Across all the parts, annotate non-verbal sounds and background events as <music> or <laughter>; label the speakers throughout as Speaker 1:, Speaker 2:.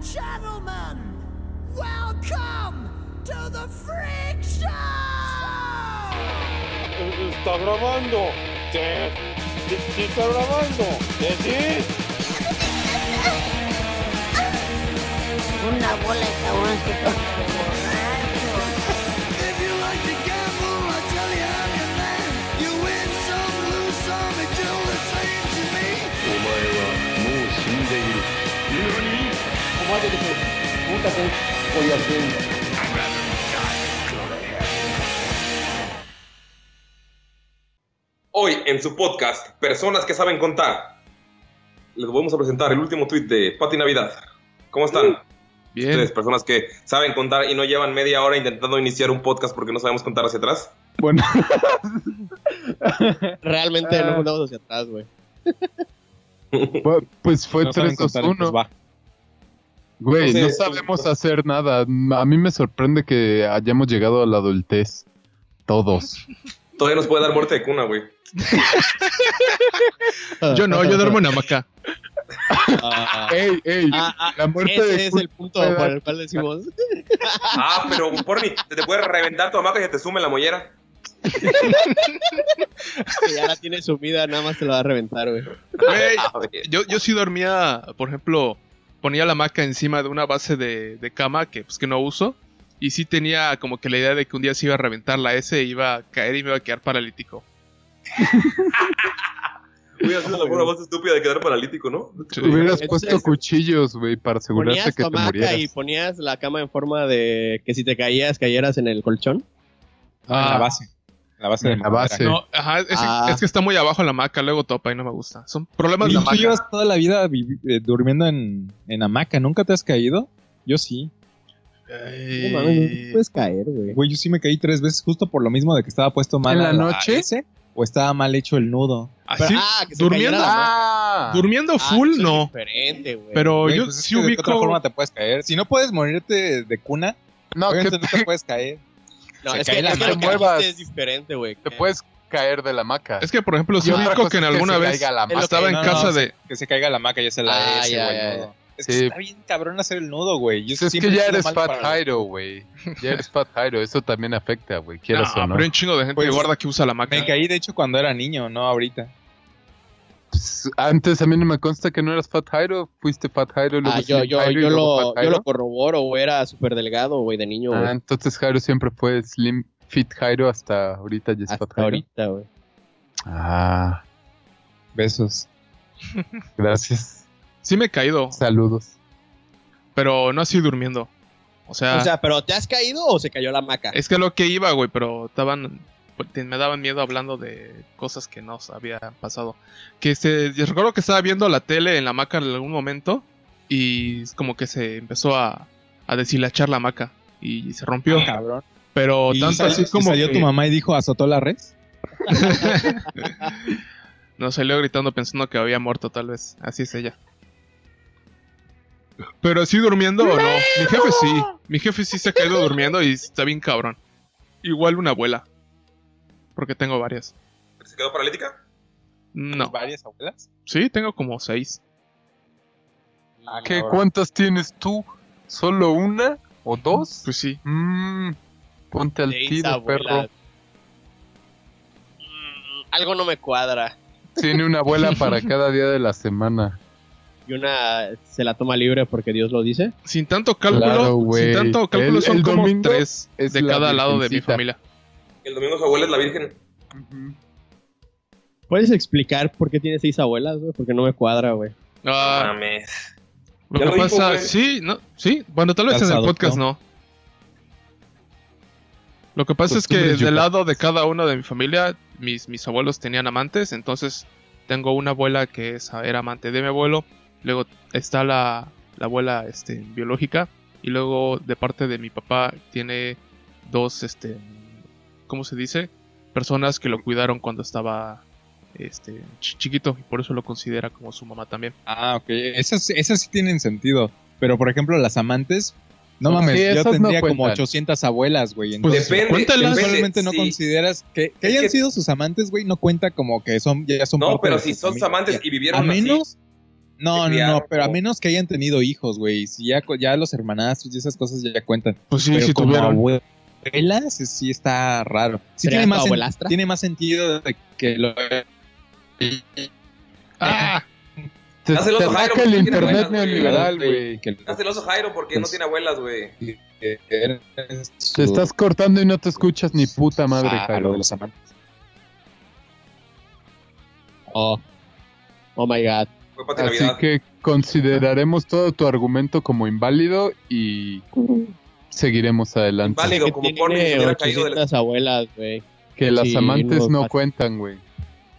Speaker 1: gentlemen, welcome to the Freak Show!
Speaker 2: Está grabando. Te, te- te está grabando. Te sí.
Speaker 3: Una bola de cabrón que
Speaker 1: If you like to gamble, I tell you how you land. You win some, lose some, it's all the same to me.
Speaker 4: お前はもう死んでいる。
Speaker 5: Hoy en su podcast, Personas que saben contar, les vamos a presentar el último tweet de Pati Navidad. ¿Cómo están?
Speaker 6: Bien.
Speaker 5: Ustedes, personas que saben contar y no llevan media hora intentando iniciar un podcast porque no sabemos contar hacia atrás. <laughs>
Speaker 6: Bueno,
Speaker 7: Realmente
Speaker 6: Ah.
Speaker 7: no contamos hacia atrás, güey.
Speaker 6: bu- pues fue
Speaker 8: No saben contar, pues
Speaker 6: 3-2-1.
Speaker 8: va.
Speaker 6: Güey,
Speaker 5: No sé.
Speaker 6: no sabemos hacer nada. A mí me sorprende que hayamos llegado a la adultez. Todos.
Speaker 5: Todavía nos puede dar muerte de cuna, güey.
Speaker 8: Yo no, yo duermo en hamaca.
Speaker 7: Ah,
Speaker 6: <laughs> ¡Ey, ey!
Speaker 7: ah, ah,
Speaker 6: La muerte
Speaker 7: ese
Speaker 6: de
Speaker 7: es el punto
Speaker 6: ¿verdad?
Speaker 7: por el cual decimos.
Speaker 5: Ah, pero Porni, te, te puede reventar tu hamaca y se te sume la mollera.
Speaker 7: Que ya la tiene sumida, nada más te la va a reventar, güey.
Speaker 8: Güey,
Speaker 5: A ver,
Speaker 8: yo, yo sí dormía, por ejemplo, ponía la hamaca encima de una base de, de cama que, pues, que no uso. Y sí tenía como que la idea de que un día se iba a reventar la S, iba a caer y me iba a quedar paralítico.
Speaker 5: Hubiera sido la buena voz estúpida de quedar paralítico, ¿no?
Speaker 8: Sí.
Speaker 6: Hubieras
Speaker 7: Entonces,
Speaker 6: puesto cuchillos, güey, para asegurarse
Speaker 7: Ponías
Speaker 6: que
Speaker 7: tu
Speaker 6: te
Speaker 7: hamaca
Speaker 6: murieras.
Speaker 7: y ponías la cama en forma de que si te caías, cayeras en el colchón.
Speaker 8: Ah,
Speaker 6: la
Speaker 8: base.
Speaker 9: La base de
Speaker 6: En la base.
Speaker 8: No, ajá, es,
Speaker 7: Ah.
Speaker 8: es que está muy abajo la hamaca, luego topa y no me gusta. Son problemas de
Speaker 9: Y tú
Speaker 8: hamaca.
Speaker 9: llevas toda la vida vivi- eh, durmiendo en, en hamaca, ¿nunca te has caído? Yo sí.
Speaker 8: Ay.
Speaker 7: No mames, no te puedes caer, güey.
Speaker 9: Güey, yo sí me caí tres veces justo por lo mismo de que estaba puesto mal.
Speaker 6: ¿En la
Speaker 9: al- a
Speaker 6: noche?
Speaker 9: ese, o estaba mal hecho el nudo.
Speaker 8: Así,
Speaker 7: Pero- ah, que se
Speaker 8: durmiendo,
Speaker 7: cayera la-
Speaker 6: Ah,
Speaker 8: durmiendo
Speaker 7: Ah,
Speaker 8: full,
Speaker 7: eso es
Speaker 8: no.
Speaker 7: Diferente, güey.
Speaker 8: Pero
Speaker 9: Güey,
Speaker 8: Oh, yo
Speaker 9: pues es
Speaker 8: sí
Speaker 9: que de qué otra
Speaker 8: ubico.
Speaker 9: forma te puedes caer. Si no puedes morirte de cuna,
Speaker 6: no, que
Speaker 9: obviamente
Speaker 6: te,
Speaker 9: no te puedes caer.
Speaker 7: no,
Speaker 9: se
Speaker 7: es
Speaker 9: cae
Speaker 7: que,
Speaker 9: la
Speaker 7: es que lo
Speaker 6: mano.
Speaker 7: que
Speaker 6: Muevas.
Speaker 7: dijiste es diferente, güey.
Speaker 6: te puedes caer de la hamaca.
Speaker 8: Es que, por ejemplo, sí
Speaker 6: Y otra
Speaker 8: ubico
Speaker 6: cosa
Speaker 8: que en
Speaker 6: es que
Speaker 8: alguna
Speaker 6: se
Speaker 8: vez
Speaker 6: caiga la hamaca.
Speaker 8: estaba en
Speaker 9: No, no,
Speaker 8: casa
Speaker 9: sí.
Speaker 8: de.
Speaker 9: Que se caiga la hamaca y es la
Speaker 7: Ah,
Speaker 9: S,
Speaker 7: ya,
Speaker 9: güey,
Speaker 7: ya,
Speaker 9: el
Speaker 7: ya.
Speaker 9: nudo. Es que
Speaker 6: Sí.
Speaker 9: está bien cabrón hacer el nudo, güey. Yo
Speaker 6: Pues es que
Speaker 9: siempre he
Speaker 6: ya
Speaker 9: sido
Speaker 6: eres
Speaker 9: malo
Speaker 6: Fat
Speaker 9: para-
Speaker 6: Jairo, güey. Ya eres Fat Jairo. Eso también afecta, güey. Quieras
Speaker 8: No,
Speaker 6: o no.
Speaker 8: pero hay un chingo de gente
Speaker 9: Pues,
Speaker 8: de guarda que usa la hamaca.
Speaker 9: Me caí, de hecho, cuando era niño, no ahorita.
Speaker 6: Pues, antes a mí no me consta que no eras Fat Jairo. Fuiste Fat Jairo, luego
Speaker 7: Ah, yo,
Speaker 6: Slim
Speaker 7: yo,
Speaker 6: Jairo y
Speaker 7: yo,
Speaker 6: luego
Speaker 7: lo,
Speaker 6: Fat
Speaker 7: yo
Speaker 6: Jairo.
Speaker 7: lo corroboro, güey. Era súper delgado, güey, de niño, güey.
Speaker 6: Ah, entonces Jairo siempre fue Slim Fit Jairo hasta ahorita ya es
Speaker 7: hasta
Speaker 6: Fat Jairo.
Speaker 7: ahorita, güey.
Speaker 6: Ah,
Speaker 9: Besos.
Speaker 6: gracias.
Speaker 8: Sí me he caído,
Speaker 6: Saludos.
Speaker 8: pero no así durmiendo. O sea,
Speaker 7: O sea, pero ¿te has caído o se cayó la hamaca?
Speaker 8: es que lo que iba, güey, pero estaban pues, te- me daban miedo hablando de cosas que nos había pasado. Que este, yo recuerdo que estaba viendo la tele en la hamaca en algún momento y es como que se empezó a, a deshilachar la hamaca y se rompió.
Speaker 9: Ah, Cabrón.
Speaker 8: Pero
Speaker 9: Y
Speaker 8: tanto
Speaker 9: salió-
Speaker 8: así
Speaker 9: y
Speaker 8: como
Speaker 9: salió
Speaker 8: que
Speaker 9: tu mamá y dijo, ¿azotó la red?
Speaker 8: nos salió gritando pensando que había muerto tal vez. Así es ella. Pero así durmiendo o no. Mi jefe sí. Mi jefe sí se ha caído durmiendo y está bien cabrón. Igual una abuela. Porque tengo varias.
Speaker 5: ¿Se quedó paralítica?
Speaker 8: No.
Speaker 9: varias abuelas.
Speaker 8: Sí, tengo como seis.
Speaker 5: Ah,
Speaker 6: ¿Qué, ¿Cuántas tienes tú? ¿Solo una o dos?
Speaker 8: Pues sí.
Speaker 6: Mm, ponte al
Speaker 7: Seis
Speaker 6: tiro,
Speaker 7: abuelas.
Speaker 6: perro.
Speaker 7: Mm, Algo no me cuadra.
Speaker 6: Tiene una abuela
Speaker 7: <laughs>
Speaker 6: para cada día de la semana.
Speaker 7: Y una se la toma libre porque Dios lo dice.
Speaker 8: Sin tanto cálculo.
Speaker 6: Claro, güey.
Speaker 8: sin tanto cálculo
Speaker 6: El-
Speaker 8: son
Speaker 6: el
Speaker 8: como
Speaker 6: domingo
Speaker 8: tres
Speaker 6: es
Speaker 8: de
Speaker 6: la
Speaker 8: cada lado de mi
Speaker 6: virgencita.
Speaker 8: familia.
Speaker 5: El domingo su abuela es la virgen.
Speaker 7: ¿Puedes explicar por qué tiene seis abuelas, güey? Porque no me cuadra, güey.
Speaker 8: Ah,
Speaker 5: Mames.
Speaker 8: Lo
Speaker 5: Ya
Speaker 8: que
Speaker 5: lo dijo,
Speaker 8: pasa,
Speaker 5: güey.
Speaker 8: sí, no, sí, bueno, tal vez
Speaker 9: Las
Speaker 8: en el
Speaker 9: adoptó.
Speaker 8: podcast no. Lo que pasa es que
Speaker 6: Costumbres
Speaker 8: del
Speaker 6: yucatecas.
Speaker 8: lado de cada uno de mi familia, mis, mis abuelos tenían amantes, entonces tengo una abuela que es- era amante de mi abuelo, luego está la, la abuela este, biológica, y luego de parte de mi papá tiene dos, este, ¿cómo se dice? Personas que lo cuidaron cuando estaba este, chi- chiquito, y por eso lo considera como su mamá también.
Speaker 9: Ah, ok. Esas, esas sí tienen sentido. Pero, por ejemplo, las amantes. No
Speaker 6: Sí,
Speaker 9: mames, yo
Speaker 6: esas no
Speaker 9: tendría como
Speaker 6: cuentan.
Speaker 9: 800 abuelas, güey.
Speaker 8: Pues
Speaker 9: Entonces,
Speaker 5: depende,
Speaker 8: cuéntala.
Speaker 5: depende,
Speaker 9: solamente no
Speaker 5: sí.
Speaker 9: consideras que, que hayan
Speaker 5: que-
Speaker 9: sido sus amantes, güey, no cuenta como que son ya son
Speaker 5: No,
Speaker 9: parte
Speaker 5: pero
Speaker 9: de
Speaker 5: si
Speaker 9: tu
Speaker 5: son
Speaker 9: familia.
Speaker 5: amantes y
Speaker 9: a
Speaker 5: vivieron así.
Speaker 9: menos No, no,
Speaker 5: criaron,
Speaker 9: no, pero a
Speaker 5: ¿no?
Speaker 9: menos que hayan tenido hijos, güey. Si ya, co- ya los hermanastros y esas cosas ya, ya cuentan.
Speaker 8: Pues sí,
Speaker 9: pero
Speaker 8: sí
Speaker 9: como
Speaker 8: tuvieron.
Speaker 9: abuelas, sí- sí está raro. Sí
Speaker 7: ¿Sería
Speaker 9: tiene
Speaker 7: tu
Speaker 9: más, sen-
Speaker 7: abuelastra?
Speaker 9: tiene más sentido de que lo...
Speaker 8: Ah,
Speaker 6: Te,
Speaker 5: Hazle
Speaker 6: te
Speaker 5: otro
Speaker 6: ataca
Speaker 7: pues,
Speaker 5: Jairo,
Speaker 6: el
Speaker 5: ¿no?
Speaker 6: internet
Speaker 5: Tienes
Speaker 6: neoliberal,
Speaker 9: que-
Speaker 6: güey.
Speaker 9: que lo-
Speaker 5: Hace el oso Jairo porque no tiene abuelas, güey.
Speaker 9: que eres su-
Speaker 6: Te estás cortando y no te escuchas ni puta madre,
Speaker 9: Ah, lo
Speaker 6: Jairo.
Speaker 9: de los amantes.
Speaker 7: Oh. Oh my god.
Speaker 5: Fue Pati
Speaker 6: Así
Speaker 5: Navidad.
Speaker 6: que consideraremos todo tu argumento como inválido y seguiremos adelante.
Speaker 5: Inválido. Digo,
Speaker 7: Que
Speaker 5: como
Speaker 7: tiene
Speaker 5: Porni se hubiera caído
Speaker 7: 800 abuelas, güey.
Speaker 6: Que las
Speaker 7: Sí,
Speaker 6: amantes
Speaker 7: no,
Speaker 6: no
Speaker 7: fácil.
Speaker 6: cuentan, güey.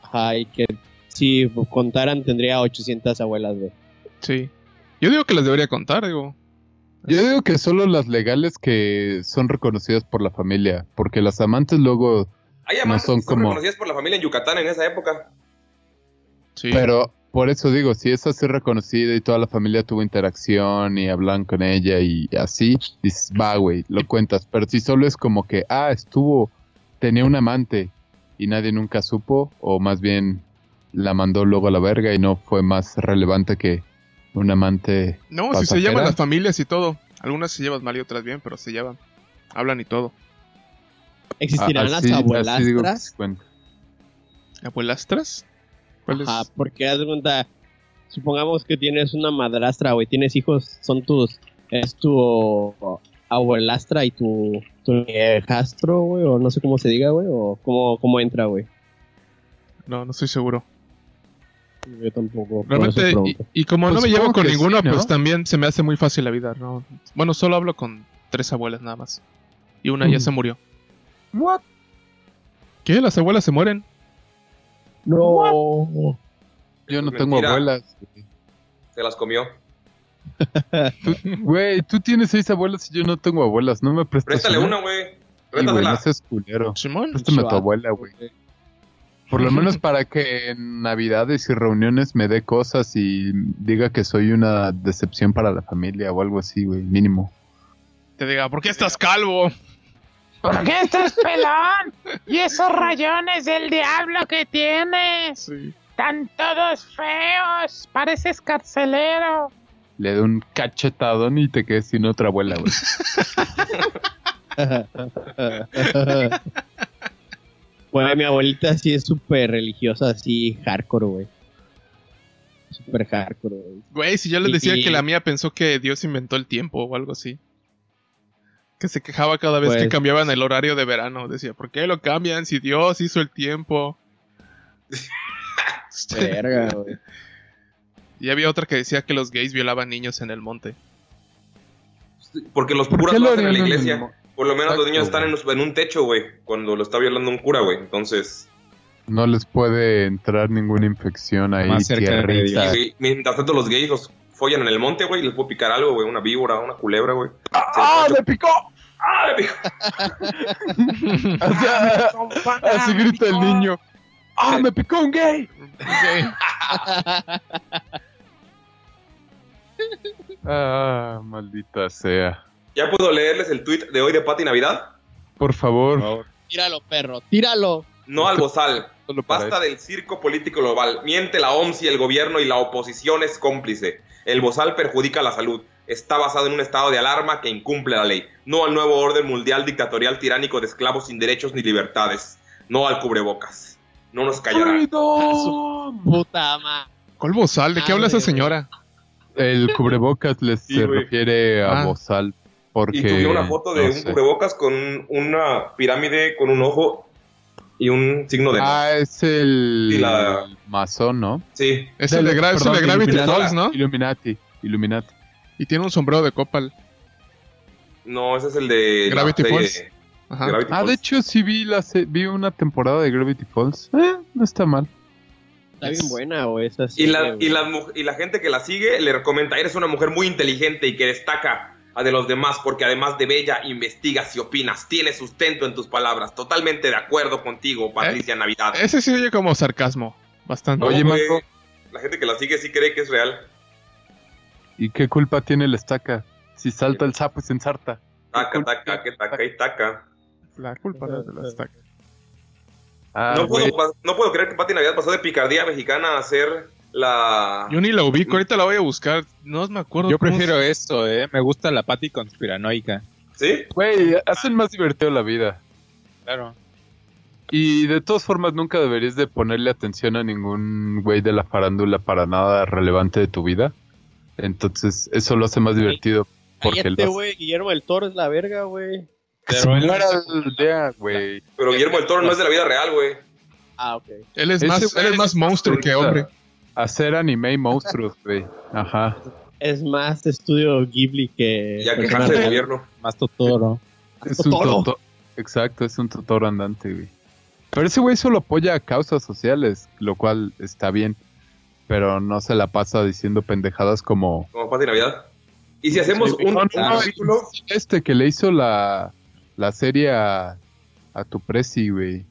Speaker 7: Ajá, y que si contaran tendría 800 abuelas, güey.
Speaker 8: sí. Yo digo que las debería contar, digo.
Speaker 6: Yo digo que solo las legales que son reconocidas por la familia, porque las amantes luego,
Speaker 5: Hay amantes
Speaker 6: no son
Speaker 5: que son
Speaker 6: como-
Speaker 5: reconocidas por la familia en Yucatán en esa época.
Speaker 8: Sí.
Speaker 6: pero por eso digo, si esa es reconocida y toda la familia tuvo interacción y hablan con ella y así, dices, va, güey, lo cuentas, pero si solo es como que, ah, estuvo, tenía un amante y nadie nunca supo, o más bien la mandó luego a la verga y no fue más relevante que un amante
Speaker 8: no, si se
Speaker 6: ¿pasajera?
Speaker 8: llevan las familias y todo. Algunas se llevan mal y otras bien, pero se llevan. Hablan y todo.
Speaker 6: Ah,
Speaker 7: ¿Existirán
Speaker 6: así-
Speaker 7: las
Speaker 6: así digo que
Speaker 7: abuelastras?
Speaker 6: se cuenta.
Speaker 8: ¿Abuelastras? ¿Cuál es?
Speaker 7: Ajá, Ah, porque haz de cuenta, supongamos que tienes una madrastra, güey, tienes hijos, son tus, es tu abuelastra y tu, tu hijastro, güey, o no sé cómo se diga, güey, o cómo, cómo entra, güey.
Speaker 8: No, no estoy seguro.
Speaker 7: Yo tampoco. por eso
Speaker 8: Realmente, y,
Speaker 7: pregunto.
Speaker 8: y como no
Speaker 6: Pues
Speaker 8: me llevo
Speaker 6: supongo
Speaker 8: con
Speaker 6: que sí,
Speaker 8: ninguno,
Speaker 6: ¿no?
Speaker 8: pues también se me hace muy fácil la vida, ¿no? Bueno, solo hablo con tres abuelas nada más. Y una ya
Speaker 6: Ujú.
Speaker 8: se murió. ¿Qué? ¿Las abuelas se mueren?
Speaker 7: No.
Speaker 6: Yo no
Speaker 5: Mentira.
Speaker 6: tengo abuelas.
Speaker 5: Se las comió.
Speaker 6: Pues Güey, tú tienes seis abuelas y yo no tengo abuelas. No me prestas.
Speaker 5: Rétale una, güey.
Speaker 6: Sí, güey, no
Speaker 5: Rétasela.
Speaker 6: seas culero.
Speaker 8: Simón.
Speaker 9: <laughs>
Speaker 6: Préstame a tu
Speaker 7: Chua.
Speaker 6: abuela, güey. Por lo menos para que en navidades y reuniones me dé cosas y diga que soy una decepción para la familia o algo así, güey, mínimo.
Speaker 8: Te diga, ¿por qué estás calvo?
Speaker 3: ¿Por qué estás pelón? Y esos rayones del diablo que tienes.
Speaker 8: Sí.
Speaker 3: Están todos feos. Pareces carcelero.
Speaker 6: Le doy un cachetadón y te quedes sin otra abuela,
Speaker 5: <laughs>
Speaker 6: güey.
Speaker 7: <laughs> Güey, mi abuelita sí es súper religiosa, así hardcore, güey. Súper hardcore,
Speaker 5: <laughs>
Speaker 7: güey.
Speaker 8: Güey, si yo les decía
Speaker 7: Y-
Speaker 8: que la mía pensó que Dios inventó el tiempo o algo así. Que se quejaba cada vez que
Speaker 7: Pues-
Speaker 8: cambiaban el horario de verano. Decía, ¿por qué lo cambian si Dios hizo el tiempo?
Speaker 7: Verga, güey.
Speaker 8: <laughs> y había otra que decía que los gays violaban niños en el monte.
Speaker 5: Porque los
Speaker 6: ¿Por
Speaker 5: curas
Speaker 6: qué
Speaker 5: lo
Speaker 6: lo
Speaker 5: hacen en la
Speaker 6: harían en el
Speaker 5: iglesia.
Speaker 6: mo-
Speaker 5: Por lo menos los
Speaker 6: Exacto,
Speaker 5: niños están en, los- en un techo, güey. Cuando lo está violando un cura, güey. Entonces,
Speaker 6: No les puede entrar ninguna infección ahí.
Speaker 9: Más cerca de
Speaker 6: tierrita.
Speaker 9: Dios.
Speaker 5: sí, mientras tanto los gays los follan en el monte, güey. y Les puede picar algo, güey. Una víbora, una culebra, güey. ¡Ah, me picó! ¡Ah, me picó!
Speaker 6: O sea, así grita el niño. ¡Ah, me picó un gay! <laughs> Ah, maldita sea.
Speaker 5: Ya puedo leerles el tweet de hoy de Pati Navidad.
Speaker 6: Por favor.
Speaker 7: Tíralo, perro, tíralo.
Speaker 5: No al bozal.
Speaker 6: solo para
Speaker 5: Basta del circo político global. Miente la OMS y el gobierno y la oposición es cómplice. El bozal perjudica la salud. Está basado en un estado de alarma que incumple la ley. No al nuevo orden mundial dictatorial tiránico de esclavos sin derechos ni libertades. No al cubrebocas. No nos callarán.
Speaker 7: Puta madre.
Speaker 8: ¿Cuál bozal? ¿De qué habla esa
Speaker 7: Madre,
Speaker 8: señora?
Speaker 6: El cubrebocas les
Speaker 5: Sí,
Speaker 6: se
Speaker 5: güey.
Speaker 6: refiere a
Speaker 8: Ah.
Speaker 6: bozal porque
Speaker 5: Y subió una foto de
Speaker 6: no
Speaker 5: un
Speaker 6: sé.
Speaker 5: cubrebocas con una pirámide, con un ojo y un signo de...
Speaker 6: Ah, es el
Speaker 5: Y la-
Speaker 6: masón, ¿no?
Speaker 5: Sí.
Speaker 8: Es el de, Gra- es el
Speaker 6: perdón,
Speaker 8: de Gravity
Speaker 6: Illuminati.
Speaker 8: Falls,
Speaker 5: ¿Ah?
Speaker 8: ¿no?
Speaker 6: Illuminati, Illuminati.
Speaker 8: Y tiene un sombrero de copal.
Speaker 5: No, ese es el de... la
Speaker 8: Gravity
Speaker 5: serie
Speaker 8: Falls.
Speaker 5: de-
Speaker 8: Ajá.
Speaker 5: Gravity
Speaker 6: Ah, de
Speaker 5: Falls.
Speaker 6: hecho sí vi la se- vi una temporada de Gravity Falls. Eh, no está mal.
Speaker 7: Está bien buena, güey. Esa
Speaker 5: Y la,
Speaker 7: serie,
Speaker 5: y,
Speaker 7: güey.
Speaker 5: la, mu- y la gente que la sigue le recomienda, eres una mujer muy inteligente y que destaca a de los demás porque además de bella, investigas y opinas, tienes sustento en tus palabras. Totalmente de acuerdo
Speaker 6: ¿Eh?
Speaker 5: contigo, Patricia Navidad.
Speaker 8: Ese sí oye como sarcasmo. Bastante.
Speaker 5: No,
Speaker 6: Oye,
Speaker 5: güey,
Speaker 6: Marco.
Speaker 5: La gente que la sigue sí cree que es real.
Speaker 6: ¿Y qué culpa tiene la estaca? Si salta el sapo y se ensarta.
Speaker 5: Taca, taca, que taca y taca.
Speaker 8: La culpa no es de la estaca.
Speaker 6: Ah,
Speaker 5: no,
Speaker 6: güey.
Speaker 7: Ah,
Speaker 6: Ah,
Speaker 5: puedo, pas- no puedo creer que Pati Navidad pasó de picardía mexicana a ser la...
Speaker 8: Yo ni la ubico, ahorita la voy a buscar. No me acuerdo.
Speaker 9: Yo
Speaker 8: cómo
Speaker 9: prefiero esto, ¿eh? Me gusta la pati conspiranoica.
Speaker 5: ¿Sí?
Speaker 6: Güey, hacen más divertido la vida.
Speaker 9: Claro.
Speaker 6: Y de todas formas, nunca deberías de ponerle atención a ningún güey de la farándula para nada relevante de tu vida. Entonces, eso lo hace más divertido. Porque
Speaker 7: Cállate,
Speaker 6: lo hace-
Speaker 7: güey, Guillermo del Toro es la verga, güey.
Speaker 9: Pero él
Speaker 6: no era el idea, güey.
Speaker 5: Pero Guillermo del Toro no es de la vida real, güey.
Speaker 7: Ah, ok.
Speaker 8: se- Él es
Speaker 6: Ese
Speaker 8: más,
Speaker 6: güey
Speaker 8: él es
Speaker 6: es
Speaker 8: más monstruo que hombre.
Speaker 6: Hacer anime y monstruos, güey. Ajá.
Speaker 7: Es más estudio Ghibli que.
Speaker 5: Ya quejarse del gobierno.
Speaker 9: más Totoro.
Speaker 6: Es un
Speaker 7: Totoro.
Speaker 6: Totoro. Exacto, es un Totoro andante, güey. Pero ese güey solo apoya a causas sociales, lo cual está bien. Pero no se la pasa diciendo pendejadas como
Speaker 5: Como pasa de Navidad. Y si hacemos
Speaker 6: Sí, Ah.
Speaker 5: un,
Speaker 6: no,
Speaker 5: un
Speaker 6: no, no,
Speaker 5: capítulo...
Speaker 6: este que le hizo la, la serie a, a tu presi, güey.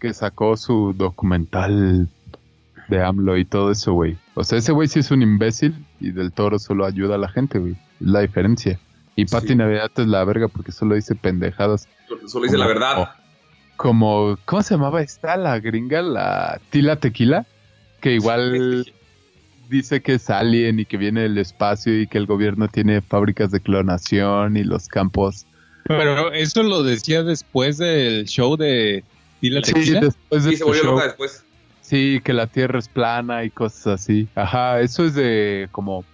Speaker 6: Que sacó su documental de AMLO y todo eso, güey. O sea, ese güey sí es un imbécil y del toro solo ayuda a la gente, güey. Es la diferencia. Y Pati
Speaker 5: Sí.
Speaker 6: Navidad es la verga porque solo dice pendejadas.
Speaker 5: Solo dice la
Speaker 6: Como-
Speaker 5: verdad.
Speaker 6: Como, ¿cómo se llamaba esta la gringa? La Tila Tequila. Que igual dice que es alien y que viene del espacio y que el gobierno tiene fábricas de clonación y los campos.
Speaker 9: Pero eso lo decía después del show de Tila
Speaker 6: Sí,
Speaker 9: Tequila.
Speaker 6: después de
Speaker 5: Y se
Speaker 6: su
Speaker 5: volvió
Speaker 6: pues, show.
Speaker 5: loca después.
Speaker 6: Sí, que la tierra es plana y cosas así. Ajá, eso es de como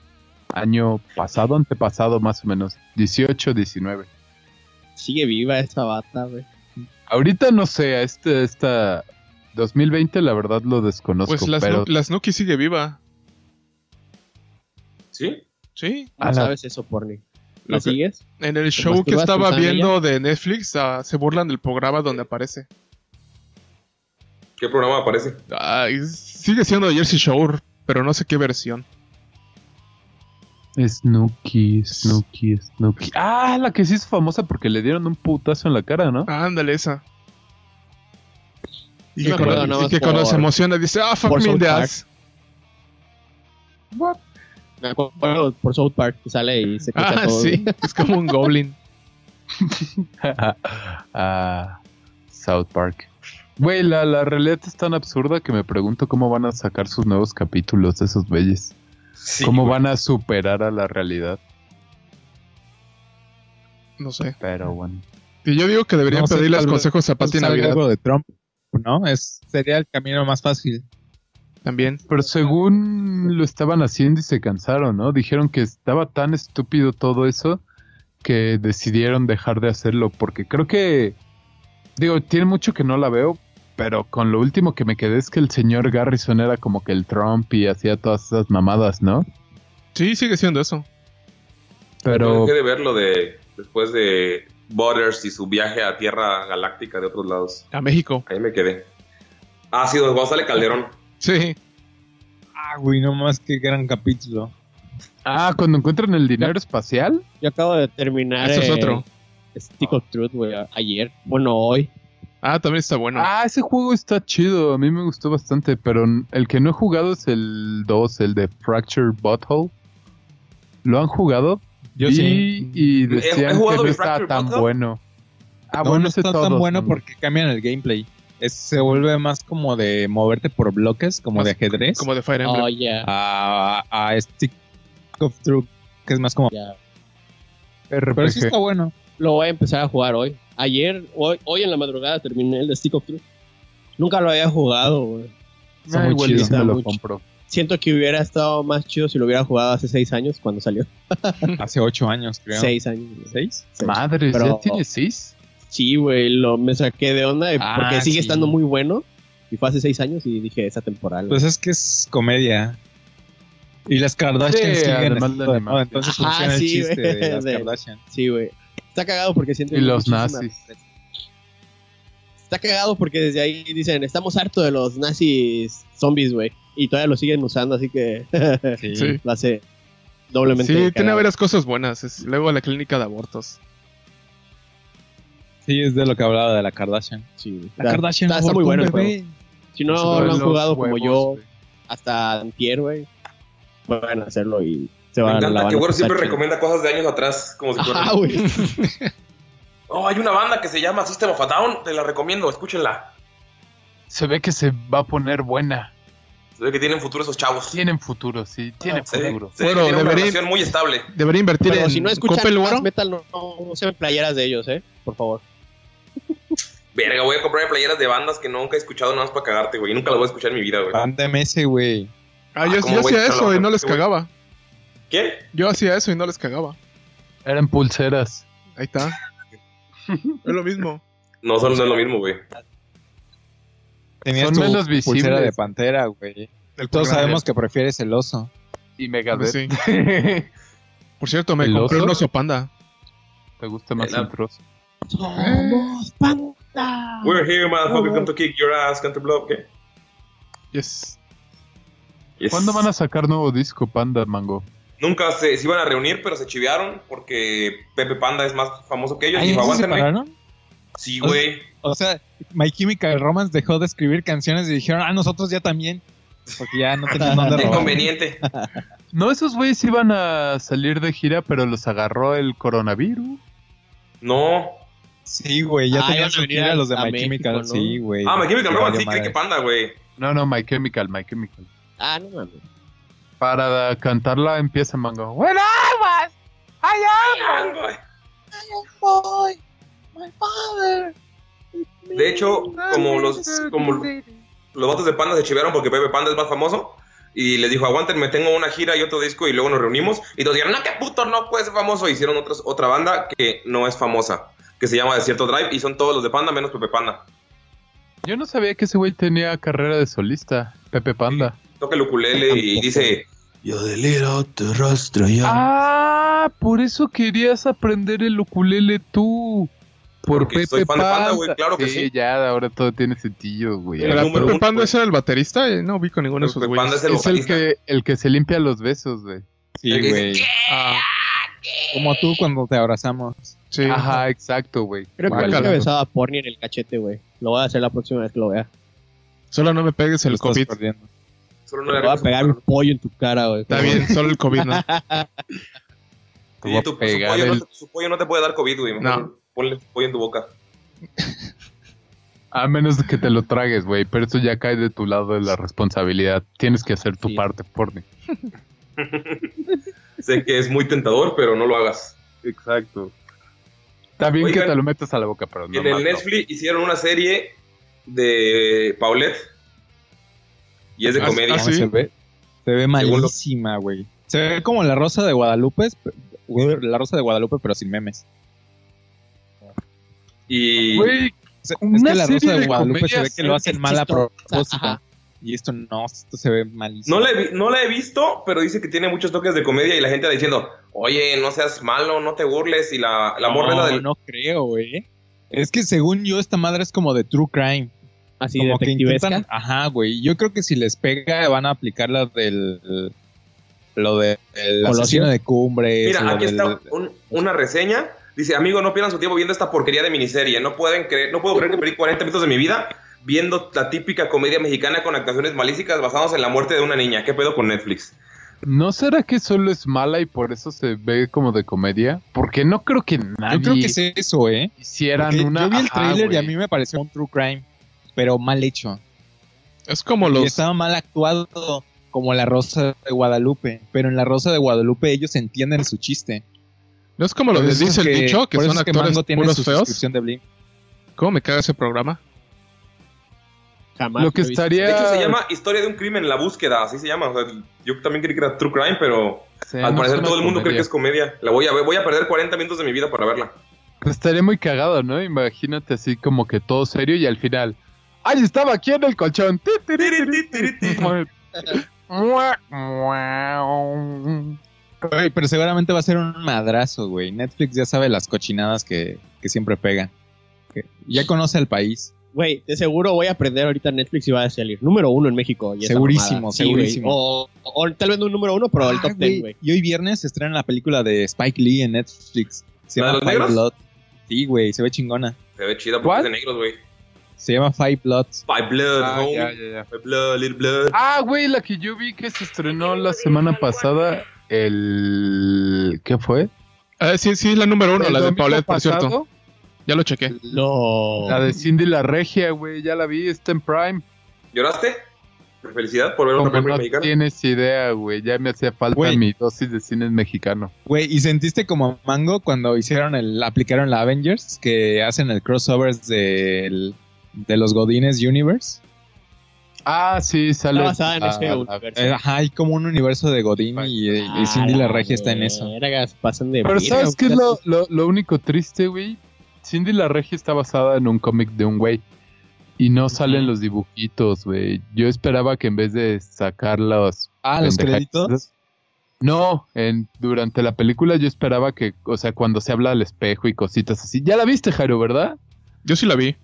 Speaker 6: año pasado, antepasado más o menos. 18, 19.
Speaker 7: Sigue viva esa bata, güey.
Speaker 6: Ahorita no sé, este, esta 2020 la verdad lo desconozco,
Speaker 8: Pues las
Speaker 6: pero...
Speaker 8: Nu- las Nuki sigue viva.
Speaker 5: ¿Sí?
Speaker 8: Sí.
Speaker 7: No
Speaker 6: A la-
Speaker 7: sabes eso, Porni. ¿La
Speaker 8: Lo que-
Speaker 7: sigues?
Speaker 8: En
Speaker 9: Pues
Speaker 8: el show que
Speaker 7: masturbas
Speaker 8: estaba
Speaker 7: pensando en
Speaker 8: viendo de Netflix, ah, se burlan del programa donde aparece.
Speaker 5: ¿Qué programa aparece?
Speaker 8: Ah, y sigue siendo Jersey Shore, pero no sé qué versión.
Speaker 6: Snooki, Snooki, Snooki. Ah, la que sí es famosa porque le dieron un putazo en la cara, ¿no?
Speaker 8: Ah, ándale esa. Y
Speaker 7: Sí,
Speaker 8: que,
Speaker 7: me acuerdo
Speaker 8: cuando,
Speaker 7: nada
Speaker 8: y
Speaker 7: más
Speaker 8: que cuando
Speaker 7: por-
Speaker 8: se emociona dice, ah, fuck
Speaker 7: por
Speaker 8: me in
Speaker 7: South
Speaker 8: the
Speaker 7: Park.
Speaker 8: ass. <laughs>
Speaker 7: Me acuerdo por South Park que sale y se quita
Speaker 8: Ah,
Speaker 7: todo.
Speaker 8: sí. Es como un goblin.
Speaker 6: Ah, South Park. Güey, la, la realidad es tan absurda que me pregunto cómo van a sacar sus nuevos capítulos de esos belles.
Speaker 5: Sí.
Speaker 6: ¿Cómo van a superar a la realidad?
Speaker 8: No sé.
Speaker 6: Pero bueno.
Speaker 8: Y yo digo que deberían
Speaker 9: No sé,
Speaker 8: pedirles
Speaker 9: tal vez-
Speaker 8: consejos a Pati
Speaker 9: Salga
Speaker 8: Navidad
Speaker 9: algo de Trump, ¿no? Es, sería el camino más fácil.
Speaker 8: también.
Speaker 6: Pero según lo estaban haciendo y se cansaron, ¿no? Dijeron que estaba tan estúpido todo eso que decidieron dejar de hacerlo porque creo que, digo, tiene mucho que no la veo, pero con lo último que me quedé es que el señor Garrison era como que el Trump y hacía todas esas mamadas, ¿no?
Speaker 8: Sí, sigue siendo eso.
Speaker 6: Pero
Speaker 5: Pero... Dejé de Pues verlo de, después de Butters y su viaje a Tierra Galáctica de otros lados.
Speaker 8: A México.
Speaker 5: Ahí me quedé. Ah, sí, don González Calderón.
Speaker 8: Sí.
Speaker 9: Ah, güey, no más que gran capítulo.
Speaker 6: Ah, cuando encuentran el dinero espacial.
Speaker 7: Yo acabo de terminar.
Speaker 8: Eso es
Speaker 7: eh,
Speaker 8: otro.
Speaker 7: Stick of Truth, güey. a- Ayer. Bueno, hoy.
Speaker 8: Ah, también está bueno.
Speaker 6: Ah, ese juego está chido. A mí me gustó bastante. Pero n- el que no he jugado es el 2, el de Fracture Butthole. ¿Lo han jugado?
Speaker 9: Yo
Speaker 6: Vi
Speaker 9: sí.
Speaker 6: Y
Speaker 5: ¿He- he
Speaker 6: decían que
Speaker 5: jugado
Speaker 6: no
Speaker 5: mi
Speaker 6: estaba
Speaker 5: Fractured
Speaker 6: tan
Speaker 5: Butthole?
Speaker 6: bueno. Ah,
Speaker 9: no, no
Speaker 6: ese
Speaker 9: está tan
Speaker 6: todos,
Speaker 9: bueno
Speaker 6: ¿no?
Speaker 9: porque cambian el gameplay. Es- se vuelve más como de moverte por bloques, como
Speaker 8: Más
Speaker 9: de ajedrez,
Speaker 8: Como de Fire Emblem.
Speaker 7: Oh, ya.
Speaker 9: a, a Stick of Truth, que es más como...
Speaker 7: ya.
Speaker 9: Pero sí
Speaker 6: RPG.
Speaker 9: está <laughs> bueno.
Speaker 7: Lo voy a empezar a jugar hoy. Ayer, hoy, hoy en la madrugada terminé el de Stick of Truth. Nunca lo había jugado, güey.
Speaker 9: está
Speaker 6: Ah,
Speaker 9: muy
Speaker 6: igual
Speaker 9: chido.
Speaker 6: sí me
Speaker 7: Está
Speaker 6: lo
Speaker 7: muy
Speaker 6: compro.
Speaker 7: Siento que hubiera estado más chido si lo hubiera jugado hace seis años cuando salió.
Speaker 9: Hace ocho años, creo.
Speaker 7: Seis años. güey.
Speaker 9: ¿Seis?
Speaker 7: Sí.
Speaker 6: Madre, ¿ya
Speaker 7: Pero-
Speaker 6: tiene 6?
Speaker 7: Sí, güey, lo me saqué de onda eh,
Speaker 9: Ah,
Speaker 7: porque sigue
Speaker 9: sí.
Speaker 7: estando muy bueno. Y fue hace seis años y dije, esa temporal.
Speaker 9: Pues es que es comedia. Y las Kardashians
Speaker 6: Sí,
Speaker 9: siguen
Speaker 6: además
Speaker 9: estando
Speaker 6: de
Speaker 9: de moda,
Speaker 6: animales.
Speaker 9: entonces
Speaker 7: Ajá,
Speaker 9: funciona el
Speaker 7: sí,
Speaker 9: chiste
Speaker 7: güey,
Speaker 9: de las
Speaker 7: de-
Speaker 9: Kardashian.
Speaker 7: Sí, güey. Está cagado porque siento
Speaker 6: Y los
Speaker 7: muchísima-
Speaker 6: nazis.
Speaker 7: Está cagado porque desde ahí dicen, estamos hartos de los nazis zombies, güey. Y todavía lo siguen usando, así que <laughs>
Speaker 8: Sí.
Speaker 7: lo hace doblemente.
Speaker 8: Sí, tiene
Speaker 7: cagado.
Speaker 8: varias cosas buenas. Es- luego la clínica de abortos.
Speaker 9: Sí, es de lo que hablaba de la Kardashian.
Speaker 7: Sí, güey. Está,
Speaker 9: La Kardashian
Speaker 7: está- está muy bueno el juego. Si no
Speaker 6: Sobre
Speaker 7: lo han
Speaker 6: los
Speaker 7: jugado como
Speaker 6: huevos,
Speaker 7: yo
Speaker 6: güey.
Speaker 7: hasta antier, güey, van a hacerlo y se
Speaker 5: Me
Speaker 7: van a la
Speaker 5: encanta
Speaker 7: van
Speaker 5: que
Speaker 7: a
Speaker 5: Güero
Speaker 7: pasar
Speaker 5: siempre
Speaker 7: chido.
Speaker 5: recomienda cosas de años atrás. Como si fuera-
Speaker 7: Ajá,
Speaker 6: Ah,
Speaker 7: güey.
Speaker 5: Oh, hay una banda que se llama System of a Down. Te la recomiendo, escúchenla.
Speaker 6: Se ve que se va a poner buena.
Speaker 5: Se ve que tienen futuro esos chavos.
Speaker 6: Tienen futuro, sí, tienen
Speaker 5: Se ve-
Speaker 6: futuro.
Speaker 5: se ve que
Speaker 8: Bueno,
Speaker 5: tienen una
Speaker 8: debería-
Speaker 5: relación muy estable.
Speaker 8: Debería invertir
Speaker 7: Pero
Speaker 8: en
Speaker 7: si no escuchan
Speaker 8: Coppel
Speaker 7: más
Speaker 8: Oro.
Speaker 7: metal, no, no usen playeras de ellos, ¿eh? Por favor.
Speaker 5: Verga, voy a comprar playeras de bandas que nunca he escuchado nada más para cagarte, güey. Nunca las voy a escuchar en mi vida,
Speaker 6: Ah.
Speaker 5: güey.
Speaker 9: Ándame ese, güey.
Speaker 8: Ah, yo,
Speaker 5: Ah, ¿cómo
Speaker 8: yo
Speaker 5: voy a
Speaker 8: hacía
Speaker 5: escuchar
Speaker 8: eso
Speaker 5: la
Speaker 8: y no
Speaker 5: otra?
Speaker 8: les
Speaker 5: Qué bueno.
Speaker 8: cagaba.
Speaker 5: ¿Qué?
Speaker 8: Yo hacía eso y no les cagaba.
Speaker 6: Eran pulseras.
Speaker 8: Ahí está. <laughs> es lo mismo.
Speaker 5: No, son, no es lo mismo, güey.
Speaker 9: Tenías
Speaker 6: Son
Speaker 9: tu
Speaker 6: menos
Speaker 9: pulsera
Speaker 6: visibles.
Speaker 9: de pantera, güey.
Speaker 8: El
Speaker 9: Todos
Speaker 8: programa.
Speaker 9: sabemos que prefieres el oso.
Speaker 6: Y Megadeth. <laughs>
Speaker 8: Sí. Por cierto, me
Speaker 6: ¿El
Speaker 8: compré
Speaker 6: oso?
Speaker 8: un oso panda.
Speaker 6: ¿Te gusta más
Speaker 5: El-
Speaker 6: el trozo?
Speaker 3: Somos panda.
Speaker 5: We're here, motherfucker. Come to kick your ass, come to blow. ¿Qué?
Speaker 8: Yes.
Speaker 5: Yes.
Speaker 6: ¿Cuándo van a sacar nuevo disco, Panda Mango?
Speaker 5: Nunca se, se iban a reunir, pero se chivearon porque Pepe Panda es más famoso que ellos. Y
Speaker 9: ¿Ahí
Speaker 5: dijo,
Speaker 9: se
Speaker 5: aguántenme.
Speaker 9: separaron?
Speaker 5: Sí, güey.
Speaker 9: O sea, My Chemical Romance dejó de escribir canciones y dijeron, ah, nosotros ya también. Porque ya no tenían
Speaker 5: <laughs>
Speaker 9: dónde
Speaker 5: Qué
Speaker 9: robar.
Speaker 5: inconveniente.
Speaker 6: No, esos güeyes iban a salir de gira, pero los agarró el coronavirus.
Speaker 5: No.
Speaker 9: Sí, güey,
Speaker 7: Ah,
Speaker 9: ya
Speaker 7: iban
Speaker 9: tenían
Speaker 7: a
Speaker 9: su
Speaker 7: venir
Speaker 9: gira
Speaker 7: a-
Speaker 9: los de
Speaker 7: a
Speaker 9: My
Speaker 7: México,
Speaker 9: Chemical.
Speaker 7: ¿no?
Speaker 9: Sí, güey.
Speaker 5: Ah, me Chemical
Speaker 9: Que
Speaker 5: Romance,
Speaker 9: valió
Speaker 5: sí, cree que
Speaker 9: madre.
Speaker 5: panda, güey.
Speaker 6: No, no, My Chemical, My Chemical.
Speaker 7: Ah, no mames.
Speaker 6: Para cantarla empieza Mango. ¡Bueno!
Speaker 3: aguas! ¡Hay
Speaker 5: Ah,
Speaker 3: aguas!
Speaker 5: güey.
Speaker 3: boy! ¡My father!
Speaker 5: De hecho, como los, como los vatos de Panda se chivearon porque Pepe Panda es más famoso. Y les dijo, aguántenme, tengo una gira y otro disco y luego nos reunimos. Y todos dijeron, no, qué puto, no puede ser famoso. Hicieron otros, otra banda que no es famosa, que se llama Desierto Drive y son todos los de Panda menos Pepe Panda.
Speaker 6: Yo no sabía que ese güey tenía carrera de solista, Pepe Panda.
Speaker 5: Toca el ukulele y dice,
Speaker 1: Yo deliro, te rastro yo.
Speaker 6: Ah, por eso querías aprender el ukulele tú. Por
Speaker 5: Porque
Speaker 6: Pepe
Speaker 5: soy fan de
Speaker 6: Panda,
Speaker 5: Panda, güey, claro que sí.
Speaker 6: ya, ahora todo tiene sentido, güey.
Speaker 5: El
Speaker 8: ¿Era
Speaker 5: número
Speaker 8: Pepe
Speaker 5: uno,
Speaker 8: Panda
Speaker 5: pues.
Speaker 8: ese era el baterista? Eh, No vi con ninguno de esos
Speaker 5: Pepe Panda es
Speaker 8: güeyes.
Speaker 5: el
Speaker 6: Es el
Speaker 5: vocalista.
Speaker 6: que, el que se limpia los besos, güey.
Speaker 5: El que
Speaker 9: Sí,
Speaker 5: dice,
Speaker 9: güey.
Speaker 8: Ah,
Speaker 9: Como tú cuando te abrazamos.
Speaker 8: sí.
Speaker 6: Ajá, exacto, güey.
Speaker 7: Creo que
Speaker 6: Guácala.
Speaker 7: nunca he besado a Porni en el cachete, güey. Lo voy a hacer la próxima vez que lo vea.
Speaker 8: Solo no me pegues
Speaker 9: Lo
Speaker 8: el
Speaker 9: estás
Speaker 8: COVID.
Speaker 9: perdiendo.
Speaker 5: solo no
Speaker 7: Le
Speaker 5: le
Speaker 7: voy a
Speaker 5: hagas-
Speaker 7: pegar un pollo en tu cara, güey.
Speaker 8: Está bien, solo el COVID, ¿no?
Speaker 6: Te voy a
Speaker 5: Sí, tu- pues, su,
Speaker 6: pegar
Speaker 5: pollo
Speaker 6: el-
Speaker 5: no te, su pollo no te puede dar COVID, güey. mejor
Speaker 8: No.
Speaker 5: Ponle pollo en tu boca.
Speaker 6: A menos que te lo tragues, güey. Pero eso ya cae de tu lado de la responsabilidad. Tienes que hacer tu
Speaker 7: Sí.
Speaker 6: parte, porni.
Speaker 5: Sé que es muy tentador, pero no lo hagas.
Speaker 6: Exacto. Está bien
Speaker 5: Oigan,
Speaker 6: que te lo metas a la boca, pero no.
Speaker 5: en el
Speaker 6: más, no.
Speaker 5: Netflix hicieron una serie de Paulette y es de
Speaker 8: Ah,
Speaker 5: comedia.
Speaker 8: ah,
Speaker 9: No,
Speaker 8: sí.
Speaker 9: se, ve, se ve
Speaker 5: Según lo-
Speaker 9: malísima, güey. Se ve como la rosa de Guadalupe, es- güey, la rosa de Guadalupe, pero sin memes.
Speaker 5: Y
Speaker 6: Güey,
Speaker 9: O sea,
Speaker 6: Una
Speaker 9: es que la
Speaker 6: serie
Speaker 9: rosa de
Speaker 6: de
Speaker 9: Guadalupe se ve
Speaker 6: comedias
Speaker 9: que lo hacen mal a
Speaker 7: chistosa,
Speaker 9: propósito.
Speaker 7: ajá.
Speaker 9: Y esto no, esto se ve malísimo.
Speaker 5: no la, he, vi- no la he visto, pero dice que tiene muchos toques de comedia y la gente diciendo, oye, no seas malo, no te burles. Y la, la morra es la
Speaker 9: no,
Speaker 5: del...
Speaker 9: no creo, güey. Es que según yo, esta madre es como de true crime.
Speaker 7: Así
Speaker 9: como que
Speaker 7: detectivesca.
Speaker 9: intentan. Ajá, güey. Yo creo que si les pega, van a aplicar la del. Lo de. El
Speaker 7: Colosio.
Speaker 9: asesino de cumbres.
Speaker 5: Mira,
Speaker 9: lo
Speaker 5: aquí
Speaker 9: del-
Speaker 5: está un- una reseña. Dice, amigo, no pierdan su tiempo viendo esta porquería de miniserie. No pueden creer, no puedo creer que perdí 40 minutos de mi vida viendo la típica comedia mexicana con actuaciones malísicas basadas en la muerte de una niña. ¿Qué pedo con Netflix?
Speaker 6: ¿no será que solo es mala y por eso se ve como de comedia? Porque no creo que nadie
Speaker 9: Yo creo que es eso, ¿eh?
Speaker 6: hicieran
Speaker 9: Porque
Speaker 6: una.
Speaker 9: Yo vi el
Speaker 6: Ajá,
Speaker 9: trailer y a
Speaker 6: güey.
Speaker 9: mí me pareció un true crime, pero mal hecho.
Speaker 8: Es como
Speaker 9: Y
Speaker 8: los.
Speaker 9: estaba mal actuado como la Rosa de Guadalupe, pero en la Rosa de Guadalupe ellos entienden su chiste.
Speaker 8: No es como lo
Speaker 9: Por
Speaker 8: que
Speaker 9: eso
Speaker 8: dice
Speaker 9: es
Speaker 8: el dicho, que
Speaker 9: por eso
Speaker 8: son
Speaker 9: es
Speaker 8: actores
Speaker 9: Mango tiene
Speaker 8: puros
Speaker 9: su
Speaker 8: feos.
Speaker 9: suscripción de Blim.
Speaker 8: ¿Cómo me caga ese programa?
Speaker 7: Jamás
Speaker 6: Lo que
Speaker 7: he visto.
Speaker 5: De
Speaker 6: estaría.
Speaker 5: hecho, se llama Historia de un crimen, la búsqueda, así se llama. O sea, yo también creí que era True Crime, pero
Speaker 6: se
Speaker 5: al
Speaker 6: llama
Speaker 5: parecer
Speaker 6: una
Speaker 5: todo el mundo cree que
Speaker 6: comedia.
Speaker 5: es comedia. La voy a ver, voy a perder 40 minutos de mi vida para
Speaker 6: <laughs>
Speaker 5: verla.
Speaker 6: Pues estaría muy cagado, ¿no? Imagínate así como que todo serio y al final. ¡Ay, estaba aquí en el
Speaker 5: <laughs>
Speaker 6: colchón! ¡Ti, ti, ti, ti, ti, ti, ti! Mua, mua.
Speaker 9: Güey, pero seguramente va a ser un madrazo, güey. Netflix ya sabe las cochinadas que, que siempre pegan. Que Ya conoce al país.
Speaker 7: Güey, de seguro voy a aprender ahorita Netflix y va a salir número uno en México. y esa
Speaker 9: Segurísimo,
Speaker 7: mamada.
Speaker 9: segurísimo.
Speaker 7: güey. o, o tal vez no un número uno, pero el
Speaker 9: Ah,
Speaker 7: top ten, güey.
Speaker 9: Y hoy viernes se estrena la película de Spike Lee en Netflix. Se
Speaker 5: ¿La de
Speaker 9: llama
Speaker 5: los
Speaker 9: Five
Speaker 5: negros?
Speaker 9: Blood. Sí, güey, se ve chingona.
Speaker 5: Se ve chida porque
Speaker 6: ¿Cuál?
Speaker 5: es de negros, güey.
Speaker 9: Se llama Five Blood.
Speaker 5: By blood,
Speaker 6: Ah,
Speaker 5: homie.
Speaker 6: ya, ya, ya.
Speaker 5: By blood, little blood.
Speaker 6: Ah, güey, la que yo vi que se estrenó la semana pasada. El. ¿Qué fue?
Speaker 8: Ah, sí, sí, la número uno,
Speaker 6: El
Speaker 8: la de
Speaker 6: domingo
Speaker 8: Paulette, por cierto.
Speaker 6: pasado,
Speaker 8: Ya lo chequé.
Speaker 7: No.
Speaker 6: La de Cindy la Regia, güey, ya la vi, está en Prime.
Speaker 5: ¿Lloraste? Felicidad por ver una
Speaker 6: Como
Speaker 5: película
Speaker 6: no
Speaker 5: mexicana.
Speaker 6: tienes idea, güey. Ya me hacía falta
Speaker 9: Güey.
Speaker 6: mi dosis de cine mexicano.
Speaker 9: Güey, ¿y sentiste como Mango cuando hicieron el, aplicaron la Avengers, que hacen el crossovers del- de los Godines Universe?
Speaker 6: Ah, sí, sale.
Speaker 7: Está basada en
Speaker 6: ah,
Speaker 7: ese
Speaker 6: ah,
Speaker 7: universo.
Speaker 9: Eh, Ajá, hay como un universo de Godín y, y Cindy
Speaker 7: Ah,
Speaker 9: la Regia está en eso.
Speaker 7: vergas, pasan de
Speaker 6: Pero
Speaker 7: verga,
Speaker 6: ¿sabes qué es lo,
Speaker 7: güey.
Speaker 6: lo- lo único triste, güey? Cindy la Regia está basada en un cómic de un güey. Y no salen los dibujitos, güey. Yo esperaba que en vez de sacar los...
Speaker 9: Ah, los
Speaker 6: pendejadas-
Speaker 9: créditos.
Speaker 6: No, en, durante la película yo esperaba que, o sea, cuando se habla al espejo y cositas así. Ya la viste, Jairo, ¿verdad?
Speaker 8: Yo sí la vi.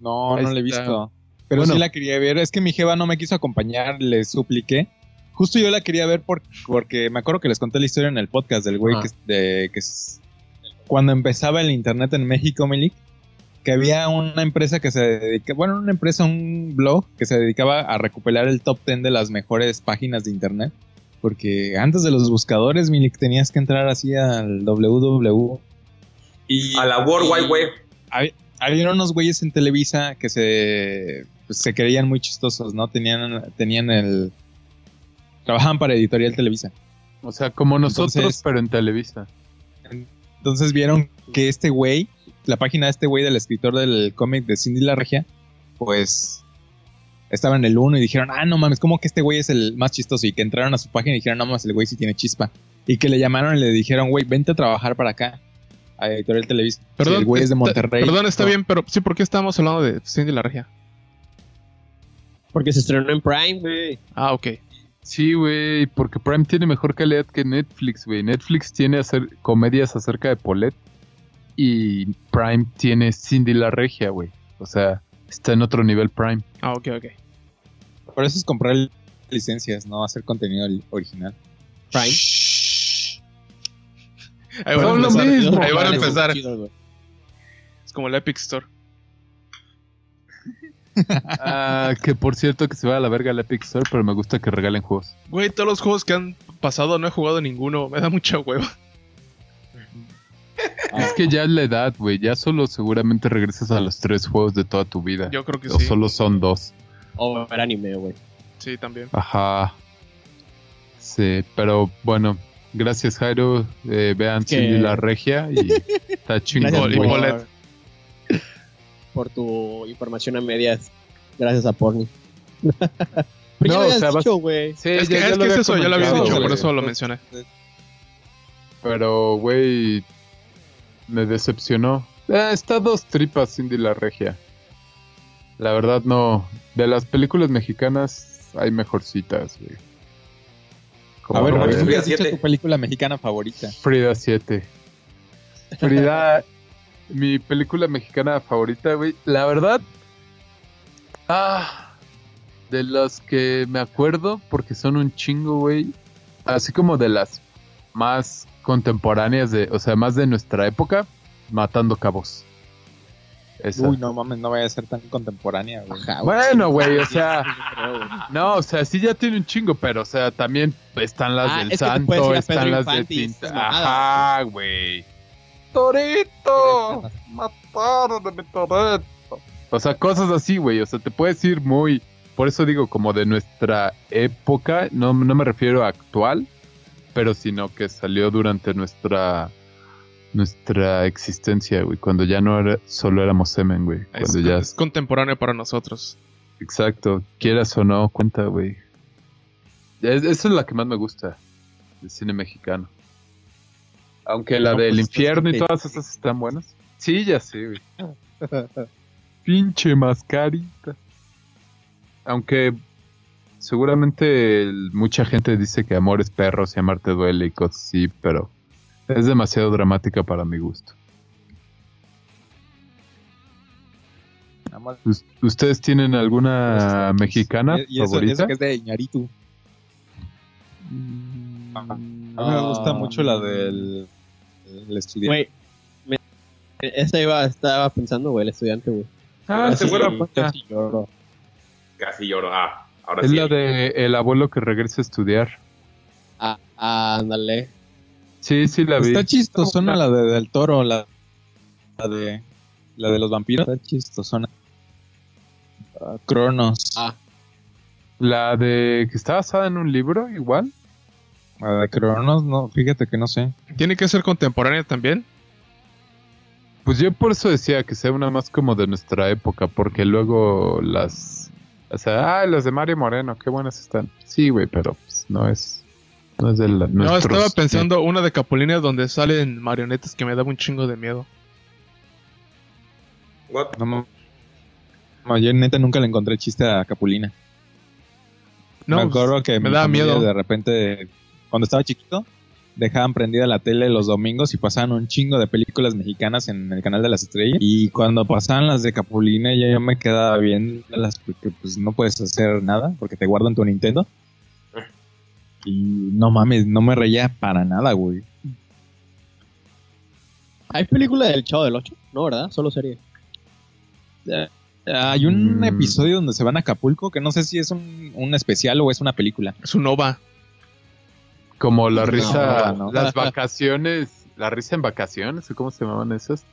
Speaker 9: No,
Speaker 6: Ahí
Speaker 9: no la he
Speaker 6: está.
Speaker 9: visto. Pero
Speaker 6: Bueno.
Speaker 9: sí la quería ver. Es que mi jeva no me quiso acompañar, le supliqué. Justo yo la quería ver por- porque me acuerdo que les conté la historia en el podcast del güey
Speaker 7: Ah.
Speaker 9: que, de- que es- cuando empezaba el internet en México, Milik, que había una empresa que se dedicaba, bueno, una empresa, un blog que se dedicaba a recopilar el top 10 de las mejores páginas de internet. Porque antes de los buscadores, Milik, tenías que entrar así al www. Y,
Speaker 5: A la World Wide
Speaker 9: y-
Speaker 5: Web.
Speaker 9: había unos güeyes en Televisa que se, pues, se creían muy chistosos, ¿no? Tenían, tenían el... Trabajaban para Editorial Televisa.
Speaker 6: O sea, como nosotros,
Speaker 9: Entonces-
Speaker 6: pero en Televisa.
Speaker 9: Entonces vieron que este güey, la página de este güey del escritor del cómic de Cindy La Regia, pues estaba en el 1 y dijeron, ah, no mames, ¿cómo que este güey es el más chistoso? Y que entraron a su página y dijeron, no mames, el güey sí tiene chispa. Y que le llamaron y le dijeron, güey, vente a trabajar para acá, a Editorial Televisa.
Speaker 8: Perdón,
Speaker 9: Sí, el güey es de
Speaker 8: está-
Speaker 9: Monterrey.
Speaker 8: Perdón, está
Speaker 9: No.
Speaker 8: bien, pero sí, ¿por qué estábamos hablando de Cindy la Regia?
Speaker 7: Porque se estrenó en Prime, güey.
Speaker 8: Ah, ok.
Speaker 6: Sí, güey, porque Prime tiene mejor calidad que Netflix, güey. Netflix tiene hacer comedias acerca de Paulette y Prime tiene Cindy la Regia, güey. O sea, está en otro nivel Prime.
Speaker 8: Ah, ok, ok.
Speaker 9: Por eso es comprar licencias, no hacer contenido li- original.
Speaker 7: Prime.
Speaker 8: Ahí van a
Speaker 6: Son lo
Speaker 8: empezar.
Speaker 6: mismo.
Speaker 8: Ahí van a
Speaker 6: Vale,
Speaker 8: empezar.
Speaker 7: Chido, güey.
Speaker 8: Es como la Epic Store.
Speaker 6: Ah, que por cierto que se va a la verga la Epic Store, pero me gusta que regalen juegos.
Speaker 8: Güey, todos los juegos que han pasado no he jugado ninguno. Me da mucha hueva.
Speaker 6: Es que ya es la edad, güey. Ya solo seguramente regresas a los tres juegos de toda tu vida.
Speaker 8: Yo creo que
Speaker 6: o
Speaker 8: sí.
Speaker 6: solo son dos.
Speaker 7: O ver anime, güey.
Speaker 8: Sí, también.
Speaker 6: Ajá. Sí, pero bueno. Gracias, Jairo. Eh, vean
Speaker 7: Que-
Speaker 6: Cindy la Regia
Speaker 9: <laughs>
Speaker 6: y está chingón.
Speaker 7: Gracias
Speaker 8: Gol y
Speaker 6: güey.
Speaker 8: bolet.
Speaker 7: por, <laughs> por tu información a medias. Gracias a Porni. <laughs>
Speaker 6: No,
Speaker 7: Pero ya lo
Speaker 6: o
Speaker 7: habías
Speaker 6: sea, vas-
Speaker 7: dicho, güey.
Speaker 6: Sí,
Speaker 8: es que
Speaker 6: Eh, ya- ya
Speaker 8: es,
Speaker 6: lo
Speaker 8: que es
Speaker 6: había
Speaker 8: eso, ya lo había
Speaker 6: comentado,
Speaker 8: dicho, por
Speaker 6: güey.
Speaker 8: eso lo mencioné.
Speaker 6: Pero, güey, me decepcionó. Eh, está dos tripas Cindy la Regia. La verdad, no. De las películas mexicanas hay mejorcitas, güey. Como
Speaker 9: A ver,
Speaker 5: no,
Speaker 9: güey,
Speaker 5: Frida
Speaker 9: ¿tú has dicho
Speaker 5: siete.
Speaker 9: tu película mexicana favorita?
Speaker 6: Frida 7.
Speaker 9: <laughs>
Speaker 6: Frida, mi película mexicana favorita, güey. La verdad, ah, de las que me acuerdo, porque son un chingo, güey. Así como de las más contemporáneas, de, o sea, más de nuestra época, Matando Cabos. Esa.
Speaker 9: Uy, no mames, no vaya a ser tan contemporánea, güey. Ah,
Speaker 6: bueno, güey, o
Speaker 9: <laughs>
Speaker 6: sea,
Speaker 7: Creo, güey.
Speaker 6: no, o sea, sí ya tiene un chingo, pero, o sea, también están las
Speaker 7: Ah,
Speaker 6: del
Speaker 7: es que te puedes
Speaker 6: Santo,
Speaker 7: ir a
Speaker 6: están
Speaker 7: Pedro
Speaker 6: las de
Speaker 7: Infante y esas
Speaker 6: Tinta.
Speaker 7: mamadas.
Speaker 6: Ajá, güey. ¡Torito! ¡Mataron a mi Torito! O sea, cosas así, güey. O sea, te puedes ir muy. Por eso digo, como de nuestra época. No, no me refiero a actual, pero sino que salió durante nuestra. Nuestra existencia, güey. Cuando ya no era, solo éramos semen, güey.
Speaker 8: Es,
Speaker 6: Cuando ya.
Speaker 8: es contemporáneo para nosotros.
Speaker 6: Exacto, quieras o no, cuenta, güey. Es- esa es la que más me gusta del cine mexicano. Aunque la
Speaker 9: No,
Speaker 6: del
Speaker 9: pues,
Speaker 6: infierno y
Speaker 9: es que-
Speaker 6: todas esas están buenas. Sí, ya sé,
Speaker 9: <laughs>
Speaker 6: güey. Pinche mascarita. Aunque seguramente el- mucha gente dice que amor es perros y amarte duele y cosas así, pero es demasiado dramática para mi gusto.
Speaker 9: Nada más. Este,
Speaker 6: ¿Us- ¿Ustedes tienen alguna Ah, mexicana
Speaker 9: Pues, Y, y eso,
Speaker 6: favorita?
Speaker 9: eso que es de Iñaritu. mm, A mí me
Speaker 6: Ah.
Speaker 9: gusta mucho la del el estudiante.
Speaker 7: Güey, me- Esa iba, estaba pensando, güey, el estudiante, güey.
Speaker 6: Ah,
Speaker 7: Casi
Speaker 5: Ese
Speaker 6: sí,
Speaker 5: fue la-
Speaker 7: lloro, casi lloro.
Speaker 5: Casi lloro. Ah, ahora
Speaker 6: Es
Speaker 5: sí.
Speaker 6: la de el abuelo que regresa a estudiar.
Speaker 7: Ah, ah, ándale.
Speaker 6: Sí, sí la vi.
Speaker 9: Está chistosona la de del toro, la, la de la de los vampiros. Está chistosona. Ah, Cronos.
Speaker 7: Ah.
Speaker 6: La de que está basada en un libro, igual.
Speaker 9: La de Cronos, no, fíjate que no sé.
Speaker 8: ¿Tiene que ser contemporánea también?
Speaker 6: Pues yo por eso decía que sea una más como de nuestra época, porque luego las... O sea, ah, las de Mario Moreno, qué buenas están. Sí, güey, pero pues, no es... No es de la,
Speaker 8: No,
Speaker 6: nuestros-
Speaker 8: estaba pensando una de Capulina donde salen marionetas que me daba un chingo de miedo.
Speaker 5: What?
Speaker 9: No, ma- no, yo neta nunca le encontré chiste a Capulina.
Speaker 8: No,
Speaker 9: me acuerdo
Speaker 8: pues,
Speaker 9: que
Speaker 8: me
Speaker 9: mi
Speaker 8: daba
Speaker 9: familia
Speaker 8: miedo.
Speaker 9: De repente, cuando estaba chiquito, dejaban prendida la tele los domingos y pasaban un chingo de películas mexicanas en el canal de las estrellas. Y cuando pasaban las de Capulina, ya yo me quedaba viéndolas porque pues no puedes hacer nada porque te guardan tu Nintendo. Y no mames, no me reía para nada, güey.
Speaker 7: ¿Hay película del Chavo del 8? No, ¿verdad? Solo serie.
Speaker 9: Hay un
Speaker 6: Mm.
Speaker 9: episodio donde se van a Acapulco que no sé si es un, un especial o es una película.
Speaker 8: Es un OVA.
Speaker 6: Como la risa...
Speaker 9: no, no.
Speaker 6: Las vacaciones... La risa en vacaciones, ¿o cómo se llamaban esas?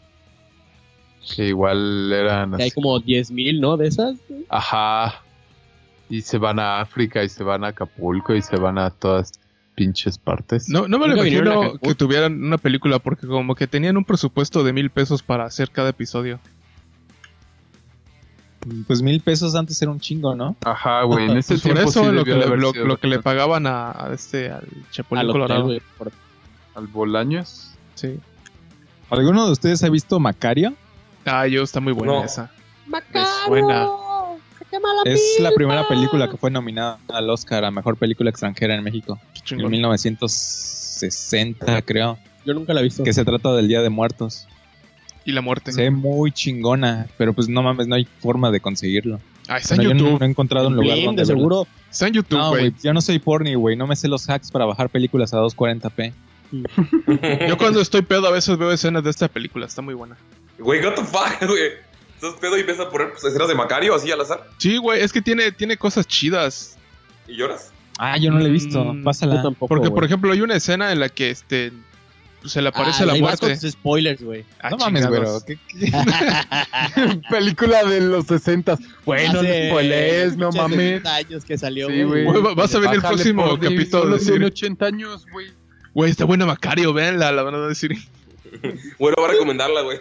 Speaker 6: Que igual eran...
Speaker 7: Que Hay
Speaker 6: así
Speaker 7: como 10.000, ¿no? De esas.
Speaker 6: Ajá. Y se van a África y se van a Acapulco y se van a todas pinches partes.
Speaker 8: No, no me lo
Speaker 7: Nunca vinieron a
Speaker 8: imagino
Speaker 7: Cancún.
Speaker 8: que tuvieran una película porque como que tenían un presupuesto de mil pesos para hacer cada episodio.
Speaker 9: Pues mil pesos antes era un chingo, ¿no?
Speaker 6: Ajá, güey. En ese
Speaker 8: Pues por
Speaker 6: tiempo
Speaker 8: eso
Speaker 6: sí
Speaker 8: lo, que
Speaker 6: debió de
Speaker 8: le,
Speaker 6: haber
Speaker 8: lo-
Speaker 6: sido
Speaker 8: lo que le
Speaker 6: bastante.
Speaker 8: pagaban a, a este al Chapulín
Speaker 7: Al hotel,
Speaker 8: Colorado.
Speaker 7: güey, por-
Speaker 6: al
Speaker 8: <laughs>
Speaker 6: Bolaños.
Speaker 8: Sí.
Speaker 9: ¿Alguno de ustedes ha visto Macario?
Speaker 8: Ah, yo está muy buena
Speaker 5: No.
Speaker 8: esa. Me suena.
Speaker 9: Es la primera película que fue nominada al Oscar a Mejor Película Extranjera en México,
Speaker 8: Qué
Speaker 9: en
Speaker 8: chingón.
Speaker 9: 1960 creo,
Speaker 7: Yo nunca la he visto.
Speaker 9: que se trata del Día de Muertos.
Speaker 8: Y la muerte.
Speaker 9: Se ve muy chingona, pero pues no mames, no hay forma de conseguirlo.
Speaker 8: Ah, está en
Speaker 9: Bueno, yo
Speaker 8: YouTube.
Speaker 9: no, no he encontrado un lugar
Speaker 7: Blin,
Speaker 9: donde
Speaker 7: de
Speaker 9: verlo.
Speaker 7: seguro.
Speaker 8: Está en YouTube,
Speaker 9: No,
Speaker 8: güey.
Speaker 9: güey, yo no soy porny, güey, no me sé los hacks para bajar películas a 240p.
Speaker 8: yo cuando estoy pedo a veces veo escenas de esta película. Está muy buena.
Speaker 5: Güey, what the fuck, <laughs> güey. Estás pedo y ves a poner pues, escenas de Macario así al azar
Speaker 8: Sí, güey. Es que tiene, tiene cosas chidas.
Speaker 5: y lloras.
Speaker 9: Ah, yo no la he visto,
Speaker 8: Mm,
Speaker 9: pásala.
Speaker 7: Yo tampoco,
Speaker 8: Porque, por
Speaker 7: güey.
Speaker 8: ejemplo, hay una escena en la que este se le aparece
Speaker 7: Ah,
Speaker 8: la
Speaker 7: ahí vas
Speaker 8: muerte.
Speaker 7: con tus spoilers, güey.
Speaker 8: Ah,
Speaker 9: no mames, güey.
Speaker 8: chingados.
Speaker 9: ¿qué- qué-
Speaker 6: Película de los 60. Bueno,
Speaker 7: Hace
Speaker 6: spoilers, no
Speaker 7: pinches
Speaker 6: mames.
Speaker 7: 60 años que salió,
Speaker 6: Sí, güey.
Speaker 8: Güey, va- vas a ver el
Speaker 6: Bájale
Speaker 8: próximo
Speaker 6: por Dios,
Speaker 8: capítulo,
Speaker 6: solo
Speaker 8: decir-
Speaker 6: tiene 80 años, güey.
Speaker 8: Güey, está buena Macario, véanla, la van a decir.
Speaker 5: Bueno,
Speaker 6: <laughs>
Speaker 5: voy a recomendarla, güey.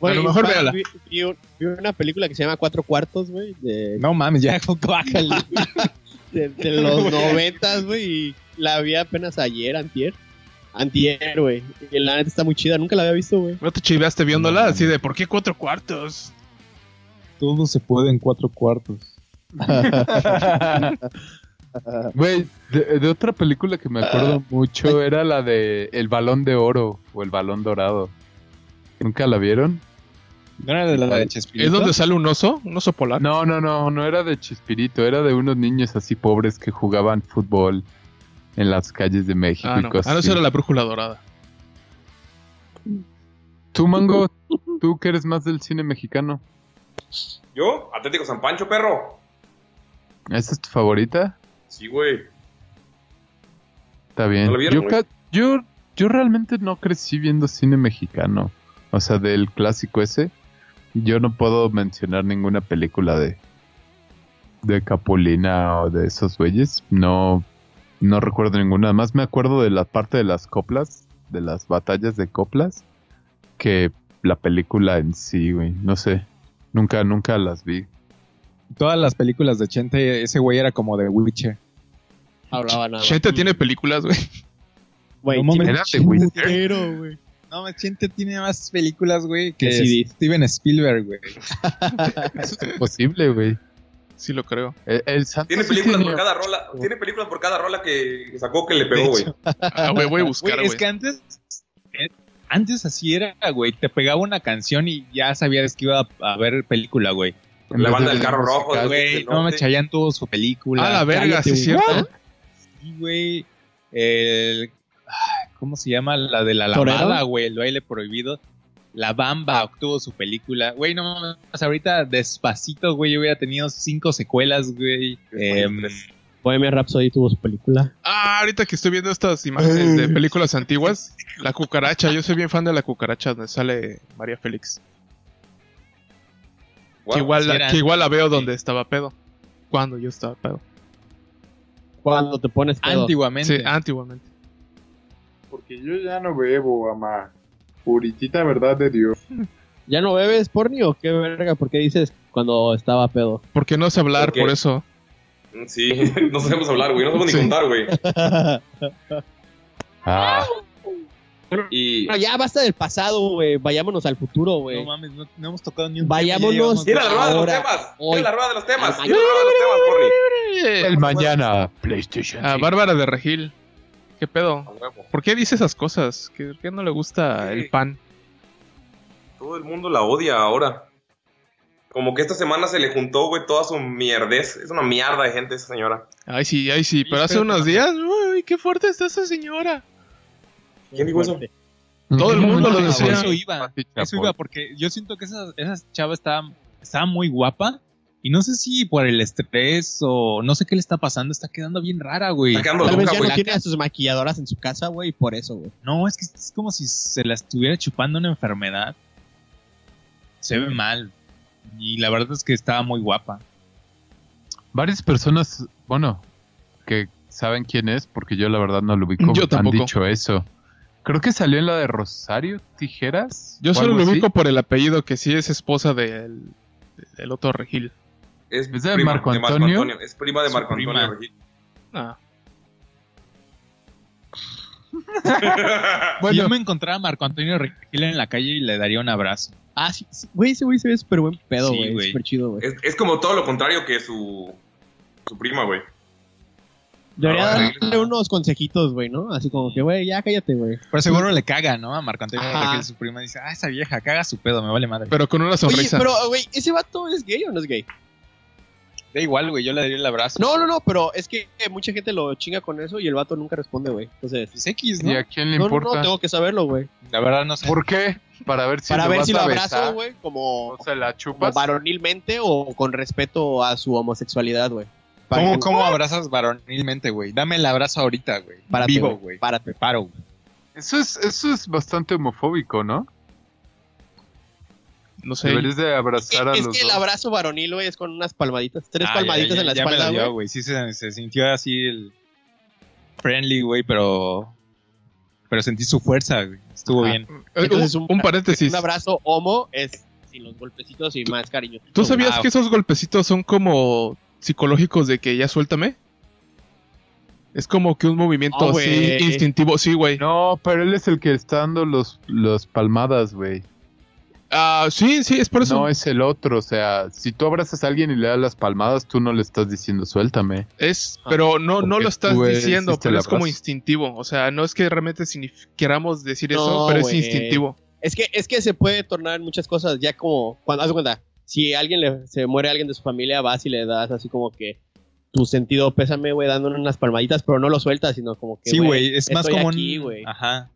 Speaker 7: Güey,
Speaker 8: A lo mejor
Speaker 7: va-
Speaker 8: véala.
Speaker 7: Vi, vi un- vi una película que se llama Cuatro Cuartos, güey, de,
Speaker 9: No mames, ya. <laughs>
Speaker 7: bájale, de, de los noventas, güey, y la vi apenas ayer, antier. Antier, güey. Y la neta está muy chida, nunca la había visto, güey.
Speaker 8: ¿No te chiveaste viéndola?
Speaker 9: No,
Speaker 8: Así de, ¿por qué cuatro cuartos?
Speaker 9: Todo se puede en cuatro cuartos.
Speaker 6: Güey, de, de otra película que me
Speaker 8: Ah.
Speaker 6: acuerdo mucho era la de El Balón de Oro o El Balón Dorado. ¿Nunca la vieron?
Speaker 9: ¿No era de la de Chespirito?
Speaker 8: ¿Es donde sale un oso? ¿Un oso polar?
Speaker 6: No, no, no, no era de Chispirito, era de unos niños así pobres que jugaban fútbol en las calles de México
Speaker 8: Ah,
Speaker 6: y
Speaker 8: no.
Speaker 6: cosas
Speaker 8: Ah, no, esa
Speaker 6: así.
Speaker 8: era la brújula dorada.
Speaker 6: Tú,
Speaker 8: <laughs>
Speaker 6: Mango, tú que eres más del cine mexicano,
Speaker 5: ¿Yo? Atlético San Pancho, perro.
Speaker 6: ¿esa es tu favorita?
Speaker 5: Sí, güey.
Speaker 6: Está bien.
Speaker 5: ¿No la vieron,
Speaker 6: yo,
Speaker 5: güey?
Speaker 6: ca- yo, yo realmente no crecí viendo cine mexicano, o sea, del clásico ese. Yo no puedo mencionar ninguna película de, de Capulina o de esos güeyes. No, no recuerdo ninguna. Además me acuerdo de la parte de las coplas, de las batallas de coplas, que la película en sí, güey. No sé. Nunca, nunca las vi.
Speaker 9: Todas las películas de Chente, ese güey era como de Witcher.
Speaker 7: Hablaba nada. más.
Speaker 8: Chente tiene películas, güey. <laughs>
Speaker 7: Güey,
Speaker 9: No mames,
Speaker 6: Era de Witcher.
Speaker 7: chintero, güey.
Speaker 9: No, mames, Chente tiene más películas, güey, que
Speaker 7: Que CDs.
Speaker 9: Steven Spielberg, güey.
Speaker 6: Eso es imposible, güey.
Speaker 8: Sí, lo creo.
Speaker 6: El, el santo
Speaker 5: Tiene
Speaker 6: sí
Speaker 5: películas
Speaker 6: tenía-
Speaker 5: por cada rola. Tiene películas por cada rola que sacó que le
Speaker 9: De
Speaker 5: pegó, güey.
Speaker 9: hecho.
Speaker 8: Ah, güey,
Speaker 9: <laughs>
Speaker 8: voy a buscar, güey.
Speaker 9: Güey, es que antes, eh, antes así era, güey. Te pegaba una canción y ya sabías que iba a, a ver película, güey.
Speaker 6: en
Speaker 5: La
Speaker 6: vez
Speaker 5: banda
Speaker 6: de
Speaker 5: del carro
Speaker 6: musical.
Speaker 5: rojo, güey.
Speaker 9: Güey,
Speaker 5: del
Speaker 9: no me
Speaker 5: norte.
Speaker 9: Chayanne tuvo su película.
Speaker 8: Ah, la verga, sí,
Speaker 9: Cállate,
Speaker 8: es cierto.
Speaker 9: Sí, güey. El. ah, ¿Cómo se llama? La de la
Speaker 7: ¿Torero?
Speaker 9: lambada, güey. El baile prohibido. La Bamba obtuvo su película. Güey, no mames. Ahorita despacito, güey. Yo hubiera tenido cinco secuelas, güey. Em,
Speaker 7: Bohemian Rhapsody tuvo su película.
Speaker 8: Ah, ahorita que estoy viendo estas imágenes de películas antiguas, La Cucaracha. Yo soy bien fan de La Cucaracha, donde sale María Félix.
Speaker 5: Guau.
Speaker 8: Que igual,
Speaker 9: sí
Speaker 8: la,
Speaker 9: era.
Speaker 8: que igual la veo donde estaba pedo. cuando yo estaba pedo.
Speaker 7: Cuando te pones pedo.
Speaker 9: Antiguamente.
Speaker 8: Sí,
Speaker 7: ah,
Speaker 8: antiguamente.
Speaker 10: Porque yo ya no bebo, mamá. Puritita verdad de Dios.
Speaker 7: ¿Ya no bebes porni o qué verga? ¿Por qué dices cuando estaba pedo?
Speaker 8: Porque no sé hablar,
Speaker 5: Porque-
Speaker 8: por eso.
Speaker 5: Sí, <laughs> no sabemos hablar, güey. No sabemos
Speaker 8: Sí.
Speaker 5: ni contar, güey.
Speaker 6: Ah,
Speaker 5: Y.
Speaker 7: Bueno, ya basta del pasado, güey. Vayámonos al futuro,
Speaker 9: No
Speaker 7: güey.
Speaker 9: mames, no, no hemos tocado ni un
Speaker 7: Vayámonos.
Speaker 9: Vayámonos.
Speaker 5: Tira la rueda de los
Speaker 7: Ahora,
Speaker 5: temas.
Speaker 7: hoy.
Speaker 5: Tira la rueda de los temas.
Speaker 7: Ay,
Speaker 5: Tira la rueda de los temas, Corny.
Speaker 9: Eh,
Speaker 6: el mañana, Ah, PlayStation.
Speaker 8: A Bárbara de Regil. ¿Qué pedo?
Speaker 5: A huevo.
Speaker 8: ¿Por qué dice esas cosas? ¿Qué, qué no le gusta
Speaker 5: Sí.
Speaker 8: el pan?
Speaker 5: Todo el mundo la odia ahora. Como que esta semana se le juntó, güey, toda su mierdez. Es una mierda de gente esa señora.
Speaker 8: Ay, sí, ay, sí. Pero hace
Speaker 9: espérate,
Speaker 8: unos días, uy, qué fuerte está esa señora.
Speaker 5: ¿Quién dijo eso?
Speaker 8: Todo el mundo lo
Speaker 9: Eso
Speaker 8: decía.
Speaker 9: iba. Eso iba porque yo siento que esas, esas chavas estaban, estaban muy guapa. Y no sé si por el estrés o no sé qué le está pasando, está quedando bien rara, güey.
Speaker 5: Está quedando
Speaker 7: Tal vez
Speaker 5: loca,
Speaker 7: ya no
Speaker 5: güey.
Speaker 7: tiene a sus maquilladoras en su casa, güey, por eso, güey.
Speaker 9: No, es que es como si se la estuviera chupando una enfermedad. Se ve mal. Y la verdad es que estaba muy guapa.
Speaker 6: Varias personas, bueno, que saben quién es, porque yo la verdad no lo ubico,
Speaker 8: Yo
Speaker 6: han
Speaker 8: tampoco.
Speaker 6: dicho eso. Creo que salió en la de Rosario Tijeras.
Speaker 8: Yo
Speaker 6: o
Speaker 8: solo
Speaker 6: algo
Speaker 8: lo
Speaker 6: así.
Speaker 8: ubico por el apellido que sí es esposa del, del otro Regil.
Speaker 5: Es
Speaker 6: ¿Es de
Speaker 5: prima
Speaker 6: Marco Antonio?
Speaker 5: Es prima de
Speaker 9: Su
Speaker 5: Marco Antonio.
Speaker 9: prima.
Speaker 5: Regil.
Speaker 8: Ah,
Speaker 9: Si yo me encontrara a Marco Antonio Regil en la calle y le daría un abrazo.
Speaker 7: Ah, sí, sí, güey, ese güey se ve súper buen pedo,
Speaker 9: Sí,
Speaker 7: güey.
Speaker 9: güey.
Speaker 7: súper chido, güey.
Speaker 5: <laughs> es, es como todo lo contrario que su, su prima, <laughs> güey.
Speaker 7: Debería
Speaker 5: Ah,
Speaker 7: darle unos consejitos, güey, ¿no? Así como que, güey, ya cállate, güey.
Speaker 9: Pero seguro le caga, ¿no? A Marco Antonio
Speaker 7: Ajá.
Speaker 9: Regil, su prima, dice, ah, esa vieja, caga su pedo, me vale madre.
Speaker 8: pero con una
Speaker 7: Oye,
Speaker 8: sonrisa.
Speaker 7: pero, güey, ¿ese vato es gay o no es gay?
Speaker 9: Da igual, güey, yo le daría el abrazo.
Speaker 7: No, no, no, pero es que eh, mucha gente lo chinga con eso y el vato nunca responde, güey. Entonces,
Speaker 9: Es X, ¿no?
Speaker 6: ¿Y a quién le
Speaker 7: no, no,
Speaker 6: importa?
Speaker 7: no, tengo que saberlo, güey.
Speaker 9: La verdad no sé.
Speaker 6: ¿Por qué? Para ver si
Speaker 7: Para
Speaker 6: lo
Speaker 7: ver
Speaker 6: vas
Speaker 7: si lo
Speaker 6: a
Speaker 7: abrazo,
Speaker 6: besar,
Speaker 7: güey, como,
Speaker 6: o se la
Speaker 7: como
Speaker 6: chupas.
Speaker 7: varonilmente o con respeto a su homosexualidad, güey. Para
Speaker 9: ¿Cómo,
Speaker 7: que-
Speaker 9: cómo abrazas varonilmente, güey? Dame el abrazo ahorita, güey.
Speaker 7: Párate,
Speaker 9: Vivo, güey.
Speaker 7: Párate.
Speaker 9: Me paro, güey.
Speaker 6: Eso es, eso es bastante homofóbico, ¿no?
Speaker 8: no sé.
Speaker 6: Deberías de abrazar a
Speaker 7: es
Speaker 6: los
Speaker 7: que el
Speaker 6: dos.
Speaker 7: abrazo varonil, güey, es con unas palmaditas, tres
Speaker 9: Ah,
Speaker 7: palmaditas
Speaker 9: ya, ya,
Speaker 7: en la
Speaker 9: ya me
Speaker 7: espalda,
Speaker 9: dio,
Speaker 7: güey.
Speaker 9: güey. Sí se, se sintió así el friendly, güey, pero pero sentí su fuerza, güey. Estuvo
Speaker 7: Ajá.
Speaker 9: bien.
Speaker 8: Eh,
Speaker 7: Entonces,
Speaker 8: un,
Speaker 7: un-
Speaker 8: un paréntesis.
Speaker 7: Un abrazo homo es sin los golpecitos y más cariño.
Speaker 8: ¿Tú sabías
Speaker 9: Wow.
Speaker 8: que esos golpecitos son como psicológicos de que ya suéltame? Es como que un movimiento
Speaker 7: No,
Speaker 8: así
Speaker 7: güey.
Speaker 8: instintivo, sí, güey.
Speaker 6: No, pero él es el que está dando los, los palmadas, güey.
Speaker 8: Ah, sí, sí, es por eso.
Speaker 6: No
Speaker 8: es...
Speaker 6: es el otro, o sea, si tú abrazas a alguien y le das las palmadas, tú no le estás diciendo suéltame.
Speaker 8: pero no, no
Speaker 6: Porque
Speaker 8: lo estás
Speaker 6: tú eres-
Speaker 8: diciendo,
Speaker 6: hiciste
Speaker 8: pero
Speaker 6: el
Speaker 8: es como
Speaker 6: abrazo.
Speaker 8: instintivo. O sea, no es que realmente signif- queramos decir eso,
Speaker 7: No,
Speaker 8: pero
Speaker 7: güey.
Speaker 8: es instintivo.
Speaker 7: Es que, es que se puede tornar en muchas cosas, ya como, cuando, haz de cuenta, si alguien le, se muere alguien de su familia, vas y le das así como que tu sentido pésame, güey, dándole unas palmaditas, pero no lo sueltas, sino como que,
Speaker 9: Sí, güey, es más
Speaker 7: estoy
Speaker 9: como
Speaker 7: aquí,
Speaker 9: un...
Speaker 7: güey.
Speaker 9: Ajá.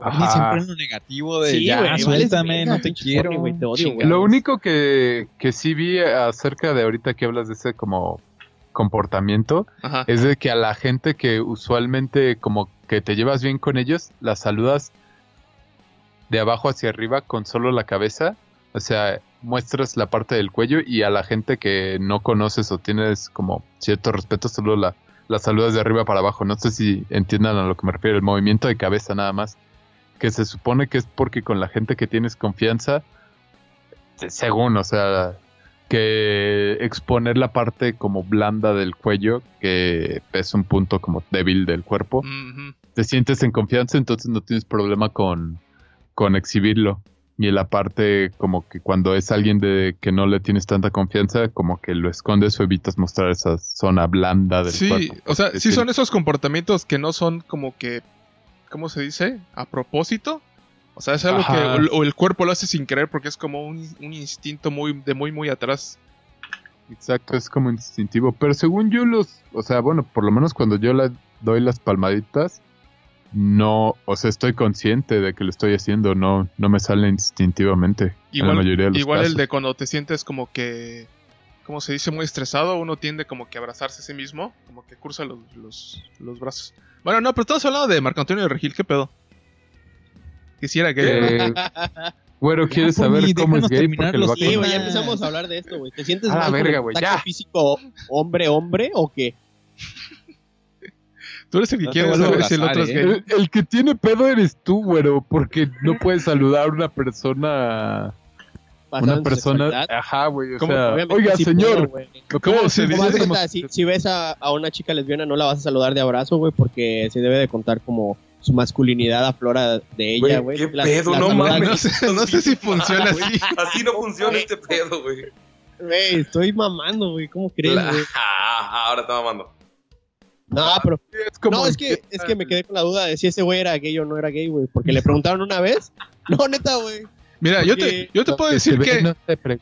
Speaker 9: Ah. Y
Speaker 6: Ajá.
Speaker 9: siempre en lo negativo de
Speaker 7: Sí,
Speaker 9: ya,
Speaker 7: güey, vales
Speaker 9: suéltame,
Speaker 7: verga,
Speaker 9: no te
Speaker 7: pinche
Speaker 9: quiero.
Speaker 7: Jorge, güey, te odio, güey.
Speaker 6: Lo único que, que sí vi acerca de ahorita que hablas de ese como comportamiento
Speaker 8: Ajá.
Speaker 6: es de que a la gente que usualmente como que te llevas bien con ellos, las saludas de abajo hacia arriba con solo la cabeza, o sea, muestras la parte del cuello y a la gente que no conoces o tienes como cierto respeto solo la, la saludas de arriba para abajo. No sé si entiendan a lo que me refiero, el movimiento de cabeza nada más, que se supone que es porque con la gente que tienes confianza, se- según, o sea, que exponer la parte como blanda del cuello, que es un punto como débil del cuerpo,
Speaker 8: Mhm.
Speaker 6: te sientes en confianza, entonces no tienes problema con, con exhibirlo. Y la parte como que cuando es alguien de que no le tienes tanta confianza, como que lo escondes o evitas mostrar esa zona blanda del
Speaker 8: Sí,
Speaker 6: cuerpo.
Speaker 8: o sea,
Speaker 6: por
Speaker 8: sí
Speaker 6: decirlo.
Speaker 8: son esos comportamientos que no son como que, ¿cómo se dice? A propósito. O sea, es algo
Speaker 6: Ajá.
Speaker 8: que o el- o el cuerpo lo hace sin querer porque es como un, un instinto muy de muy muy atrás.
Speaker 6: Exacto, es como instintivo. Pero según yo los, o sea, bueno, por lo menos cuando yo le doy las palmaditas, no, o sea, estoy consciente de que lo estoy haciendo, no, no me sale instintivamente. en la
Speaker 8: Igual,
Speaker 6: mayoría de los
Speaker 8: igual el
Speaker 6: casos.
Speaker 8: de cuando te sientes como que, ¿cómo se dice? Muy estresado, uno tiende como que a abrazarse a sí mismo, como que cursa los, los, los brazos. Bueno, no, pero estamos hablando de Marco Antonio Regil, ¿qué pedo? Quisiera que...
Speaker 6: Eh, Güero, ¿quieres
Speaker 9: Ya,
Speaker 6: saber
Speaker 9: Pony,
Speaker 6: cómo es
Speaker 9: déjanos
Speaker 6: gay?
Speaker 9: terminar
Speaker 6: Porque lo
Speaker 9: los
Speaker 6: va a
Speaker 9: temas.
Speaker 7: Sí,
Speaker 6: cortar.
Speaker 7: güey, ya empezamos a hablar de esto, güey. ¿Te sientes
Speaker 6: A la
Speaker 7: mal con
Speaker 6: verga,
Speaker 7: el
Speaker 6: güey,
Speaker 7: contacto
Speaker 6: ya.
Speaker 7: físico hombre-hombre o qué?
Speaker 8: Tú eres el que
Speaker 9: No te
Speaker 8: quiere
Speaker 9: vuelvo a
Speaker 8: saber si el
Speaker 9: abrazar,
Speaker 8: otro es
Speaker 9: ¿eh?
Speaker 8: gay.
Speaker 6: El, el que tiene pedo eres tú, güero, porque no puedes saludar a una persona.
Speaker 7: Basado
Speaker 6: Una
Speaker 7: en su
Speaker 6: persona.
Speaker 7: sexualidad.
Speaker 6: Ajá, güey. O
Speaker 8: ¿Cómo?
Speaker 6: sea,
Speaker 7: Obviamente
Speaker 6: oiga,
Speaker 7: sí puedo,
Speaker 6: señor.
Speaker 7: güey.
Speaker 6: lo
Speaker 8: ¿Cómo
Speaker 6: acabo de
Speaker 8: se
Speaker 6: decir
Speaker 7: Como haz
Speaker 8: dice?
Speaker 6: es como-
Speaker 7: cuenta, si, si ves a, a una chica lesbiana, no la vas a saludar de abrazo, güey, porque se debe de contar como su masculinidad aflora de ella,
Speaker 5: Güey,
Speaker 7: güey.
Speaker 5: qué pedo, no
Speaker 7: saludas-
Speaker 5: mames.
Speaker 8: No sé, <laughs> no sé si funciona así.
Speaker 5: Así no funciona este pedo, güey.
Speaker 7: Güey, estoy mamando, güey, ¿cómo crees,
Speaker 5: La- Ah,
Speaker 7: güey?
Speaker 5: <laughs> Ahora está mamando.
Speaker 7: No, pero
Speaker 6: es como-
Speaker 7: no, es Ah, que, es que me quedé con la duda de si ese güey era gay o no era gay, güey. Porque le preguntaron una vez. No, neta, güey.
Speaker 8: Mira, yo te,
Speaker 7: Porque-
Speaker 8: yo te puedo decir
Speaker 6: Ve,
Speaker 8: que
Speaker 6: no te pre-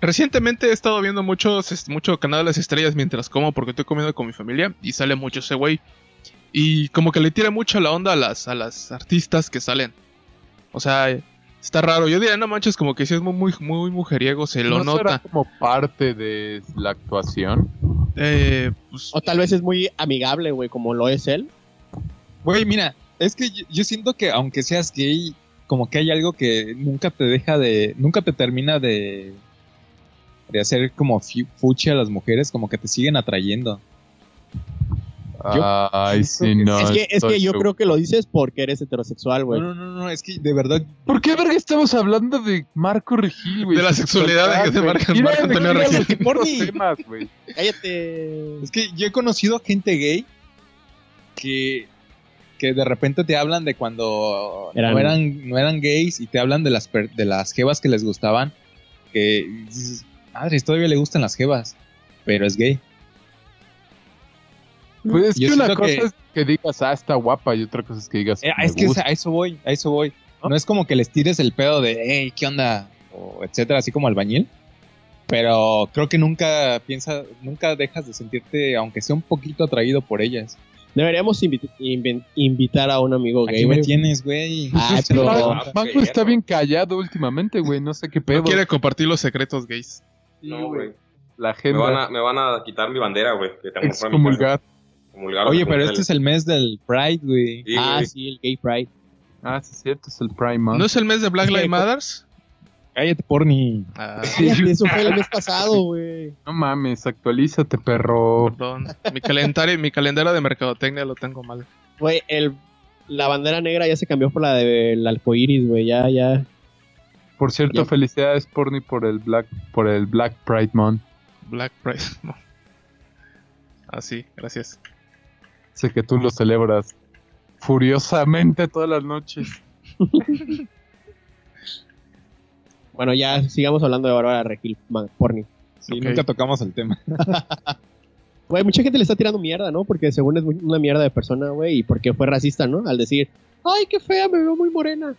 Speaker 8: Recientemente he estado viendo muchos, es- mucho Canal de las Estrellas mientras como porque estoy comiendo con mi familia y sale mucho ese güey. Y como que le tira mucho la onda a las, a las artistas que salen. O sea, está raro. Yo diría, no manches, como que si es muy, muy, muy mujeriego, se lo
Speaker 6: ¿No será
Speaker 8: nota.
Speaker 6: como parte de la actuación?
Speaker 8: Eh, pues,
Speaker 7: O tal vez es muy amigable, güey, como lo es él.
Speaker 9: Güey, mira, es que yo, yo siento que aunque seas gay, como que hay algo que nunca te deja de. Nunca te termina de. De hacer como fi- fuchi a las mujeres, como que te siguen atrayendo.
Speaker 6: Ay, sí,
Speaker 9: que
Speaker 6: no.
Speaker 7: es que, es que
Speaker 6: estoy
Speaker 7: yo
Speaker 6: seguro.
Speaker 7: creo que lo dices porque eres heterosexual,
Speaker 9: No,
Speaker 7: güey.
Speaker 9: no, no, no, es que de verdad.
Speaker 6: ¿Por qué verga estamos hablando de Marco Regil, güey?
Speaker 8: De la sexualidad de- de Marco-
Speaker 6: Mira,
Speaker 8: Marco Antonio
Speaker 6: mira los
Speaker 8: Regil.
Speaker 6: putos
Speaker 5: <laughs>
Speaker 6: temas, güey.
Speaker 7: Cállate.
Speaker 9: Es que yo he conocido gente gay que. Que de repente te hablan de cuando
Speaker 7: Eran-
Speaker 9: no, eran, no eran gays y te hablan de las, per- de las jevas que les gustaban. Que dices, madre, todavía le gustan las jevas, pero es gay.
Speaker 6: Pues es
Speaker 9: Yo
Speaker 6: que una
Speaker 9: siento
Speaker 6: cosa
Speaker 9: que-
Speaker 6: es que digas, ah, está guapa, y otra cosa es que digas,
Speaker 9: Eh,
Speaker 6: me
Speaker 9: es que
Speaker 6: gusta.
Speaker 9: a eso voy, a eso voy. No, es como que les tires el pedo de, hey, ¿qué onda? O etcétera, así como albañil. Pero creo que nunca piensa, nunca dejas de sentirte, aunque sea un poquito atraído por ellas.
Speaker 7: Deberíamos invi- inven- invitar a un amigo
Speaker 9: Aquí
Speaker 7: gay,
Speaker 9: me
Speaker 7: güey.
Speaker 9: tienes, güey. <laughs>
Speaker 7: Ay,
Speaker 6: Sí,
Speaker 7: pero-
Speaker 6: Manco,
Speaker 5: Ah,
Speaker 6: Manco
Speaker 5: ok,
Speaker 6: está
Speaker 5: ya,
Speaker 6: bien callado últimamente, güey, no sé qué pedo.
Speaker 8: no quiere compartir los secretos gays.
Speaker 5: No, güey.
Speaker 6: La
Speaker 5: Me
Speaker 6: agenda
Speaker 5: van, a, me van a quitar mi bandera, güey. Que tengo
Speaker 6: excomulgar.
Speaker 9: Oye, pero este es el mes del Pride, güey.
Speaker 7: Ah, sí, el gay pride.
Speaker 6: Ah, sí, es cierto, es el Prime Month.
Speaker 8: ¿No es el mes de Black
Speaker 7: Es que-
Speaker 8: Lives Matters?
Speaker 9: Cállate, porni.
Speaker 8: Ah,
Speaker 7: Cállate, eso fue el mes pasado, güey.
Speaker 6: No mames, actualízate, perro.
Speaker 8: perdón. Mi calendario, mi calendario de mercadotecnia lo tengo mal.
Speaker 7: Güey, el- la bandera negra ya se cambió por la del arcoíris, güey. Ya, ya.
Speaker 6: Por cierto,
Speaker 7: Ya.
Speaker 6: felicidades, Porni, por el Black, por el Black Pride Month.
Speaker 8: Black Pride. <laughs> no. Ah, sí, gracias.
Speaker 6: Sé que tú lo celebras furiosamente todas las noches.
Speaker 7: Bueno, ya sigamos hablando de Bárbara Regil man- Porni.
Speaker 9: Sí,
Speaker 8: Ok.
Speaker 9: nunca tocamos el tema.
Speaker 7: Güey, mucha gente le está tirando mierda, ¿no? Porque según es muy- una mierda de persona, güey, y porque fue racista, ¿no? Al decir, ay, qué fea, me veo muy morena.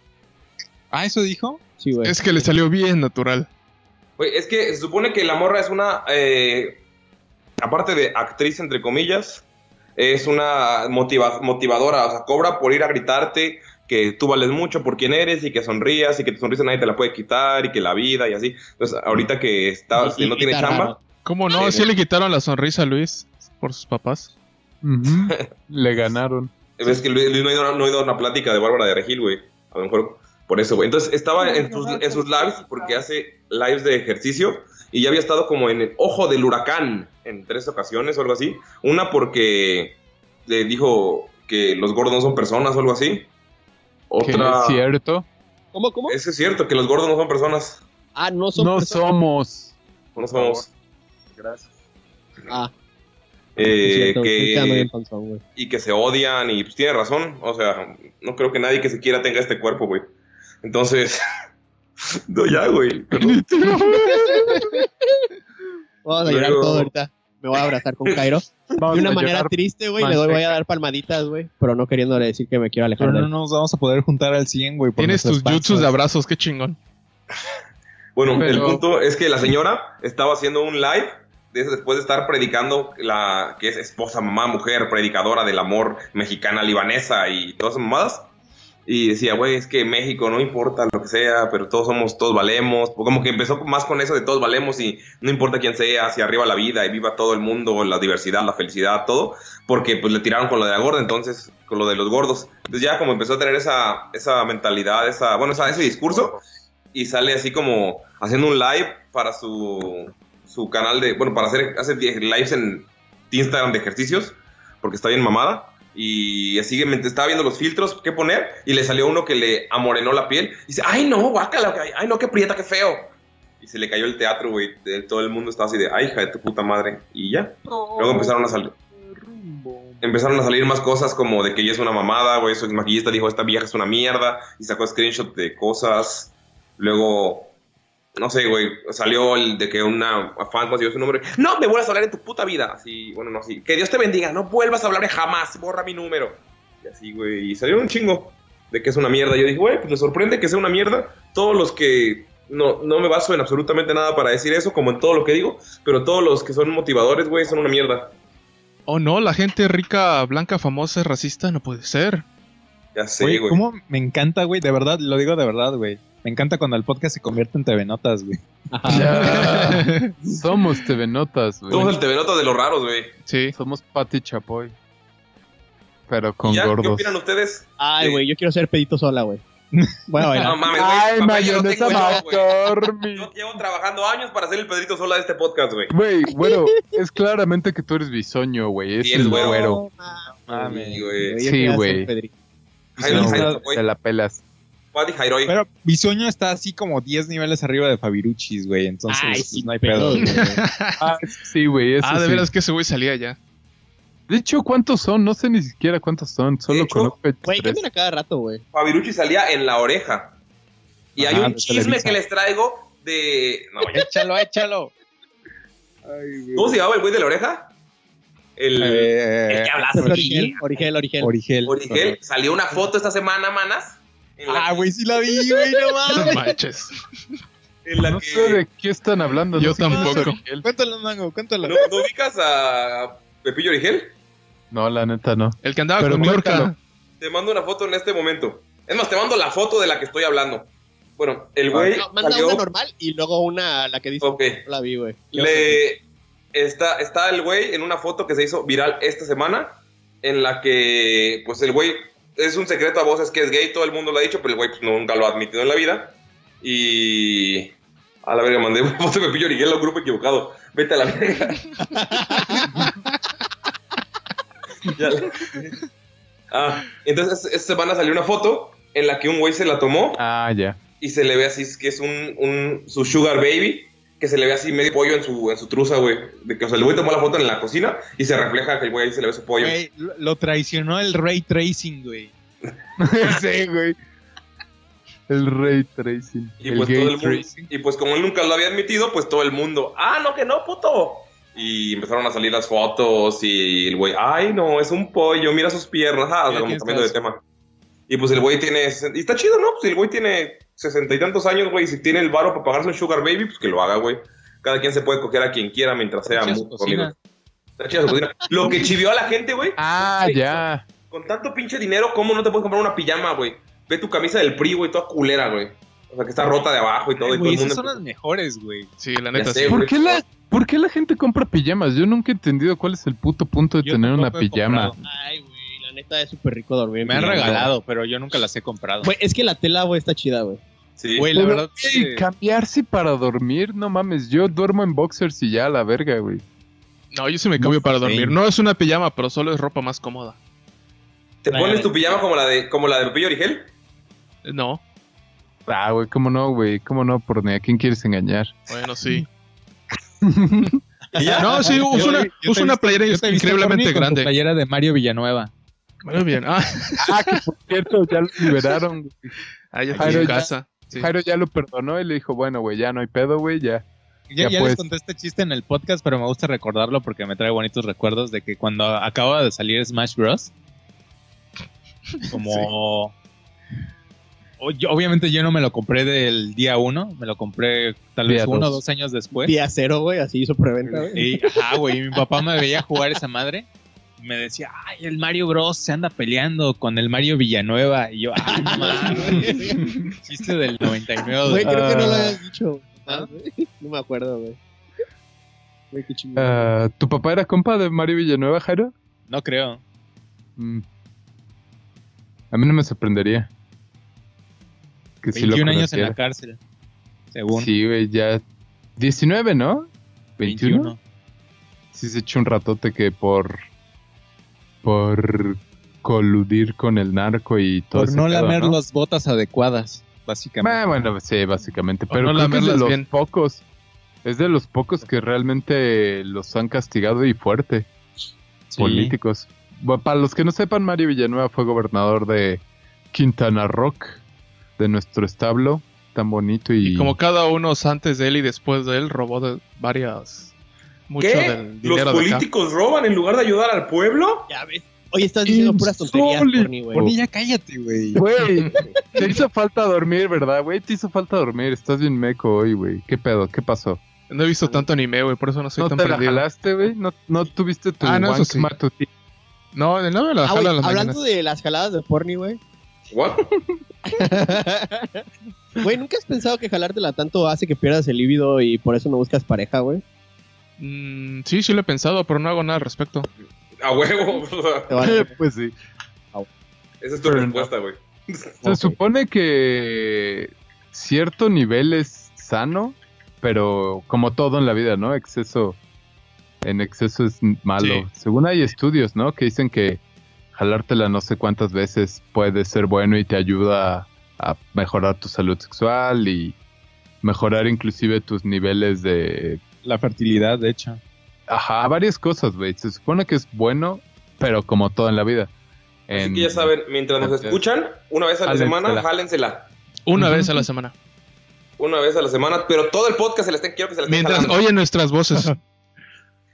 Speaker 9: Ah, ¿eso dijo?
Speaker 7: Pues, Sí, güey.
Speaker 8: Es que le salió bien natural.
Speaker 5: Güey, es que se supone que la morra es una. eh, aparte de actriz, entre comillas, es una motiva- motivadora. O sea, cobra por ir a gritarte que tú vales mucho por quien eres y que sonrías y que tu sonrisa nadie te la puede quitar y que la vida y así. Entonces, ahorita que está,
Speaker 7: Sí,
Speaker 5: que no tiene
Speaker 7: está
Speaker 5: chamba,
Speaker 7: raro.
Speaker 8: ¿Cómo no? Sí le quitaron la sonrisa a Luis por sus papás.
Speaker 5: <laughs>
Speaker 6: Ujú. Le ganaron.
Speaker 5: ves que Luis, Luis no, ha ido, no ha ido a una plática de Bárbara de Regil, güey. A lo mejor por eso, güey. Entonces estaba en sus, en sus lives porque hace lives de ejercicio y ya había estado como en el ojo del huracán en tres ocasiones o algo así. Una porque le dijo que los gordos no son personas o algo así.
Speaker 6: Que no
Speaker 5: Otra.
Speaker 6: es cierto.
Speaker 7: ¿Cómo, cómo?
Speaker 5: Es que es cierto que los gordos no son personas.
Speaker 7: Ah, no son
Speaker 6: No
Speaker 7: personas.
Speaker 6: somos.
Speaker 5: No somos.
Speaker 7: Ah,
Speaker 5: Eh,
Speaker 7: es cierto, estoy quedando bien
Speaker 5: que,
Speaker 7: panzón, güey.
Speaker 5: y que se odian y pues tiene razón. O sea, no creo que nadie que se quiera tenga este cuerpo, güey. Entonces. <laughs> no, ya, güey. Perdón.
Speaker 7: Vamos a llorar
Speaker 5: Luego-
Speaker 7: todo ahorita. Me voy a abrazar con
Speaker 5: <laughs>
Speaker 7: Cairo.
Speaker 6: Vamos
Speaker 7: De una
Speaker 6: a
Speaker 7: manera
Speaker 6: llorar.
Speaker 7: triste, güey. Le doy, voy a dar palmaditas, güey. Pero no queriéndole decir que me quiero alejar
Speaker 9: Pero
Speaker 7: de
Speaker 9: no
Speaker 7: él.
Speaker 9: nos vamos a poder juntar al 100, güey. por
Speaker 8: Tienes tus
Speaker 9: nuestras
Speaker 8: jutsus
Speaker 9: panzas.
Speaker 8: de abrazos, qué chingón.
Speaker 5: Bueno, el
Speaker 6: Pero-
Speaker 5: punto es que la señora estaba haciendo un live de- después de estar predicando la que es esposa, mamá, mujer, predicadora del amor mexicana, libanesa y todas esas mamadas. Y decía, güey, es que México no importa lo que sea, pero todos somos, todos valemos. Como que empezó más con eso de todos valemos y no importa quién sea, hacia arriba la vida y viva todo el mundo, la diversidad, la felicidad, todo. Porque pues le tiraron con lo de la gorda, entonces, con lo de los gordos. Entonces ya como empezó a tener esa, esa mentalidad, esa, bueno, esa- ese discurso, y sale así como haciendo un live para su, su canal de, bueno, para hacer, hace die- lives en Instagram de ejercicios, porque está bien mamada. Y así que mientras estaba viendo los filtros que poner y le salió uno que le amorenó la piel. Y dice, ay no, guácala, ay no, qué prieta, qué feo. Y se le cayó el teatro, güey. de- Todo el mundo estaba así de, ay hija de tu puta madre. Y ya. Luego empezaron a salir. Empezaron a salir más cosas como de que ella es una mamada, güey, su maquillista dijo, esta vieja es una mierda, y sacó screenshot de cosas. Luego, no sé, güey, salió el de que una fan consiguió su número. No me vuelvas a hablar en tu puta vida. Así, bueno, no, así. Que Dios te bendiga, no vuelvas a hablar jamás, borra mi número. Y así, güey, y salió un chingo de que es una mierda. Yo dije, güey, pues me sorprende que sea una mierda. Todos los que no, no me baso en absolutamente nada para decir eso, como en todo lo que digo, pero todos los que son motivadores, güey, son una mierda.
Speaker 8: Oh no, la gente rica, blanca, famosa es racista, no puede ser.
Speaker 5: Ya sé,
Speaker 9: Güey,
Speaker 5: güey.
Speaker 9: ¿Cómo me encanta, güey? De verdad, lo digo de verdad, güey. Me encanta cuando el podcast se convierte en TV Notas, güey.
Speaker 6: Ya. Somos TV Notas, güey.
Speaker 5: Somos el TV Notas de los raros, güey.
Speaker 8: Sí.
Speaker 6: Somos Pati Chapoy. Pero con
Speaker 5: ¿Y ya? ¿Qué
Speaker 6: gordos.
Speaker 5: opinan ustedes?
Speaker 7: Ay, güey, yo quiero ser pedito sola,
Speaker 5: <laughs>
Speaker 7: güey. Voy a
Speaker 5: No <laughs>
Speaker 7: bailar.
Speaker 5: mames, güey.
Speaker 6: Ay,
Speaker 5: papá, yo no
Speaker 6: mayonesa
Speaker 5: tengo yo, güey.
Speaker 6: McCormick.
Speaker 5: Yo llevo trabajando años para ser el Pedrito Sola de este podcast, güey.
Speaker 6: Güey, bueno, es claramente que tú eres bisoño, güey. Es
Speaker 5: Sí, eres
Speaker 6: el
Speaker 5: güero.
Speaker 6: güero.
Speaker 5: Sí, güey.
Speaker 7: yo
Speaker 6: Sí,
Speaker 7: quiero
Speaker 6: güey.
Speaker 7: ser Pedrito.
Speaker 5: Jairo-
Speaker 6: No,
Speaker 5: Jairo,
Speaker 6: te
Speaker 5: güey.
Speaker 6: la pelas.
Speaker 5: Paddy Jairoy.
Speaker 9: Pero Bisoño está así como 10 niveles arriba de Fabiruchis, güey. Entonces,
Speaker 7: Ay,
Speaker 9: pues,
Speaker 7: sí,
Speaker 9: no hay pedo. <laughs>
Speaker 7: pedo,
Speaker 9: güey.
Speaker 6: Ah, sí, güey, eso
Speaker 8: Ah, de
Speaker 6: sí.
Speaker 8: veras que ese güey salía ya.
Speaker 6: De hecho, ¿cuántos son? No sé ni siquiera cuántos son. Solo
Speaker 5: hecho,
Speaker 6: conozco
Speaker 7: Güey,
Speaker 6: tres.
Speaker 7: cambian a cada rato, güey.
Speaker 5: Fabirucci salía en la oreja. Y hay
Speaker 9: Ajá,
Speaker 5: un
Speaker 9: de
Speaker 5: chisme
Speaker 9: Televisa.
Speaker 5: que les traigo de. No, ya.
Speaker 9: échalo, échalo.
Speaker 10: Ay, güey.
Speaker 5: ¿Cómo se llamaba el güey de la oreja? <laughs> El. el
Speaker 9: Eh,
Speaker 5: que hablaba
Speaker 7: Origel,
Speaker 5: así.
Speaker 7: Origel, Origel.
Speaker 9: Origel.
Speaker 5: Origel. Salió una foto esta semana, manas. En la,
Speaker 9: Ah, güey, sí la vi, güey. No
Speaker 8: No
Speaker 9: mames.
Speaker 8: manches.
Speaker 5: en la
Speaker 6: No
Speaker 5: que.
Speaker 6: sé de qué están hablando.
Speaker 8: Yo
Speaker 6: no sé quién es
Speaker 8: tampoco.
Speaker 6: Ariel.
Speaker 9: Cuéntalo, Mango, cuéntalo.
Speaker 5: ¿No, no ubicas a Pepillo Origel?
Speaker 6: No, la neta no.
Speaker 8: El que andaba
Speaker 6: Pero
Speaker 8: con Miorca.
Speaker 6: cuéntalo.
Speaker 5: Te mando una foto en este momento. Es más, te mando la foto de la que estoy hablando. Bueno,
Speaker 7: Ah.
Speaker 5: el güey
Speaker 7: No, manda
Speaker 5: salió.
Speaker 7: una normal y luego una, la que dice,
Speaker 5: Ok.
Speaker 7: no la vi, güey.
Speaker 5: Le está, está el güey en una foto que se hizo viral esta semana, en la que, pues el güey, es un secreto a voces que es gay, todo el mundo lo ha dicho, pero el güey pues, nunca lo ha admitido en la vida. Y... A la verga, mandé <laughs> una foto de Pepillo Origel a un grupo equivocado. Vete a la verga. <laughs> Ya la- Ah, entonces esta semana salió una foto en la que un güey se la tomó
Speaker 6: Ah, ya.
Speaker 5: y se le ve así, es que es un, un su sugar baby, que se le ve así medio pollo en su, en su truza, güey. De que, o sea, el güey tomó la foto en la cocina y se refleja que el güey ahí se le ve su pollo.
Speaker 9: Güey, lo lo traicionó el Ray Tracing, güey.
Speaker 6: <laughs> sí, güey. El Ray Tracing.
Speaker 5: y,
Speaker 6: el
Speaker 5: pues
Speaker 6: Gay
Speaker 5: todo el mundo,
Speaker 6: Tracing.
Speaker 5: y pues como él nunca lo había admitido, pues todo el mundo, ah, no, que no, puto. Y empezaron a salir las fotos y el güey, ay, no, es un pollo, mira sus piernas, ah, o sea,
Speaker 9: Mira
Speaker 5: como
Speaker 9: quién
Speaker 5: cambiando de
Speaker 9: está.
Speaker 5: tema. Y pues el güey tiene, sesen- y está chido, ¿no? Pues el güey tiene sesenta y tantos años, güey, y si tiene el varo para pagarse un sugar baby, pues que lo haga, güey. Cada quien se puede coger a quien quiera mientras sea
Speaker 9: Está chida su
Speaker 5: muy
Speaker 9: cocina.
Speaker 5: conmigo. Está chida su cocina. Lo que chivió a la gente, güey,
Speaker 6: Ah,
Speaker 5: Sí,
Speaker 6: ya.
Speaker 5: con tanto pinche dinero, ¿cómo no te puedes comprar una pijama, güey? Ve tu camisa del PRI, güey, toda culera, güey. O sea, que está rota de abajo y todo,
Speaker 9: Ay,
Speaker 5: y todo
Speaker 9: güey,
Speaker 5: el
Speaker 9: esas
Speaker 5: mundo...
Speaker 9: son las mejores, güey.
Speaker 8: Sí, la
Speaker 5: Ya
Speaker 8: neta
Speaker 5: sé,
Speaker 8: sí.
Speaker 5: güey.
Speaker 6: ¿Por qué, la, ¿Por qué la gente compra pijamas? Yo nunca he entendido cuál es el puto punto de
Speaker 9: Yo
Speaker 6: tener una
Speaker 9: tampoco he
Speaker 6: pijama.
Speaker 9: comprado.
Speaker 7: Ay, güey, la neta es súper rico dormir. en
Speaker 9: Me han
Speaker 7: pijama.
Speaker 9: regalado, pero yo nunca las he comprado.
Speaker 7: Güey, es que la tela, güey, está chida, güey.
Speaker 5: Sí.
Speaker 9: Güey, la
Speaker 6: Pero,
Speaker 9: verdad. eh,
Speaker 6: güey,
Speaker 9: sí.
Speaker 6: cambiarse para dormir, no mames. Yo duermo en boxers y ya, la verga, güey.
Speaker 8: No, yo sí me cambio para dormir.
Speaker 9: sí.
Speaker 8: No es una pijama, pero solo es ropa más cómoda.
Speaker 5: ¿Te
Speaker 7: Vale,
Speaker 5: pones
Speaker 7: vale.
Speaker 5: tu pijama como la de como la de Pepillo Origel?
Speaker 8: Eh, No,
Speaker 6: Ah, güey, cómo no, güey. Cómo no, por ni a quién quieres engañar.
Speaker 8: bueno, sí.
Speaker 5: ¿Y ya?
Speaker 8: No, sí, uso
Speaker 9: Yo-
Speaker 8: una,
Speaker 9: yo te
Speaker 8: uso una
Speaker 9: he
Speaker 8: playera
Speaker 9: Yo te he visto
Speaker 8: increíblemente
Speaker 9: dormir con tu
Speaker 8: grande.
Speaker 9: Playera de Mario Villanueva.
Speaker 8: Muy bien. Ah,
Speaker 6: ah, que por cierto, ya lo liberaron, güey.
Speaker 8: ah, ya estoy
Speaker 6: Jairo,
Speaker 8: en
Speaker 6: ya-
Speaker 8: casa. Sí.
Speaker 6: Jairo ya lo perdonó y le dijo, bueno, güey, ya no hay pedo, güey, ya.
Speaker 9: Ya,
Speaker 6: Ya,
Speaker 9: ya les
Speaker 6: pues.
Speaker 9: conté este chiste en el podcast, pero me gusta recordarlo porque me trae bonitos recuerdos de que cuando acaba de salir Smash Bros. Como. O- yo- obviamente yo no me lo compré del día uno, me lo compré tal vez
Speaker 6: Día
Speaker 9: uno o
Speaker 6: dos.
Speaker 9: dos años después.
Speaker 7: Día cero, güey, así hizo preventa, güey.
Speaker 9: Y, ajá, güey, mi papá me veía jugar esa madre. y Me decía, ay, el Mario Bros se anda peleando con el Mario Villanueva. Y yo, ay, no mames". Chiste del 99.
Speaker 7: Güey, creo que no lo
Speaker 6: Ah.
Speaker 7: habías dicho.
Speaker 9: ¿Ah?
Speaker 7: güey. <laughs> No me acuerdo, güey. Güey, qué chingón.
Speaker 6: Ah, ¿Tu papá era compa de Mario Villanueva, Jairo?
Speaker 9: No creo.
Speaker 6: Mm. A mí no me sorprendería. Que sí lo
Speaker 9: 21 años en la
Speaker 6: conociera.
Speaker 9: cárcel. Según
Speaker 6: Sí, güey, ya. 19, ¿no? 21.
Speaker 9: 21.
Speaker 6: Sí, se echó un ratote que por. por coludir con el narco y todo
Speaker 9: Por
Speaker 6: ese
Speaker 9: no Ah,
Speaker 6: pedo,
Speaker 9: lamer las botas adecuadas, básicamente.
Speaker 6: Bah, Bueno, sí, básicamente.
Speaker 8: no
Speaker 6: Pero creo que es de
Speaker 8: lamerlas
Speaker 6: los
Speaker 8: bien.
Speaker 6: pocos. Es de los pocos que realmente los han castigado y fuerte.
Speaker 9: Sí.
Speaker 6: Políticos. Bueno, para los que no sepan, Mario Villanueva fue gobernador de Quintana Roo, de nuestro establo tan bonito y.
Speaker 8: Y como cada uno antes de él y después de él robó de varias. Mucho
Speaker 5: ¿Qué?
Speaker 8: del
Speaker 5: ¿Los
Speaker 8: dinero de acá.
Speaker 5: políticos roban en lugar de ayudar al pueblo?
Speaker 7: Ya ves. Hoy estás diciendo puras tonterías,
Speaker 6: Insólito.
Speaker 7: Corny, güey.
Speaker 9: Pony, ya cállate, güey.
Speaker 6: Güey, te hizo falta dormir, ¿verdad, güey? Te hizo falta dormir. Estás bien meco hoy, güey. ¿Qué pedo? ¿Qué pasó?
Speaker 8: No he visto tanto anime, güey, por eso no soy
Speaker 6: ¿No
Speaker 8: tan
Speaker 6: te
Speaker 8: relajado.
Speaker 6: relajaste, güey? ¿No, ¿No tuviste tu
Speaker 8: Ah, no, eso
Speaker 6: wank
Speaker 8: sí.
Speaker 6: matutino?
Speaker 8: No, de no me la
Speaker 7: Ah,
Speaker 8: jalo
Speaker 7: güey,
Speaker 8: a las
Speaker 7: hablando
Speaker 8: mañanas.
Speaker 7: de las jaladas de Porni, güey.
Speaker 5: What? <laughs>
Speaker 7: Güey, ¿nunca has pensado que jalártela tanto hace que pierdas el líbido y por eso no buscas pareja, güey?
Speaker 8: Mm, sí, sí lo he pensado, pero no hago nada al respecto.
Speaker 5: A huevo. <laughs>
Speaker 7: Te vale.
Speaker 6: <laughs> Pues sí.
Speaker 5: Esa es tu respuesta, güey.
Speaker 6: Se
Speaker 7: Ok.
Speaker 6: supone que cierto nivel es sano, pero como todo en la vida, ¿no? Exceso. En exceso es malo.
Speaker 8: Sí.
Speaker 6: Según hay estudios, ¿no? Que dicen que jalártela no sé cuántas veces puede ser bueno y te ayuda a mejorar tu salud sexual y mejorar inclusive tus niveles de...
Speaker 9: La fertilidad, de hecho.
Speaker 6: Ajá, varias cosas, güey. Se supone que es bueno, pero como todo en la vida.
Speaker 5: Así
Speaker 6: En-
Speaker 5: que ya saben, mientras nos
Speaker 6: Entonces,
Speaker 5: escuchan, una vez a la
Speaker 6: jálensela.
Speaker 5: semana, jálensela.
Speaker 8: Una
Speaker 6: Ujú.
Speaker 8: vez a la semana.
Speaker 5: Una vez a la semana, pero todo el podcast se la estén, quiero que se la estén
Speaker 8: <laughs> Mientras
Speaker 5: jalando.
Speaker 8: oyen
Speaker 7: <laughs>
Speaker 8: nuestras voces.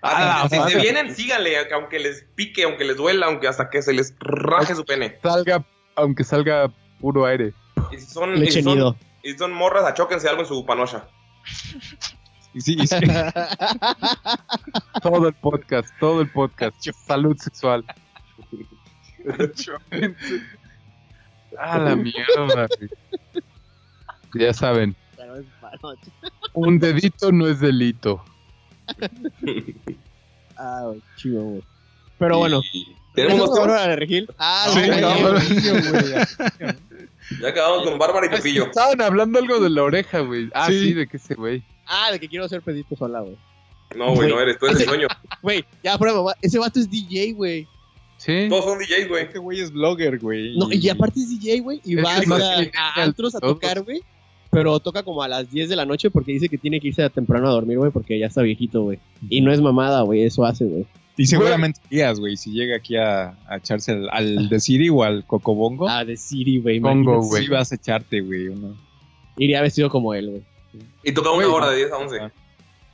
Speaker 5: Hasta
Speaker 6: A la
Speaker 5: si se
Speaker 6: madre.
Speaker 5: vienen, síganle, aunque les pique, aunque les duela, aunque hasta que se les raje su pene.
Speaker 6: Salga, aunque salga puro aire.
Speaker 5: Y si son, y
Speaker 7: Leche
Speaker 5: si son,
Speaker 7: nido.
Speaker 5: y si son morras, achóquense algo en
Speaker 7: <laughs>
Speaker 5: su panocha.
Speaker 9: Y sí, y sí.
Speaker 6: Todo el podcast, todo el podcast. Salud sexual. A la mierda. güey. Ya saben,
Speaker 7: Pero es panocha.
Speaker 6: un dedito no es delito.
Speaker 7: Ah, güey, chido, güey. Pero bueno.
Speaker 5: Y- Tenemos unos
Speaker 7: ¿Ahora
Speaker 5: temas.
Speaker 7: la de Regil? Ah,
Speaker 8: Sí,
Speaker 7: sí, güey,
Speaker 8: cabrón.
Speaker 7: güey.
Speaker 5: Ya acabamos con Bárbara y
Speaker 6: Pues,
Speaker 5: Pepillo.
Speaker 6: Estaban hablando algo de la oreja, güey. Ah,
Speaker 8: Sí.
Speaker 6: sí, de que ese güey.
Speaker 7: Ah, de que quiero hacer pedito sola, güey.
Speaker 5: No, güey, no eres, tú eres el dueño.
Speaker 7: Güey, ya, pero mamá, ese vato es DJ, güey.
Speaker 6: Sí.
Speaker 5: Todos son DJs, güey.
Speaker 9: Este güey es blogger, güey.
Speaker 7: No, y aparte es DJ, güey, y
Speaker 6: Es
Speaker 7: va
Speaker 6: que no
Speaker 7: a,
Speaker 6: tiene
Speaker 7: a
Speaker 6: que
Speaker 7: antros a
Speaker 6: todo.
Speaker 7: tocar, güey. Pero toca como a las 10 de la noche porque dice que tiene que irse a temprano a dormir, güey, porque ya está viejito, güey. Y no es mamada, güey, eso hace, güey.
Speaker 9: Y seguramente días, güey, si llega aquí a, a echarse al, al de Siri o al Cocobongo,
Speaker 7: Ah, de Siri, güey.
Speaker 6: Pongo,
Speaker 7: imagínate.
Speaker 6: güey.
Speaker 9: sí vas a echarte, güey. uno.
Speaker 7: Iría vestido como él, güey.
Speaker 5: Y toca una
Speaker 6: Güey,
Speaker 5: hora de 10 a 11.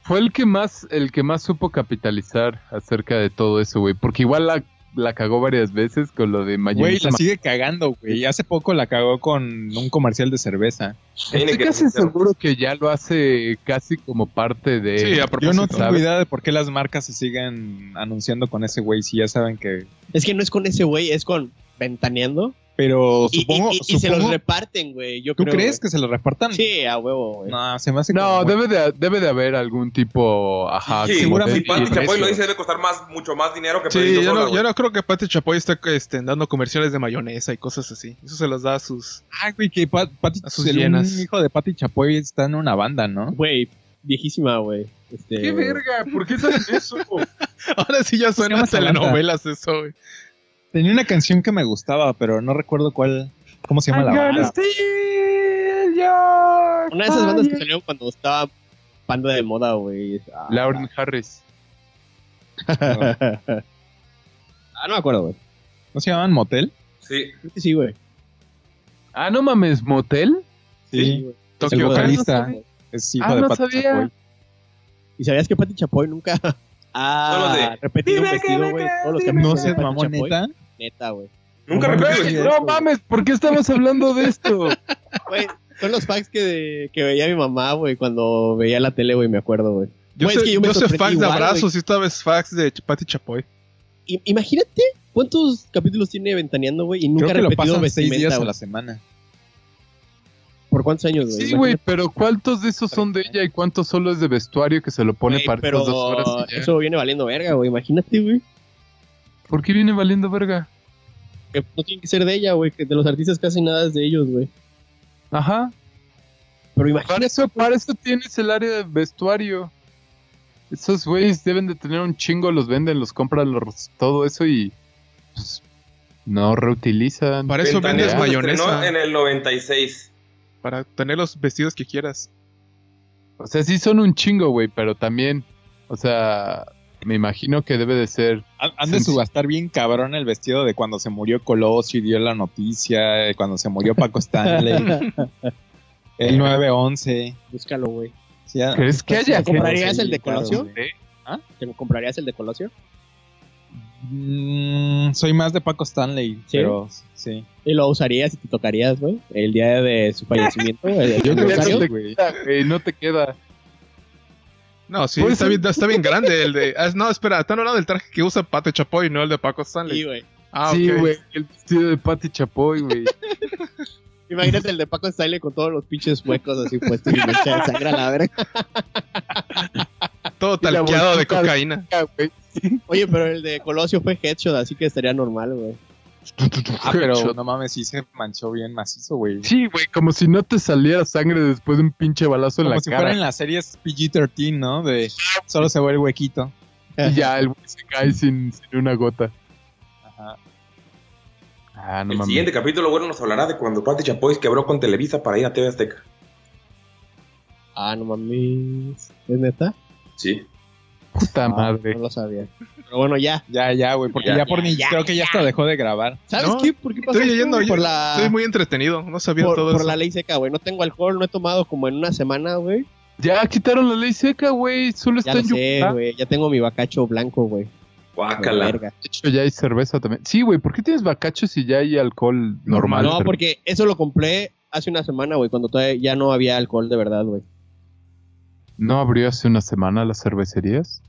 Speaker 6: Fue el que más, el que más supo capitalizar acerca de todo eso, güey. Porque igual la, la cagó varias veces con lo de Mayumi.
Speaker 9: Güey, la sigue cagando, güey. Hace poco la cagó con un comercial de cerveza.
Speaker 5: Tiene
Speaker 6: Estoy
Speaker 5: que
Speaker 6: casi
Speaker 5: ser.
Speaker 6: seguro que ya lo hace casi como parte de.
Speaker 8: Sí, a
Speaker 9: Yo
Speaker 8: propósito.
Speaker 9: no tengo
Speaker 6: ¿sabes?
Speaker 9: idea de por qué las marcas se siguen anunciando con ese güey, si ya saben que...
Speaker 7: Es que no es con ese güey, es con ventaneando.
Speaker 9: Pero
Speaker 7: Y- y-
Speaker 9: supongo...
Speaker 7: y, y se los
Speaker 9: supongo-
Speaker 7: reparten, güey. Yo
Speaker 9: ¿Tú
Speaker 7: creo,
Speaker 9: crees
Speaker 7: güey.
Speaker 9: que se lo repartan?
Speaker 7: Sí, a huevo, güey.
Speaker 9: No, se me hace
Speaker 6: No,
Speaker 9: como-
Speaker 6: debe de, debe de haber algún tipo. Ajá,
Speaker 5: Sí,
Speaker 6: Ah, como
Speaker 5: si
Speaker 9: seguramente
Speaker 6: de-
Speaker 5: Pati Chapoy
Speaker 9: precio.
Speaker 5: lo dice, debe costar más, mucho más dinero que
Speaker 8: Sí,
Speaker 5: Pedrito
Speaker 8: yo
Speaker 5: Sola,
Speaker 8: no,
Speaker 5: güey.
Speaker 8: yo no creo que Pati Chapoy esté este, dando comerciales de mayonesa y cosas así. Eso se los da a sus...
Speaker 9: Ah, güey, que Pat- Pati-
Speaker 8: A sus
Speaker 9: el- un
Speaker 8: llenas.
Speaker 9: hijo de Pati Chapoy está en una banda, ¿no?
Speaker 7: Güey, viejísima, güey. Este,
Speaker 6: ¡Qué verga! ¿Por qué sabes eso?
Speaker 8: eh, <laughs> Ahora sí ya suenan
Speaker 9: más adelanta.
Speaker 8: telenovelas eso, güey.
Speaker 9: Tenía una canción que me gustaba, pero no recuerdo cuál... ¿Cómo se llama la banda?
Speaker 7: Una de esas bandas que salieron cuando estaba panda de moda, güey. Ah, <laughs>
Speaker 6: Lauren Harris.
Speaker 7: ah, no me acuerdo, güey.
Speaker 9: ¿No se llamaban Motel?
Speaker 5: Sí,
Speaker 7: Creo que sí, güey.
Speaker 6: Ah, no mames, ¿motel?
Speaker 9: Sí.
Speaker 7: güey.
Speaker 9: el
Speaker 8: Tokyo
Speaker 7: Seguro.
Speaker 8: Hotel.
Speaker 9: vocalista
Speaker 6: sabía.
Speaker 9: es hijo
Speaker 6: Ah,
Speaker 9: de
Speaker 6: no
Speaker 9: Pati
Speaker 6: sabía.
Speaker 9: Chapoy.
Speaker 7: ¿Y sabías que Pati Chapoy nunca <laughs>
Speaker 5: No lo
Speaker 7: ha
Speaker 5: sé.
Speaker 7: repetido un vestido, güey? Todos los
Speaker 9: No
Speaker 7: capítulos de
Speaker 9: seas
Speaker 7: Pati
Speaker 9: mamón,
Speaker 7: Chapoy.
Speaker 9: neta.
Speaker 7: Neta, güey.
Speaker 5: nunca
Speaker 9: No
Speaker 5: repito.
Speaker 9: mames.
Speaker 5: güey.
Speaker 6: No mames, ¿por qué estamos hablando de esto?
Speaker 7: Güey, Son los packs que, que veía mi mamá, güey, cuando veía la tele, güey, me acuerdo, güey.
Speaker 8: Yo
Speaker 7: Güey, es
Speaker 8: sé,
Speaker 7: que yo me
Speaker 8: yo sé
Speaker 7: sorprendí
Speaker 8: fax de
Speaker 7: igual,
Speaker 8: abrazos y esta vez fax de Ch- Pati Chapoy.
Speaker 7: I- imagínate cuántos capítulos tiene Ventaneando, güey, y nunca
Speaker 9: Creo
Speaker 7: ha
Speaker 9: que lo
Speaker 7: repetido
Speaker 9: pasan seis
Speaker 7: vestimenta,
Speaker 9: días a
Speaker 7: güey.
Speaker 9: la semana.
Speaker 7: ¿Por cuántos años, güey?
Speaker 6: Sí,
Speaker 7: Imagínate,
Speaker 6: güey, pero ¿cuántos de esos son de ella y cuántos solo es de vestuario que se lo pone
Speaker 7: güey,
Speaker 6: para
Speaker 7: pero
Speaker 6: estas dos horas? y ya?
Speaker 7: eso viene valiendo verga, güey, imagínate, güey.
Speaker 6: ¿Por qué viene valiendo verga?
Speaker 7: Que no tiene que ser de ella, güey, que de los artistas casi nada es de ellos, güey.
Speaker 6: Ajá.
Speaker 7: Pero
Speaker 6: Para
Speaker 7: imagínate,
Speaker 6: eso, para eso tienes el área de vestuario. Esos güeyes deben de tener un chingo, los venden, los compran, los- todo eso y pues, no reutilizan.
Speaker 8: Para eso vendes
Speaker 5: Ventaneando se
Speaker 8: mayonesa.
Speaker 5: estrenó En el 96.
Speaker 8: Para tener los vestidos que quieras.
Speaker 6: O sea, sí son un chingo, güey, pero también, o sea, me imagino que debe de ser
Speaker 9: Han han de subastar bien cabrón el vestido de cuando se murió Colosio y dio la noticia, de cuando se murió <laughs> Paco Stanley, el 911.
Speaker 7: búscalo, güey.
Speaker 9: Sí, ya-
Speaker 6: ¿Crees
Speaker 8: Pues
Speaker 6: que haya
Speaker 9: gente
Speaker 7: Ah, pues, comprarías
Speaker 9: así,
Speaker 7: el de
Speaker 9: claro,
Speaker 7: Colosio?
Speaker 9: güey.
Speaker 7: ¿Te comprarías el de Colosio?
Speaker 9: Mm, soy más de Paco Stanley, pero sí.
Speaker 7: ¿Y lo usarías y te tocarías, güey? El día de
Speaker 8: <laughs>
Speaker 7: su fallecimiento. el
Speaker 6: Yo creo que no
Speaker 7: aniversario.
Speaker 6: te queda, güey, no te queda.
Speaker 8: No, sí,
Speaker 6: Pues
Speaker 8: está,
Speaker 6: sí.
Speaker 8: bien,
Speaker 6: <laughs>
Speaker 8: está bien grande el de... ah, No, espera, están hablando del traje que usa Pato Chapoy, no el de Paco Stanley.
Speaker 7: Sí, güey.
Speaker 8: ah,
Speaker 6: sí,
Speaker 8: ok.
Speaker 6: güey, el vestido de Pati Chapoy, güey.
Speaker 7: Imagínate el de Paco Style con todos los pinches huecos así puestos y mancha de sangre a la verga.
Speaker 8: Todo
Speaker 6: Y la
Speaker 8: talqueado de
Speaker 6: bolsita.
Speaker 8: cocaína.
Speaker 6: Ah, güey.
Speaker 7: Oye, pero el de Colosio fue headshot, así que estaría normal, güey.
Speaker 9: Ah, pero no mames, sí se manchó bien macizo, güey.
Speaker 6: <laughs> Sí, güey, como si no te saliera sangre después de un pinche balazo en
Speaker 9: Como
Speaker 6: la
Speaker 9: si
Speaker 6: cara.
Speaker 9: fuera en las series PG-13, ¿no? De solo se ve el huequito.
Speaker 6: Y ya el güey se cae sin, sin una gota.
Speaker 9: Ajá.
Speaker 6: Ah, no
Speaker 5: el
Speaker 6: mames.
Speaker 5: siguiente capítulo, bueno, nos hablará de cuando Pati Chapoy quebró con Televisa para ir a TV Azteca.
Speaker 7: Ah, no mames. ¿Es neta?
Speaker 5: Sí.
Speaker 6: Puta
Speaker 7: Ah,
Speaker 6: madre.
Speaker 7: No lo sabía. Pero bueno, ya.
Speaker 9: Ya, ya, güey, porque ya,
Speaker 5: Ya,
Speaker 9: por
Speaker 7: ya,
Speaker 9: ni
Speaker 7: ya,
Speaker 9: creo que ya hasta dejó de grabar.
Speaker 7: ¿Sabes
Speaker 8: No,
Speaker 7: qué? ¿Por qué pasó
Speaker 8: Estoy
Speaker 7: esto,
Speaker 8: leyendo,
Speaker 7: güey?
Speaker 8: yo
Speaker 7: por la,
Speaker 8: estoy muy entretenido, no sabía
Speaker 7: por,
Speaker 8: todo
Speaker 7: por
Speaker 8: eso.
Speaker 7: la ley seca, güey. No tengo alcohol, no he tomado como en una semana, güey.
Speaker 6: Ya quitaron la ley seca, güey. Solo
Speaker 7: Ya
Speaker 6: está
Speaker 7: lo
Speaker 6: en
Speaker 7: sé,
Speaker 6: Yucatán.
Speaker 7: güey. Ya tengo mi bacacho blanco, güey.
Speaker 5: Guácala.
Speaker 7: Verga.
Speaker 6: De hecho, ya hay cerveza también. Sí, güey, ¿por qué tienes bacacho si ya hay alcohol normal?
Speaker 7: No,
Speaker 6: Pero-
Speaker 7: porque eso lo compré hace una semana, güey, cuando todavía ya no había alcohol de verdad, güey.
Speaker 6: ¿No abrió hace una semana las cervecerías?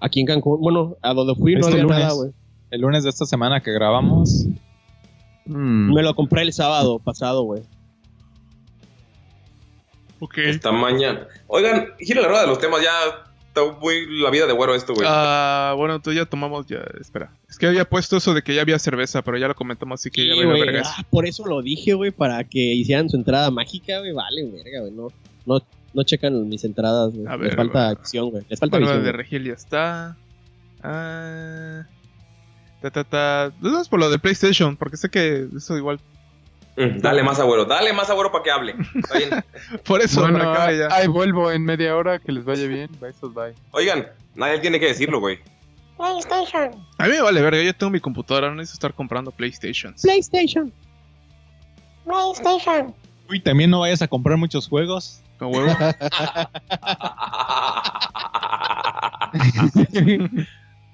Speaker 7: Aquí en Cancún, bueno, a donde fui no
Speaker 9: Este
Speaker 7: había
Speaker 9: lunes.
Speaker 7: nada, güey.
Speaker 9: El lunes de esta semana que grabamos.
Speaker 6: Mm.
Speaker 7: Me lo compré el sábado pasado, güey.
Speaker 8: Ok.
Speaker 6: Este,
Speaker 5: Esta mañana. Oigan, gira la rueda de los temas, ya está muy la vida de güero esto, güey.
Speaker 8: Ah, bueno, tú ya tomamos, ya, espera. Es que había puesto eso de que ya había cerveza, pero ya lo comentamos, así que ya
Speaker 7: Sí,
Speaker 8: valió
Speaker 7: güey,
Speaker 8: verga eso.
Speaker 7: ah, por eso lo dije, güey, para que hicieran su entrada mágica, güey. Vale, verga, güey. No, no, no checan mis entradas, güey.
Speaker 8: A
Speaker 7: Les
Speaker 8: ver,
Speaker 7: falta
Speaker 8: güey.
Speaker 7: acción, güey. Les falta
Speaker 8: Bárbara
Speaker 7: visión,
Speaker 8: de
Speaker 7: güey.
Speaker 8: Regil ya está. Ah, ta, ta, ta. No es por lo de PlayStation, porque sé que eso igual.
Speaker 5: Mm, Dale más agüero, dale más agüero para que hable. Está bien.
Speaker 8: Por eso,
Speaker 6: Bueno,
Speaker 8: para acá
Speaker 6: ahí
Speaker 8: ya.
Speaker 6: ahí vuelvo en media hora. Que les vaya bien. Besos,
Speaker 7: <laughs>
Speaker 6: bye.
Speaker 5: Oigan, nadie tiene que decirlo, güey.
Speaker 3: PlayStation.
Speaker 8: A mí me vale verga, yo tengo mi computadora, no necesito estar comprando PlayStations.
Speaker 7: PlayStation.
Speaker 3: PlayStation.
Speaker 9: Uy, también no vayas a comprar muchos juegos.
Speaker 8: No huevo.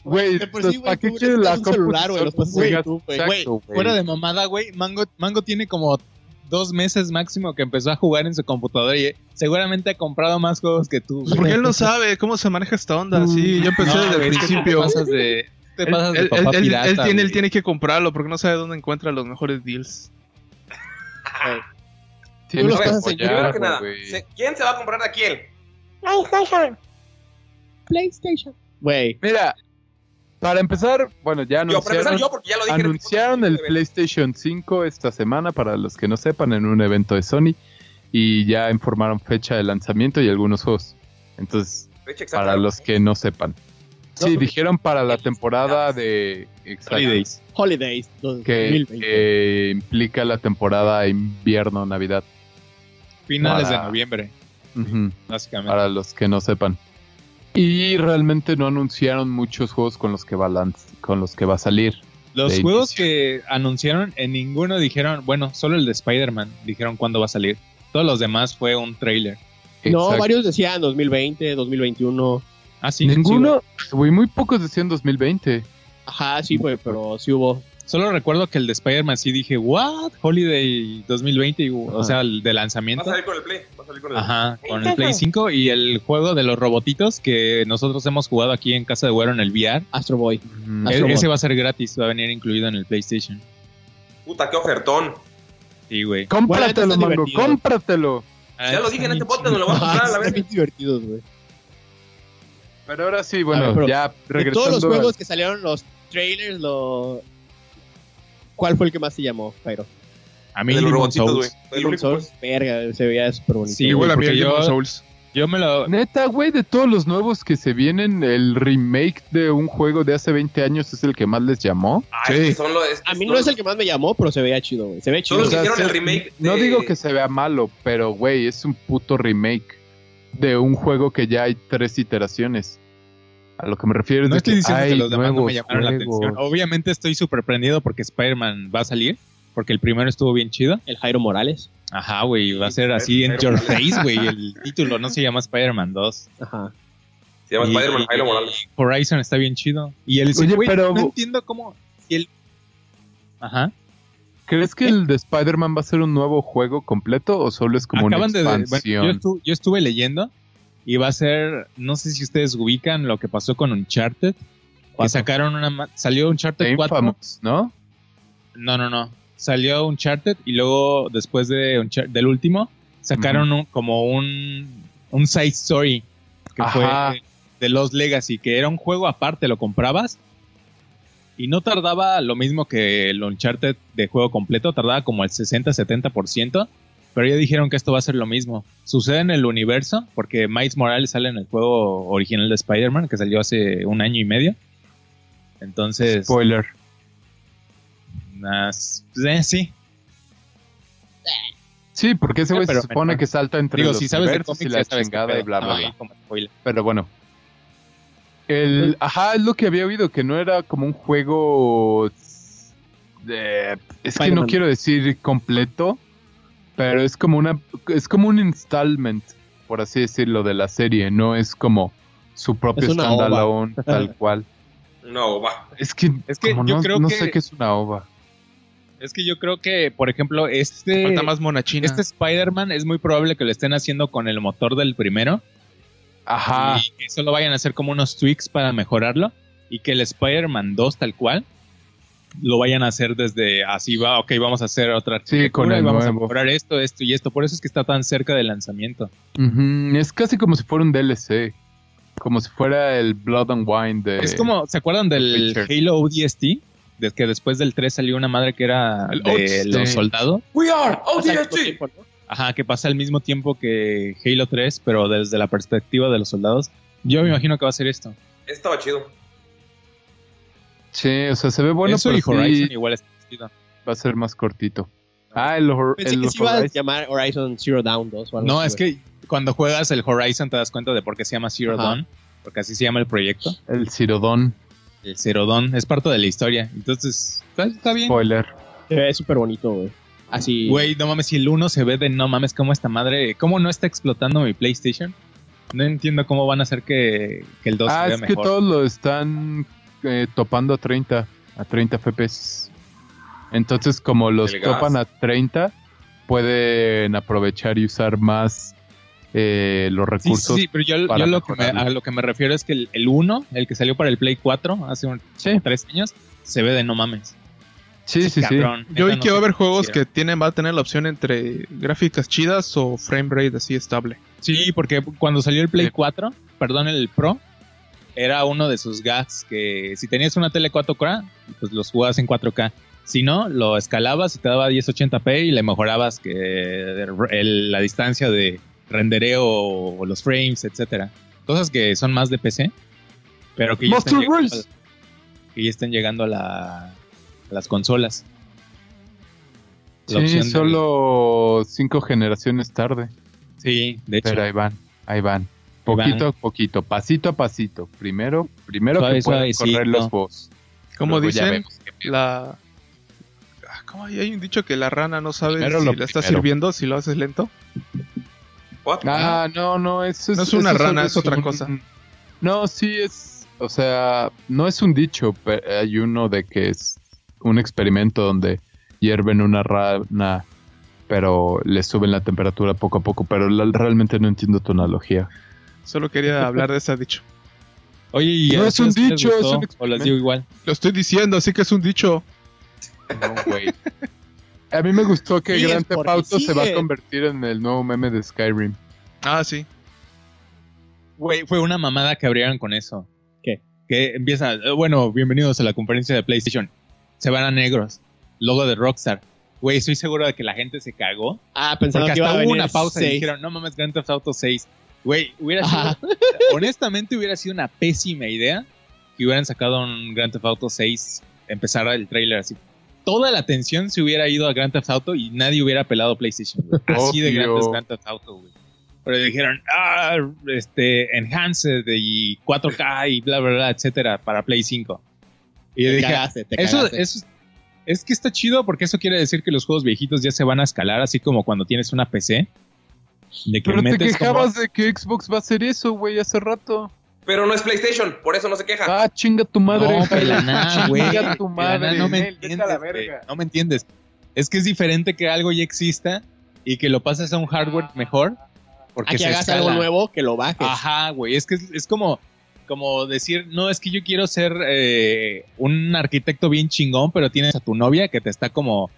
Speaker 6: Güey,
Speaker 7: De por
Speaker 6: los
Speaker 7: sí, güey, tú
Speaker 6: paquetes de
Speaker 7: necesitas
Speaker 6: la
Speaker 7: un celular,
Speaker 6: compu
Speaker 7: güey, los
Speaker 6: son
Speaker 7: pasas en
Speaker 6: gigas-
Speaker 7: YouTube, güey.
Speaker 6: exacto, güey.
Speaker 9: Fuera de mamada, güey. Mango, Mango tiene como dos meses máximo que empezó a jugar en su computadora y eh, seguramente ha comprado más juegos que
Speaker 8: <laughs>
Speaker 9: tú.
Speaker 8: Pues porque él no sabe cómo se maneja esta onda. Pues Sí, yo empecé
Speaker 9: No,
Speaker 8: desde el
Speaker 9: güey, es que tú
Speaker 8: principio.
Speaker 9: Te pasas de, te
Speaker 8: Él,
Speaker 9: pasas de
Speaker 8: él-
Speaker 9: papá
Speaker 8: él- él-
Speaker 9: pirata,
Speaker 8: él tiene, él
Speaker 9: güey.
Speaker 8: tiene que comprarlo porque no sabe dónde encuentra los mejores deals.
Speaker 6: Tienes
Speaker 7: Tú los
Speaker 6: que
Speaker 7: pasas en
Speaker 6: apoyar,
Speaker 5: Primero que nada,
Speaker 6: güey.
Speaker 5: ¿se- ¿quién se va a comprar a quién?
Speaker 3: PlayStation.
Speaker 7: PlayStation. Güey,
Speaker 6: Mira, para empezar, bueno, ya
Speaker 5: Yo, para empezar
Speaker 6: anunciaron,
Speaker 5: yo, porque ya lo dije. en el
Speaker 6: anunciaron el
Speaker 5: puto-
Speaker 6: PlayStation 5 esta semana, para los que no sepan, en un evento de Sony. Y ya informaron fecha de lanzamiento y algunos juegos. Entonces,
Speaker 5: Fecha exacta.
Speaker 6: para los que no sepan. Sí,
Speaker 7: No.
Speaker 6: dijeron para la temporada de... exacto,
Speaker 9: Holidays.
Speaker 7: Holidays
Speaker 6: Que,
Speaker 7: 2020.
Speaker 6: que implica la temporada invierno-navidad.
Speaker 9: Finales
Speaker 6: Para-
Speaker 9: de noviembre,
Speaker 6: Ujú.
Speaker 9: básicamente.
Speaker 6: para los que no sepan. Y realmente no anunciaron muchos juegos con los que va, a lanz- con los que va a salir.
Speaker 9: Los
Speaker 6: de
Speaker 9: juegos que anunciaron, en ninguno dijeron, bueno, solo el de Spider-Man dijeron cuándo va a salir. Todos los demás fue un trailer.
Speaker 7: no,
Speaker 6: Exacto.
Speaker 7: varios decían 2020, 2021.
Speaker 9: Ah, sí. sí,
Speaker 6: Ninguno, güey, muy pocos decían 2020.
Speaker 7: Ajá, sí, güey, pero sí hubo.
Speaker 9: güey. Solo recuerdo que el de Spider-Man sí dije, ¿What? Holiday 2020, y- o
Speaker 6: Ajá.
Speaker 9: sea, el
Speaker 5: Va
Speaker 9: de
Speaker 5: a
Speaker 9: lanzamiento.
Speaker 5: salir con el Play. Va a salir con el
Speaker 9: Ajá, con el Play 5 y el juego de los robotitos que nosotros hemos jugado aquí en casa de Güero en el VR.
Speaker 7: Astro Boy.
Speaker 6: Mm,
Speaker 9: E-
Speaker 7: Astrobot.
Speaker 9: ese va a ser gratis, va a venir incluido en el PlayStation.
Speaker 5: Puta, qué ofertón.
Speaker 9: Sí, güey.
Speaker 6: Cómpratelo,
Speaker 7: Bueno, este
Speaker 6: Mango,
Speaker 7: divertido.
Speaker 6: cómpratelo.
Speaker 9: Ah,
Speaker 5: Ya lo dije en este podcast, me lo voy a comprar a la
Speaker 7: Ajá,
Speaker 5: verga.
Speaker 7: bien divertidos, güey.
Speaker 6: Pero ahora sí, bueno,
Speaker 7: A ver, pero
Speaker 6: ya
Speaker 7: De
Speaker 6: regresando.
Speaker 7: todos los
Speaker 6: al-
Speaker 7: juegos que salieron, los trailers, lo... ¿cuál fue el que más te llamó, Jairo?
Speaker 9: A mí
Speaker 5: de los
Speaker 9: Demon
Speaker 5: robotitos, güey.
Speaker 9: Souls.
Speaker 5: El único, pues.
Speaker 7: Souls, verga, güey, se veía súper bonito.
Speaker 9: Sí,
Speaker 8: Igual a mí
Speaker 9: porque
Speaker 8: el
Speaker 9: yo-
Speaker 8: Demon Souls.
Speaker 9: Yo me lo...
Speaker 6: Neta, güey, de todos los nuevos que se vienen, el remake de un juego de hace 20 años es el que más les llamó.
Speaker 5: Ay,
Speaker 8: Sí.
Speaker 5: Ah, son los- es-
Speaker 7: A mí
Speaker 5: son-
Speaker 7: no es el que más me llamó, pero se veía chido, güey. Se ve
Speaker 5: Son
Speaker 7: chido.
Speaker 5: los que
Speaker 6: O sea,
Speaker 5: hicieron el
Speaker 6: sí,
Speaker 5: remake.
Speaker 6: No
Speaker 5: de-
Speaker 6: digo que se vea malo, pero, güey, es un puto remake de un juego que ya hay tres iteraciones. A lo que me refiero es
Speaker 9: No
Speaker 6: de
Speaker 9: estoy
Speaker 6: que
Speaker 9: diciendo que
Speaker 6: hay
Speaker 9: los demás no me
Speaker 6: nuevos
Speaker 9: llamaron la
Speaker 6: juegos.
Speaker 9: atención. Obviamente estoy súper prendido porque Spider-Man va a salir. Porque el primero estuvo bien chido.
Speaker 7: El Jairo Morales.
Speaker 9: Ajá, güey. Va a ser así en your face, güey. El título no se llama Spider-Man 2.
Speaker 7: Ajá.
Speaker 5: Se llama
Speaker 9: Y-
Speaker 5: Spider-Man
Speaker 9: y-
Speaker 5: Jairo Morales.
Speaker 9: Horizon está bien chido. Y el
Speaker 6: Oye,
Speaker 9: güey,
Speaker 6: pero-
Speaker 9: no entiendo cómo. si el- Ajá.
Speaker 6: ¿Crees que el de Spider-Man va a ser un nuevo juego completo o solo es como
Speaker 9: Acaban
Speaker 6: una
Speaker 9: de. bueno,
Speaker 6: expansión?
Speaker 9: yo, estu- yo estuve leyendo. Y va a ser. No sé si ustedes ubican lo que pasó con Uncharted. Que
Speaker 7: Cuatro.
Speaker 9: sacaron una. ma- Salió Uncharted 4.
Speaker 6: Infamous, ¿no?
Speaker 9: No, no, no. Salió Uncharted y luego, después de Unchar- del último, sacaron un- como un, un side story que
Speaker 6: Ajá.
Speaker 9: fue de Los Legacy, que era un juego aparte, lo comprabas y no tardaba lo mismo que el Uncharted de juego completo, tardaba como el 60-70%, pero ya dijeron que esto va a ser lo mismo. Sucede en el universo, porque Miles Morales sale en el juego original de Spider-Man, que salió hace un año y medio. Entonces...
Speaker 6: Spoiler.
Speaker 9: nas- pues, eh, sí,
Speaker 6: Sí, porque ese güey se
Speaker 9: Ah, Pero-
Speaker 6: supone que salta entre
Speaker 9: Digo,
Speaker 6: los
Speaker 9: si sabes de
Speaker 6: universos
Speaker 9: cómics,
Speaker 6: y la
Speaker 9: ya sabes qué
Speaker 6: chingada
Speaker 9: pedo.
Speaker 6: y bla, bla,
Speaker 9: Ah,
Speaker 6: bla.
Speaker 9: como spoiler.
Speaker 6: Pero bueno. El, ajá, es lo que había oído, que no era como un juego... de- es que no
Speaker 7: Spider-Man.
Speaker 6: quiero decir completo, pero es como una es como un installment, por así decirlo, de la serie. No es como su propio
Speaker 7: Es una ova.
Speaker 6: standalone
Speaker 9: <laughs>
Speaker 6: tal cual.
Speaker 5: No, va.
Speaker 6: Es que,
Speaker 9: Es que
Speaker 6: como
Speaker 9: yo
Speaker 6: no,
Speaker 9: creo
Speaker 6: no
Speaker 9: que-
Speaker 6: sé qué es una ova.
Speaker 9: Es que yo creo que, por ejemplo, este,
Speaker 8: Falta más monachina.
Speaker 9: este Spider-Man es muy probable que lo estén haciendo con el motor del primero
Speaker 6: Ajá.
Speaker 9: y que solo vayan a hacer como unos tweaks para mejorarlo y que el Spider-Man 2 tal cual lo vayan a hacer desde así va, ok, vamos a hacer otra
Speaker 6: Sí,
Speaker 9: arquitectura
Speaker 6: con el
Speaker 9: y vamos
Speaker 6: nuevo.
Speaker 9: a mejorar esto, esto y esto. Por eso es que está tan cerca del lanzamiento.
Speaker 6: Ujú, Es casi como si fuera un DLC. Como si fuera el Blood and Wine de...
Speaker 9: es como, ¿se acuerdan del
Speaker 6: Witcher.
Speaker 9: Halo ODST? De que después del 3 salió una madre que era
Speaker 8: El
Speaker 9: de
Speaker 8: ODST.
Speaker 9: los soldados.
Speaker 5: We are ODST.
Speaker 7: Tiempo, ¿no?
Speaker 9: Ajá, que pasa al mismo tiempo que Halo 3, pero desde la perspectiva de los soldados. Yo me imagino que va a ser esto.
Speaker 5: Estaba chido.
Speaker 6: Sí, o sea, se ve bueno,
Speaker 9: Eso
Speaker 6: pero
Speaker 9: y Horizon
Speaker 6: sí
Speaker 9: igual está chido.
Speaker 6: va a ser más cortito. Ah, el, hor-
Speaker 7: Pensé
Speaker 6: el
Speaker 7: que se iba a
Speaker 6: Horizon.
Speaker 7: llamar Horizon Zero Dawn 2 o algo
Speaker 9: No,
Speaker 7: así,
Speaker 9: es
Speaker 7: güey.
Speaker 9: que cuando juegas el Horizon te das cuenta de por qué se llama Zero
Speaker 7: Ajá.
Speaker 9: Dawn, porque así se llama el proyecto.
Speaker 6: El Cirodón.
Speaker 9: El Zero Dawn es parte de la historia. Entonces, está, está bien.
Speaker 6: Spoiler.
Speaker 7: Se ve súper bonito, güey. Así.
Speaker 9: Güey, no mames, si el 1 se ve de no mames, cómo esta madre, cómo no está explotando mi PlayStation. No entiendo cómo van a hacer que, que el 2
Speaker 6: ah,
Speaker 9: se vea
Speaker 6: es que
Speaker 9: mejor.
Speaker 6: todos lo están eh, topando a 30. A 30 FPS. Entonces, como los
Speaker 5: El gas.
Speaker 6: topan a 30, pueden aprovechar y usar más eh, los
Speaker 9: Sí,
Speaker 6: recursos.
Speaker 9: sí, sí, pero yo,
Speaker 6: para
Speaker 9: yo lo que me-
Speaker 6: mejorarlo.
Speaker 9: a lo que me refiero es que el, el 1, el que salió para el Play 4 hace un, como tres años, se ve de no mames.
Speaker 6: Sí, sí, sí.
Speaker 9: Cabrón,
Speaker 8: Yo
Speaker 9: neta,
Speaker 8: vi
Speaker 9: no
Speaker 8: que va a
Speaker 9: sé
Speaker 8: haber
Speaker 9: qué
Speaker 8: juegos que
Speaker 9: hicieron.
Speaker 8: tienen, va a tener la opción entre gráficas chidas o frame rate así estable.
Speaker 9: Sí, porque cuando salió el Play
Speaker 8: Sí.
Speaker 9: 4, perdón, el Pro, era uno de sus gags que si tenías una tele 4K, pues los jugabas en 4K. Si no, lo escalabas y te daba 1080p y le mejorabas que eh, el- la distancia de rendereo o los frames, etcétera. Cosas que son más de PC, pero que ya, están
Speaker 6: Master
Speaker 9: llegando,
Speaker 6: Race.
Speaker 9: que ya están llegando a, la- a las consolas. La
Speaker 6: Sí,
Speaker 9: opción de-
Speaker 6: solo cinco generaciones tarde.
Speaker 9: Sí, de hecho.
Speaker 6: Pero ahí van, ahí van. Poquito
Speaker 8: eh.
Speaker 6: a poquito, pasito a pasito. Primero, primero
Speaker 9: Suave,
Speaker 6: que puedan
Speaker 9: suavecito.
Speaker 6: correr los boss.
Speaker 8: Como
Speaker 6: Luego ya
Speaker 8: dicen,
Speaker 6: vemos qué
Speaker 8: la... Ah, ¿Cómo hay hay un dicho que la rana no sabe
Speaker 6: Primero
Speaker 8: si
Speaker 6: lo
Speaker 8: la estás
Speaker 6: primero.
Speaker 8: sirviendo si lo haces lento?
Speaker 5: What?
Speaker 6: Ah, no, no, eso es...
Speaker 8: No es una
Speaker 6: eso solo
Speaker 8: rana, es otra cosa.
Speaker 6: No, sí es... O sea, no es un dicho, pero hay uno de que es un experimento donde hierven una rana, pero le suben la temperatura poco a poco, pero la- realmente no entiendo tu analogía.
Speaker 8: Solo quería hablar de ese dicho.
Speaker 9: Oye, ¿y
Speaker 6: No
Speaker 9: a
Speaker 6: es un
Speaker 9: ustedes les
Speaker 6: dicho, es
Speaker 9: gustó?
Speaker 6: un
Speaker 9: O les digo igual.
Speaker 8: Lo estoy diciendo, así que es un dicho.
Speaker 6: No, güey. A mí me gustó que
Speaker 7: Sigue,
Speaker 6: Gran Theft
Speaker 7: porque
Speaker 6: Auto se va a
Speaker 7: sigue.
Speaker 6: convertir en el nuevo meme de Skyrim.
Speaker 8: Ah, sí.
Speaker 9: Güey, fue una mamada que abrieron con eso.
Speaker 7: ¿Qué?
Speaker 9: Que empieza, eh, bueno, bienvenidos a la conferencia de PlayStation. Se van a negros. Logo de Rockstar. Güey, estoy seguro de que la gente se cagó.
Speaker 7: Ah, pensaba
Speaker 9: porque
Speaker 7: que iba
Speaker 9: hasta
Speaker 7: a
Speaker 9: hubo
Speaker 7: venir
Speaker 9: una pausa y
Speaker 7: seis.
Speaker 9: dijeron, no mames, Grand Theft Auto 6. Güey, hubiera sido, <laughs>
Speaker 7: Ajá.
Speaker 9: honestamente hubiera sido una pésima idea que hubieran sacado un Grand Theft Auto 6, empezar el trailer así. Toda la atención se hubiera ido a Grand Theft Auto y nadie hubiera pelado PlayStation. güey. Así de grande es
Speaker 6: Obvio.
Speaker 9: Grand Theft Auto, güey. Pero dijeron, ah, este, enhanced y 4K y bla, bla, bla, etcétera, para Play 5. Y yo
Speaker 7: Te
Speaker 9: dije,
Speaker 7: cagaste, te
Speaker 9: eso,
Speaker 7: cagaste.
Speaker 9: eso es que está chido porque eso quiere decir que los juegos viejitos ya se van a escalar, así como cuando tienes una PC. De que
Speaker 6: Pero te
Speaker 9: metes como-
Speaker 6: quejabas de que Xbox va a hacer eso, güey, hace rato.
Speaker 5: Pero no es PlayStation, por eso no se queja.
Speaker 6: Ah, chinga tu madre.
Speaker 9: No,
Speaker 6: <laughs>
Speaker 9: Pelaná, güey.
Speaker 6: Chinga tu
Speaker 9: Pelaná,
Speaker 6: madre.
Speaker 9: no me
Speaker 10: Nel, vete a la
Speaker 9: entiendes. güey.
Speaker 10: verga.
Speaker 9: No me entiendes. Es que es diferente que algo ya exista y que lo pases a un hardware mejor. Porque
Speaker 7: A que
Speaker 9: se
Speaker 7: hagas
Speaker 9: escala.
Speaker 7: algo nuevo, que lo bajes.
Speaker 9: Ajá, güey. Es que es, es como, como decir, no, es que yo quiero ser eh, un arquitecto bien chingón, pero tienes a tu novia que te está como.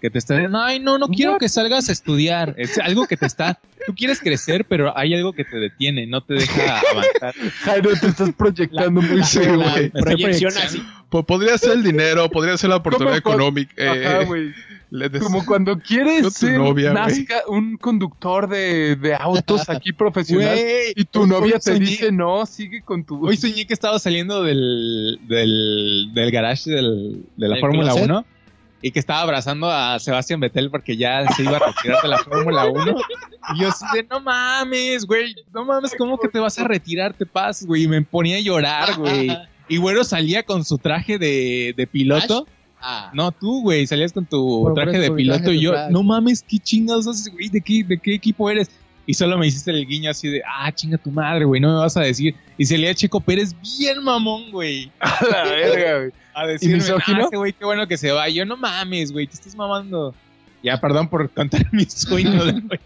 Speaker 9: Que te está. No, ay, no, no quiero que salgas a estudiar. Es algo que te está. Tú quieres crecer, pero hay algo que te detiene, no te deja avanzar.
Speaker 6: Jairo, te estás proyectando muy
Speaker 7: La-
Speaker 6: feo,
Speaker 7: la
Speaker 6: güey.
Speaker 7: proyección así.
Speaker 8: Po- Pues podría ser el dinero, podría ser la oportunidad
Speaker 6: ¿Cómo cuando-
Speaker 8: económica. eh,
Speaker 6: Ajá, güey.
Speaker 8: le
Speaker 9: eh,
Speaker 8: des-
Speaker 6: Como cuando
Speaker 8: Yo
Speaker 6: quieres
Speaker 8: tu
Speaker 6: ser
Speaker 8: novia, güey.
Speaker 6: nazca- un conductor de, de autos aquí profesional
Speaker 9: Güey,
Speaker 6: y tu
Speaker 9: hoy-
Speaker 6: novia
Speaker 9: hoy
Speaker 6: te
Speaker 9: soñé-
Speaker 6: dice no, sigue con tu...
Speaker 9: Hoy soñé que estaba saliendo del, del, del garage del- de la
Speaker 7: ¿Del
Speaker 9: Fórmula
Speaker 7: closet?
Speaker 9: 1 y que estaba abrazando a Sebastián Vettel porque ya se iba a retirar de la Fórmula 1. Y yo así de, no mames, güey, no mames, ¿cómo que te vas a retirar? Te pasas, güey. Y me ponía a llorar, güey. Y güero salía con su traje de, de piloto.
Speaker 7: Ah.
Speaker 9: No, tú, güey, salías con tu
Speaker 7: Por
Speaker 9: traje de
Speaker 7: supuesto, mi
Speaker 9: piloto
Speaker 7: traje
Speaker 9: y
Speaker 7: de
Speaker 9: yo,
Speaker 7: traje.
Speaker 9: no mames, qué chingados haces, güey, ¿De qué, de qué equipo eres. Y solo me hiciste el guiño así de, ah, chinga tu madre, güey, no me vas a decir. Y salía Checo Pérez bien mamón, güey.
Speaker 6: A la verga, güey.
Speaker 9: A decirme,
Speaker 6: misógino?
Speaker 9: ah, ese güey, qué bueno que se va. Y yo, no mames, güey, te estás mamando. Ya, perdón por contar <laughs> mis sueños, güey.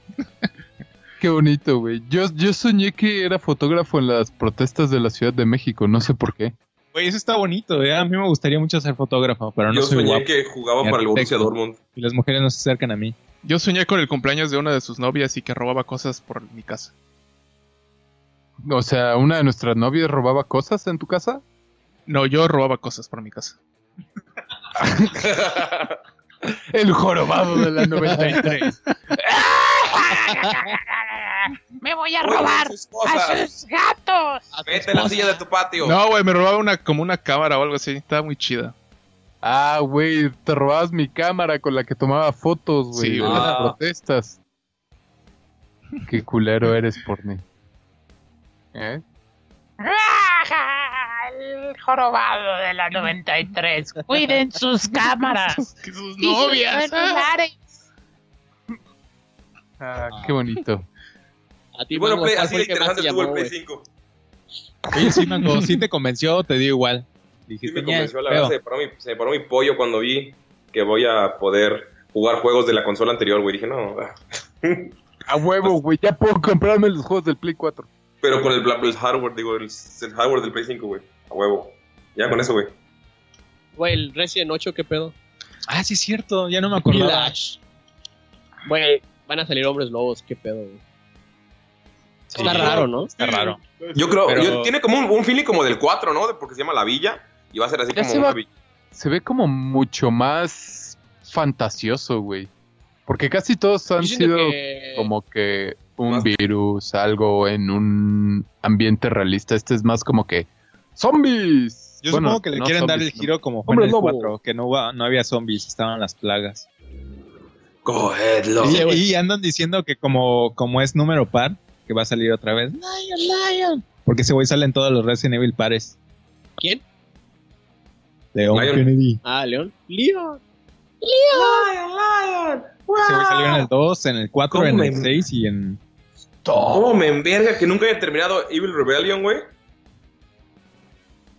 Speaker 6: Qué bonito, güey. Yo, yo soñé que era fotógrafo en las protestas de la Ciudad de México, no sé por qué.
Speaker 9: Güey, eso está bonito, ¿eh? A mí me gustaría mucho ser fotógrafo, pero no
Speaker 5: Yo
Speaker 9: soy
Speaker 5: soñé
Speaker 9: guapo.
Speaker 5: que jugaba para el Borussia
Speaker 9: Arquitecto.
Speaker 5: Dortmund.
Speaker 9: <laughs> Y las mujeres no se acercan a mí.
Speaker 8: <laughs> Yo soñé con el cumpleaños de una de sus novias y que robaba cosas por mi casa.
Speaker 6: O sea, ¿una de nuestras novias robaba cosas en tu casa?
Speaker 8: No, yo robaba cosas por mi casa.
Speaker 6: El jorobado de la 93.
Speaker 3: Me voy a robar
Speaker 5: Sus
Speaker 3: a
Speaker 5: cosas.
Speaker 3: sus gatos.
Speaker 5: Vete a la silla de tu patio.
Speaker 8: No, güey, me robaba una como una cámara o algo así. Estaba muy chida.
Speaker 6: ah, güey, te robabas mi cámara con la que tomaba fotos, güey,
Speaker 8: Sí,
Speaker 6: de
Speaker 8: güey.
Speaker 6: las
Speaker 5: Ah.
Speaker 6: protestas. Qué culero eres, Porni. ¿Eh?
Speaker 3: El jorobado de la 93. Cuiden sus cámaras.
Speaker 8: Que sus
Speaker 3: y sus celulares.
Speaker 6: Ah, qué bonito.
Speaker 7: A ti,
Speaker 5: Y bueno,
Speaker 7: Mango,
Speaker 5: Play-
Speaker 7: ¿cuál
Speaker 5: así
Speaker 7: fue
Speaker 5: de
Speaker 7: el que más
Speaker 5: interesante
Speaker 7: te
Speaker 5: estuvo el
Speaker 7: llamó,
Speaker 5: Play
Speaker 7: güey?
Speaker 5: 5.
Speaker 9: Oye, sí, Mango, sí te convenció, o te dio igual.
Speaker 5: Sí
Speaker 9: Dijiste,
Speaker 5: me
Speaker 9: "Ñe,
Speaker 5: convenció, la
Speaker 9: feo".
Speaker 5: verdad, se me, paró mi, se me paró mi pollo cuando vi que voy a poder jugar juegos de la consola anterior, güey. Dije, no, ah.
Speaker 6: A huevo, güey, ya puedo comprarme los juegos del Play 4.
Speaker 5: pero con el, bla- el hardware, digo, el, el hardware del Play 5, güey. A huevo. Ya con eso, güey.
Speaker 7: Güey, el Resident 8, ¿qué pedo?
Speaker 9: Ah, sí, es cierto, ya no me acordaba.
Speaker 7: Güey, van a salir hombres lobos, ¿qué pedo, güey? Está raro, ¿no?
Speaker 9: Está raro.
Speaker 5: Yo creo,
Speaker 9: Pero-
Speaker 5: yo- tiene como un, un feeling como del 4, ¿no? De- Porque se llama La Villa y va a ser así
Speaker 6: Ya
Speaker 5: como
Speaker 6: se
Speaker 5: una
Speaker 6: va-
Speaker 5: villa.
Speaker 6: se ve como mucho más fantasioso, güey. Porque casi todos han
Speaker 7: Yo siento
Speaker 6: sido
Speaker 7: que-
Speaker 6: como que un
Speaker 5: Más-
Speaker 6: virus, algo en un ambiente realista. Este es más como que zombies.
Speaker 9: Yo
Speaker 6: Bueno,
Speaker 9: supongo que le
Speaker 6: no
Speaker 9: quieren dar el
Speaker 6: zombies, ¿no?
Speaker 9: giro como fue en
Speaker 6: Hombre
Speaker 9: el
Speaker 6: lobo.
Speaker 9: 4, que no, hubo- no había zombies, estaban las plagas.
Speaker 5: Cogedlo.
Speaker 7: Sí, güey.
Speaker 9: Y, y andan diciendo que como, como es número par, que va a salir otra vez. Lion, Lion. Porque ese güey sale en todos los Resident Evil pares.
Speaker 7: ¿Quién?
Speaker 9: Leon
Speaker 5: Lion.
Speaker 9: Kennedy.
Speaker 7: Ah, León. León.
Speaker 9: Ese güey salió en el 2, en el 4,
Speaker 5: ¿Cómo
Speaker 9: en el
Speaker 5: me-
Speaker 9: 6 y en...
Speaker 5: ¿Cómo me enverga que nunca haya terminado Evil Rebellion, güey?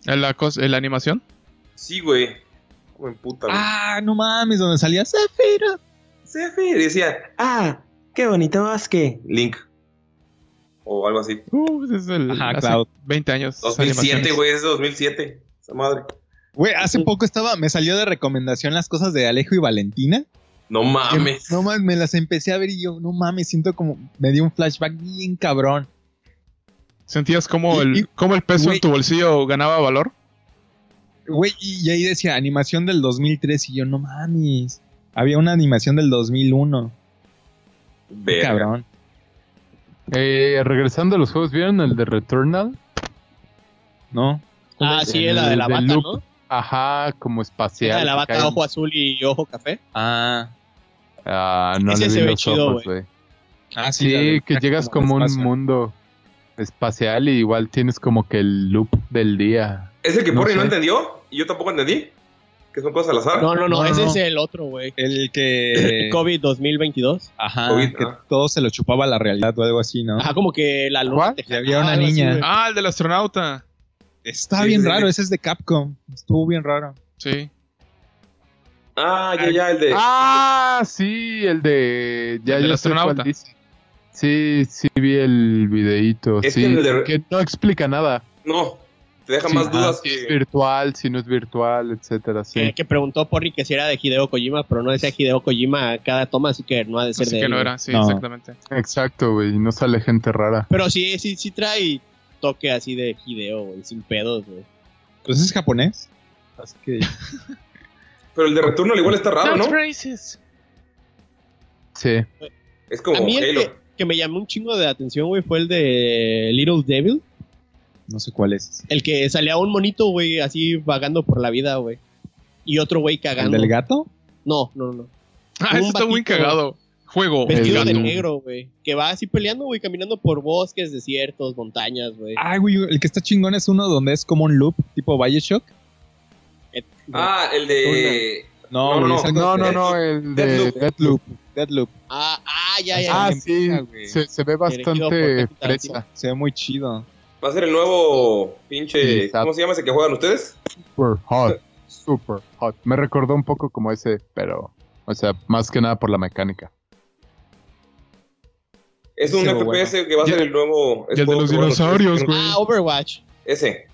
Speaker 8: ¿En la, cos- en la animación?
Speaker 5: Sí, güey. Como en puta, güey.
Speaker 9: Ah, no mames, donde salía Zafiro.
Speaker 5: Sefi, y decía, ah, qué bonito bosque. Link. O algo así.
Speaker 8: Uh, es el,
Speaker 9: Ajá,
Speaker 8: hace
Speaker 9: Cloud.
Speaker 8: 20 años. esa
Speaker 5: 2007,
Speaker 8: animación.
Speaker 5: güey, es 2007. Esa madre.
Speaker 9: Güey, hace poco estaba, me salió de recomendación las cosas de Alejo y Valentina.
Speaker 5: No
Speaker 9: Que-
Speaker 5: mames.
Speaker 9: No mames, me las empecé a ver y yo, no mames, siento como, me dio un flashback bien cabrón.
Speaker 8: ¿Sentías como
Speaker 9: Y-
Speaker 8: el,
Speaker 9: y-
Speaker 8: como el peso
Speaker 9: güey.
Speaker 8: en tu bolsillo ganaba valor?
Speaker 9: Güey, y y ahí decía animación del 2003 y yo, no mames. Había una animación del 2001.
Speaker 5: Verga.
Speaker 9: Cabrón.
Speaker 6: Eh, regresando a los juegos, ¿vieron el de Returnal?
Speaker 9: No.
Speaker 7: Ah, sí, la de la
Speaker 6: Del
Speaker 7: bata,
Speaker 6: loop
Speaker 7: ¿no?
Speaker 6: Ajá, como espacial.
Speaker 7: La de la
Speaker 6: que
Speaker 7: bata,
Speaker 6: cae-
Speaker 7: ojo azul y ojo café.
Speaker 9: Ah.
Speaker 6: Ah, no
Speaker 7: Ese
Speaker 6: le
Speaker 7: se
Speaker 6: vi
Speaker 7: ve
Speaker 6: los
Speaker 7: chido,
Speaker 6: ojos, güey.
Speaker 9: Ah,
Speaker 6: Sí,
Speaker 9: la del-
Speaker 6: que llegas como un
Speaker 9: espacio.
Speaker 6: mundo espacial y igual tienes como que el loop del día.
Speaker 5: ¿Es el que
Speaker 6: No
Speaker 5: Porri no
Speaker 6: sé.
Speaker 5: entendió? Y yo tampoco entendí. Que son cosas al azar.
Speaker 7: No, no, no,
Speaker 9: No,
Speaker 7: ese
Speaker 9: no.
Speaker 7: es el otro, güey.
Speaker 9: El
Speaker 7: <laughs>
Speaker 9: que.
Speaker 7: COVID 2022.
Speaker 9: Ajá.
Speaker 5: COVID,
Speaker 9: que
Speaker 5: ajá.
Speaker 9: todo se lo chupaba la realidad o algo así, ¿no?
Speaker 7: Ajá, como que la luna
Speaker 6: ¿Cuál?
Speaker 7: te
Speaker 9: Y había
Speaker 7: jalaba,
Speaker 9: una
Speaker 7: algo así,
Speaker 9: niña.
Speaker 7: güey.
Speaker 8: Ah, el del astronauta.
Speaker 9: Está
Speaker 5: Sí,
Speaker 9: bien
Speaker 5: sí,
Speaker 9: raro,
Speaker 5: sí.
Speaker 9: ese es de Capcom. Estuvo bien raro.
Speaker 8: Sí.
Speaker 5: Ah, ya, ya, el de.
Speaker 6: Ah, sí, el de. Ya,
Speaker 8: El del
Speaker 6: ya sé cuál
Speaker 8: astronauta.
Speaker 6: dice. Sí, sí, vi el videíto.
Speaker 9: Este
Speaker 5: Es
Speaker 6: sí,
Speaker 5: que este, el de-
Speaker 6: que no explica nada.
Speaker 5: No, te deja
Speaker 6: Sí,
Speaker 5: más
Speaker 6: ah,
Speaker 5: dudas
Speaker 6: si es
Speaker 5: que.
Speaker 6: virtual, si no es virtual, etcétera. Sí.
Speaker 7: eh, Que, que preguntó Porri que si era de Hideo Kojima, pero no decía Hideo Kojima a cada toma, así que no ha de ser
Speaker 8: Así
Speaker 7: de
Speaker 8: que
Speaker 7: él,
Speaker 8: no
Speaker 7: güey.
Speaker 8: era, sí,
Speaker 9: No.
Speaker 8: exactamente.
Speaker 6: Exacto, güey. No sale gente rara.
Speaker 7: Pero sí, sí, sí trae toque así de Hideo, güey, sin pedos, güey.
Speaker 9: Pues es japonés. Así que.
Speaker 5: Pero el de retorno al igual está
Speaker 6: Ah,
Speaker 5: raro, ¿no?
Speaker 8: <laughs>
Speaker 3: That's
Speaker 8: Ah,
Speaker 3: racist.
Speaker 6: Sí.
Speaker 5: Es como
Speaker 7: a mí este- el
Speaker 5: Halo.
Speaker 7: que, que me llamó un chingo de atención, güey, fue el de Little Devil.
Speaker 9: No sé cuál es.
Speaker 7: El que salía un monito, güey, así vagando por la vida, güey. Y otro güey
Speaker 9: ¿El
Speaker 7: cagando.
Speaker 9: del gato?
Speaker 7: No, no, no.
Speaker 8: Ah, ese está
Speaker 7: batito,
Speaker 8: muy cagado. Juego.
Speaker 7: Vestido
Speaker 8: Oh, el
Speaker 7: de
Speaker 8: gato.
Speaker 7: negro, güey. Que va así peleando, güey, caminando por bosques, desiertos, montañas, güey.
Speaker 9: Ay, güey, el que está chingón es uno donde es como un loop tipo Bioshock.
Speaker 5: Ah, el de.
Speaker 9: No,
Speaker 5: No,
Speaker 9: güey,
Speaker 5: no,
Speaker 9: es algo
Speaker 6: No, no,
Speaker 9: de-
Speaker 6: no,
Speaker 7: eh,
Speaker 6: el de
Speaker 5: Deathloop.
Speaker 6: Deathloop.
Speaker 9: Deadloop.
Speaker 7: Ah, ah, ya,
Speaker 9: Ese
Speaker 7: ya.
Speaker 6: Ah,
Speaker 9: Ah,
Speaker 6: sí.
Speaker 9: güey.
Speaker 6: Se, se ve bastante
Speaker 7: Dirigido por Quentin
Speaker 6: fresa.
Speaker 9: Se ve muy chido.
Speaker 5: Va a ser el nuevo pinche.
Speaker 6: Exacto.
Speaker 5: ¿Cómo se llama ese que juegan ustedes?
Speaker 6: Super hot. Super hot. Me recordó un poco como ese, pero. O sea, más que nada por la mecánica.
Speaker 5: Es un
Speaker 9: Ese,
Speaker 5: FPS que va a
Speaker 8: Y-
Speaker 5: ser el nuevo.
Speaker 8: y el de
Speaker 5: juego
Speaker 8: los
Speaker 5: que juegan ustedes.
Speaker 8: dinosaurios, güey.
Speaker 7: Ah, Overwatch.
Speaker 5: Ese.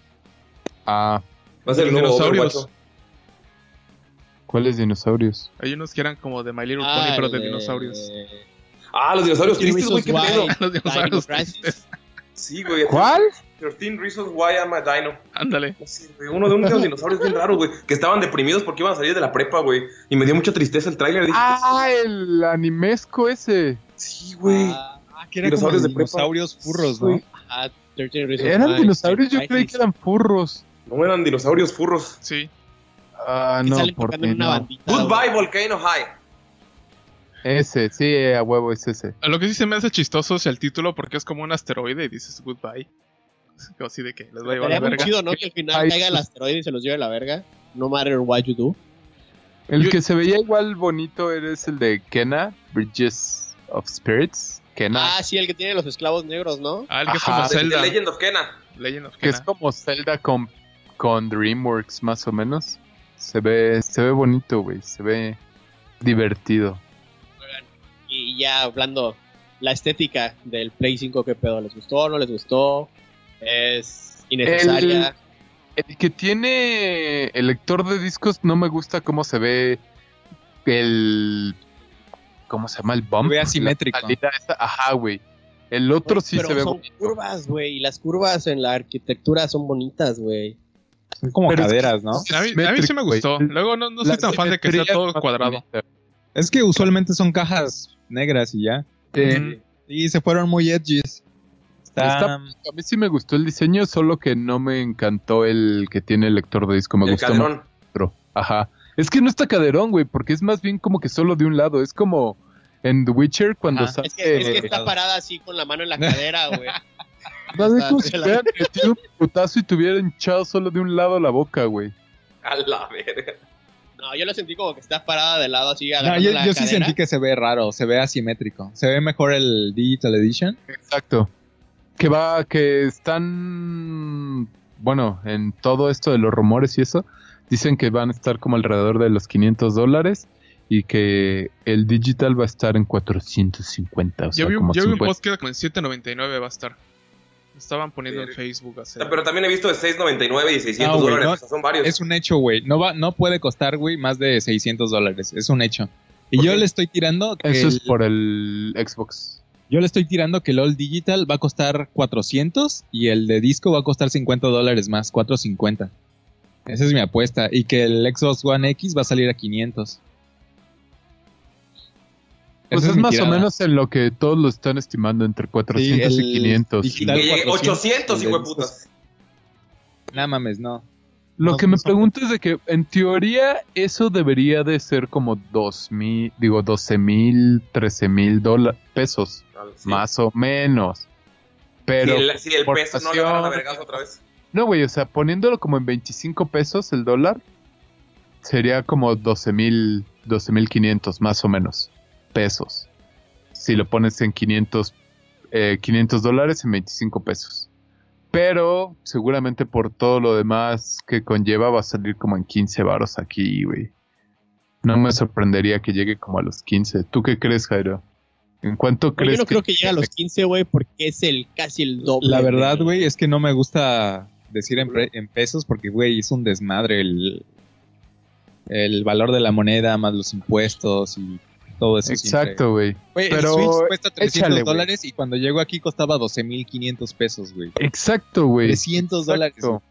Speaker 6: Ah,
Speaker 5: Va a ser el
Speaker 8: Los
Speaker 5: nuevo
Speaker 8: dinosaurios.
Speaker 5: Overwatch.
Speaker 6: ¿cuáles dinosaurios?
Speaker 8: Hay unos que eran como de My Little
Speaker 7: Ah,
Speaker 8: Pony, pero de
Speaker 7: el
Speaker 8: dinosaurios.
Speaker 5: Ah, los dinosaurios tristes, güey, qué
Speaker 7: Reasons
Speaker 5: pedo.
Speaker 7: Why.
Speaker 8: Los <laughs> dinosaurios
Speaker 7: Dino
Speaker 8: tristes.
Speaker 5: Sí, güey. 13 Reasons Why I'm a Dino.
Speaker 8: Ándale.
Speaker 5: No sé, güey, Uno de unos dinosaurios bien raros, güey. Que estaban deprimidos porque iban a salir de la prepa, güey. Y me dio mucha tristeza el tráiler. Dije,
Speaker 6: Ah, el animesco ese.
Speaker 5: sí, güey.
Speaker 7: Ah, ah,
Speaker 9: que
Speaker 5: era como Dinosaurios de prepa.
Speaker 9: dinosaurios furros,
Speaker 5: Sí,
Speaker 9: ¿no?
Speaker 7: ah, 13 Reasons
Speaker 6: ¿Eran
Speaker 7: Why.
Speaker 6: dinosaurios? Yo
Speaker 7: Ay,
Speaker 6: creí
Speaker 7: sí,
Speaker 6: que eran furros.
Speaker 5: "Pues, No eran dinosaurios furros.
Speaker 8: Sí.
Speaker 6: Ah,
Speaker 7: que
Speaker 6: no,
Speaker 7: salen
Speaker 6: por
Speaker 7: tocando en
Speaker 6: mí
Speaker 7: una
Speaker 6: no.
Speaker 7: bandita.
Speaker 5: Goodbye, Volcano High.
Speaker 6: Ese, sí, eh, a huevo es ese.
Speaker 8: A Lo que sí se me hace chistoso es el título porque es como un asteroide y dices goodbye. Así de que les va a llevar la
Speaker 7: Sería muy
Speaker 8: verga.
Speaker 7: chido, ¿no? Que al final
Speaker 6: Ay,
Speaker 7: caiga el
Speaker 6: sí.
Speaker 7: asteroide y se los lleve la verga. No matter what you do.
Speaker 6: El
Speaker 8: Yo-
Speaker 6: que se veía igual bonito era es el de Kena, Bridges of Spirits. Kena,
Speaker 7: Ah, sí, el que tiene los esclavos negros, ¿no?
Speaker 8: Ah, el que es
Speaker 6: Ajá.
Speaker 8: como
Speaker 5: The, The
Speaker 8: Zelda.
Speaker 5: Legend of Kena.
Speaker 8: Legend of
Speaker 6: que
Speaker 8: Kena.
Speaker 6: es como Zelda con, con DreamWorks, más o menos. Se ve, se ve bonito, güey. Se ve divertido.
Speaker 7: Y ya hablando, la estética del Play 5, ¿qué pedo? ¿Les gustó? ¿No les gustó? ¿Es innecesaria?
Speaker 6: El que tiene el lector de discos no me gusta cómo se ve el... ¿Cómo se llama? El bump.
Speaker 9: Se ve
Speaker 6: la
Speaker 9: asimétrico.
Speaker 6: salida esa. Ajá, güey. El otro sí
Speaker 7: Pero
Speaker 6: se ve
Speaker 7: son
Speaker 6: bonito.
Speaker 7: curvas, güey. Y las curvas en la arquitectura son bonitas, güey.
Speaker 9: Son como
Speaker 6: Pero es que-
Speaker 9: caderas, ¿no?
Speaker 8: A mí, a mí sí me gustó. Luego no, no soy
Speaker 6: La
Speaker 8: tan fan de que sea
Speaker 6: simetría
Speaker 8: todo
Speaker 6: es más
Speaker 8: cuadrado.
Speaker 6: bonita.
Speaker 9: Es que usualmente son cajas negras y ya.
Speaker 6: Sí.
Speaker 8: Ujú.
Speaker 9: Y se fueron muy edgys. Está-
Speaker 6: Está- a mí sí me gustó el diseño, solo que no me encantó el que tiene el lector de disco. Me
Speaker 5: el
Speaker 6: gustó más
Speaker 5: caderón.
Speaker 6: el otro. Ajá. Es que no está caderón, güey, porque es más bien como que solo de un lado. Es como en The Witcher cuando
Speaker 9: Ajá.
Speaker 6: sale.
Speaker 7: Es que, es que
Speaker 9: Eh,
Speaker 7: está parada así con la mano en la cadera,
Speaker 6: <laughs>
Speaker 7: güey.
Speaker 6: Más bien como si
Speaker 7: está- <laughs>
Speaker 6: hubieran metido un putazo y te hubieran echado solo de un lado la boca, güey.
Speaker 5: A la verga.
Speaker 7: No, yo lo sentí como que está parada de lado así.
Speaker 9: No,
Speaker 7: agarrando
Speaker 9: yo,
Speaker 7: la
Speaker 9: yo sí
Speaker 7: cadera.
Speaker 9: sentí que se ve raro, se ve asimétrico. Se ve mejor el Digital Edition.
Speaker 6: Exacto. Que va, que están. Bueno, en todo esto de los rumores y eso, dicen que van a estar como alrededor de los 500 dólares y que el digital va a estar en 450. O sea,
Speaker 8: Yo vi, un-
Speaker 6: como
Speaker 8: yo vi un
Speaker 6: 50.
Speaker 8: post que era como en 7.99 va a estar. Estaban poniendo en Facebook hace...
Speaker 5: Pero también he visto de 6.99 y 600
Speaker 9: No, güey,
Speaker 5: dólares.
Speaker 9: no.
Speaker 5: o sea, son varios.
Speaker 9: Es un hecho, güey. No, va, no puede costar, güey, más de 600 dólares. Es un hecho. Y
Speaker 5: ¿Por
Speaker 9: yo
Speaker 5: qué?
Speaker 9: le estoy tirando que
Speaker 6: Eso es
Speaker 9: el-
Speaker 6: por el Xbox.
Speaker 9: yo le estoy tirando que el All Digital va a costar 400 y el de disco va a costar 50 dólares más, 450. Esa es mi apuesta. Y que el Xbox One X va a salir a 500.
Speaker 6: Pues
Speaker 9: Esa
Speaker 6: es,
Speaker 9: mi
Speaker 6: más
Speaker 9: tirada.
Speaker 6: o menos en lo que todos lo están estimando, entre 400
Speaker 9: Sí, el
Speaker 6: y 500.
Speaker 5: Y
Speaker 9: digital.
Speaker 5: que llegue
Speaker 9: 400,
Speaker 5: 800, hijo de
Speaker 9: entonces.
Speaker 5: putas.
Speaker 9: No mames, no.
Speaker 6: Lo
Speaker 9: No,
Speaker 6: que
Speaker 9: no
Speaker 6: me
Speaker 9: son-
Speaker 6: pregunto es de que, en teoría, eso debería de ser como 2,000, digo, 12 mil, 13 mil dólares, pesos,
Speaker 5: Sí.
Speaker 6: más o menos.
Speaker 5: Si
Speaker 6: Pero,
Speaker 5: el, si el
Speaker 6: por
Speaker 5: peso no le van a
Speaker 6: pasión.
Speaker 5: vergas otra vez.
Speaker 6: no, güey, o sea, poniéndolo como en 25 pesos el dólar, sería como 12 mil, 12 mil 500, más o menos, pesos. Si lo pones en 500, eh, 500 dólares en 25 pesos. Pero seguramente por todo lo demás que conlleva va a salir como en 15 varos aquí, güey. No me sorprendería que llegue como a los 15. ¿Tú qué crees, Jairo? ¿En cuánto
Speaker 7: Pero
Speaker 6: crees
Speaker 7: yo no creo que llegue a los 15, güey, porque es el casi el doble.
Speaker 9: La verdad,
Speaker 7: de-
Speaker 9: güey, es que no me gusta decir en, pre- en pesos porque, güey, es un desmadre el, el valor de la moneda más los impuestos y todo eso. siempre.
Speaker 6: Exacto, güey.
Speaker 9: Güey,
Speaker 6: Pero
Speaker 9: el Switch cuesta 300
Speaker 6: échale, güey.
Speaker 9: dólares y cuando llegó aquí costaba 12.500 pesos, güey.
Speaker 6: Exacto, güey.
Speaker 9: 300 dólares.
Speaker 6: Exacto.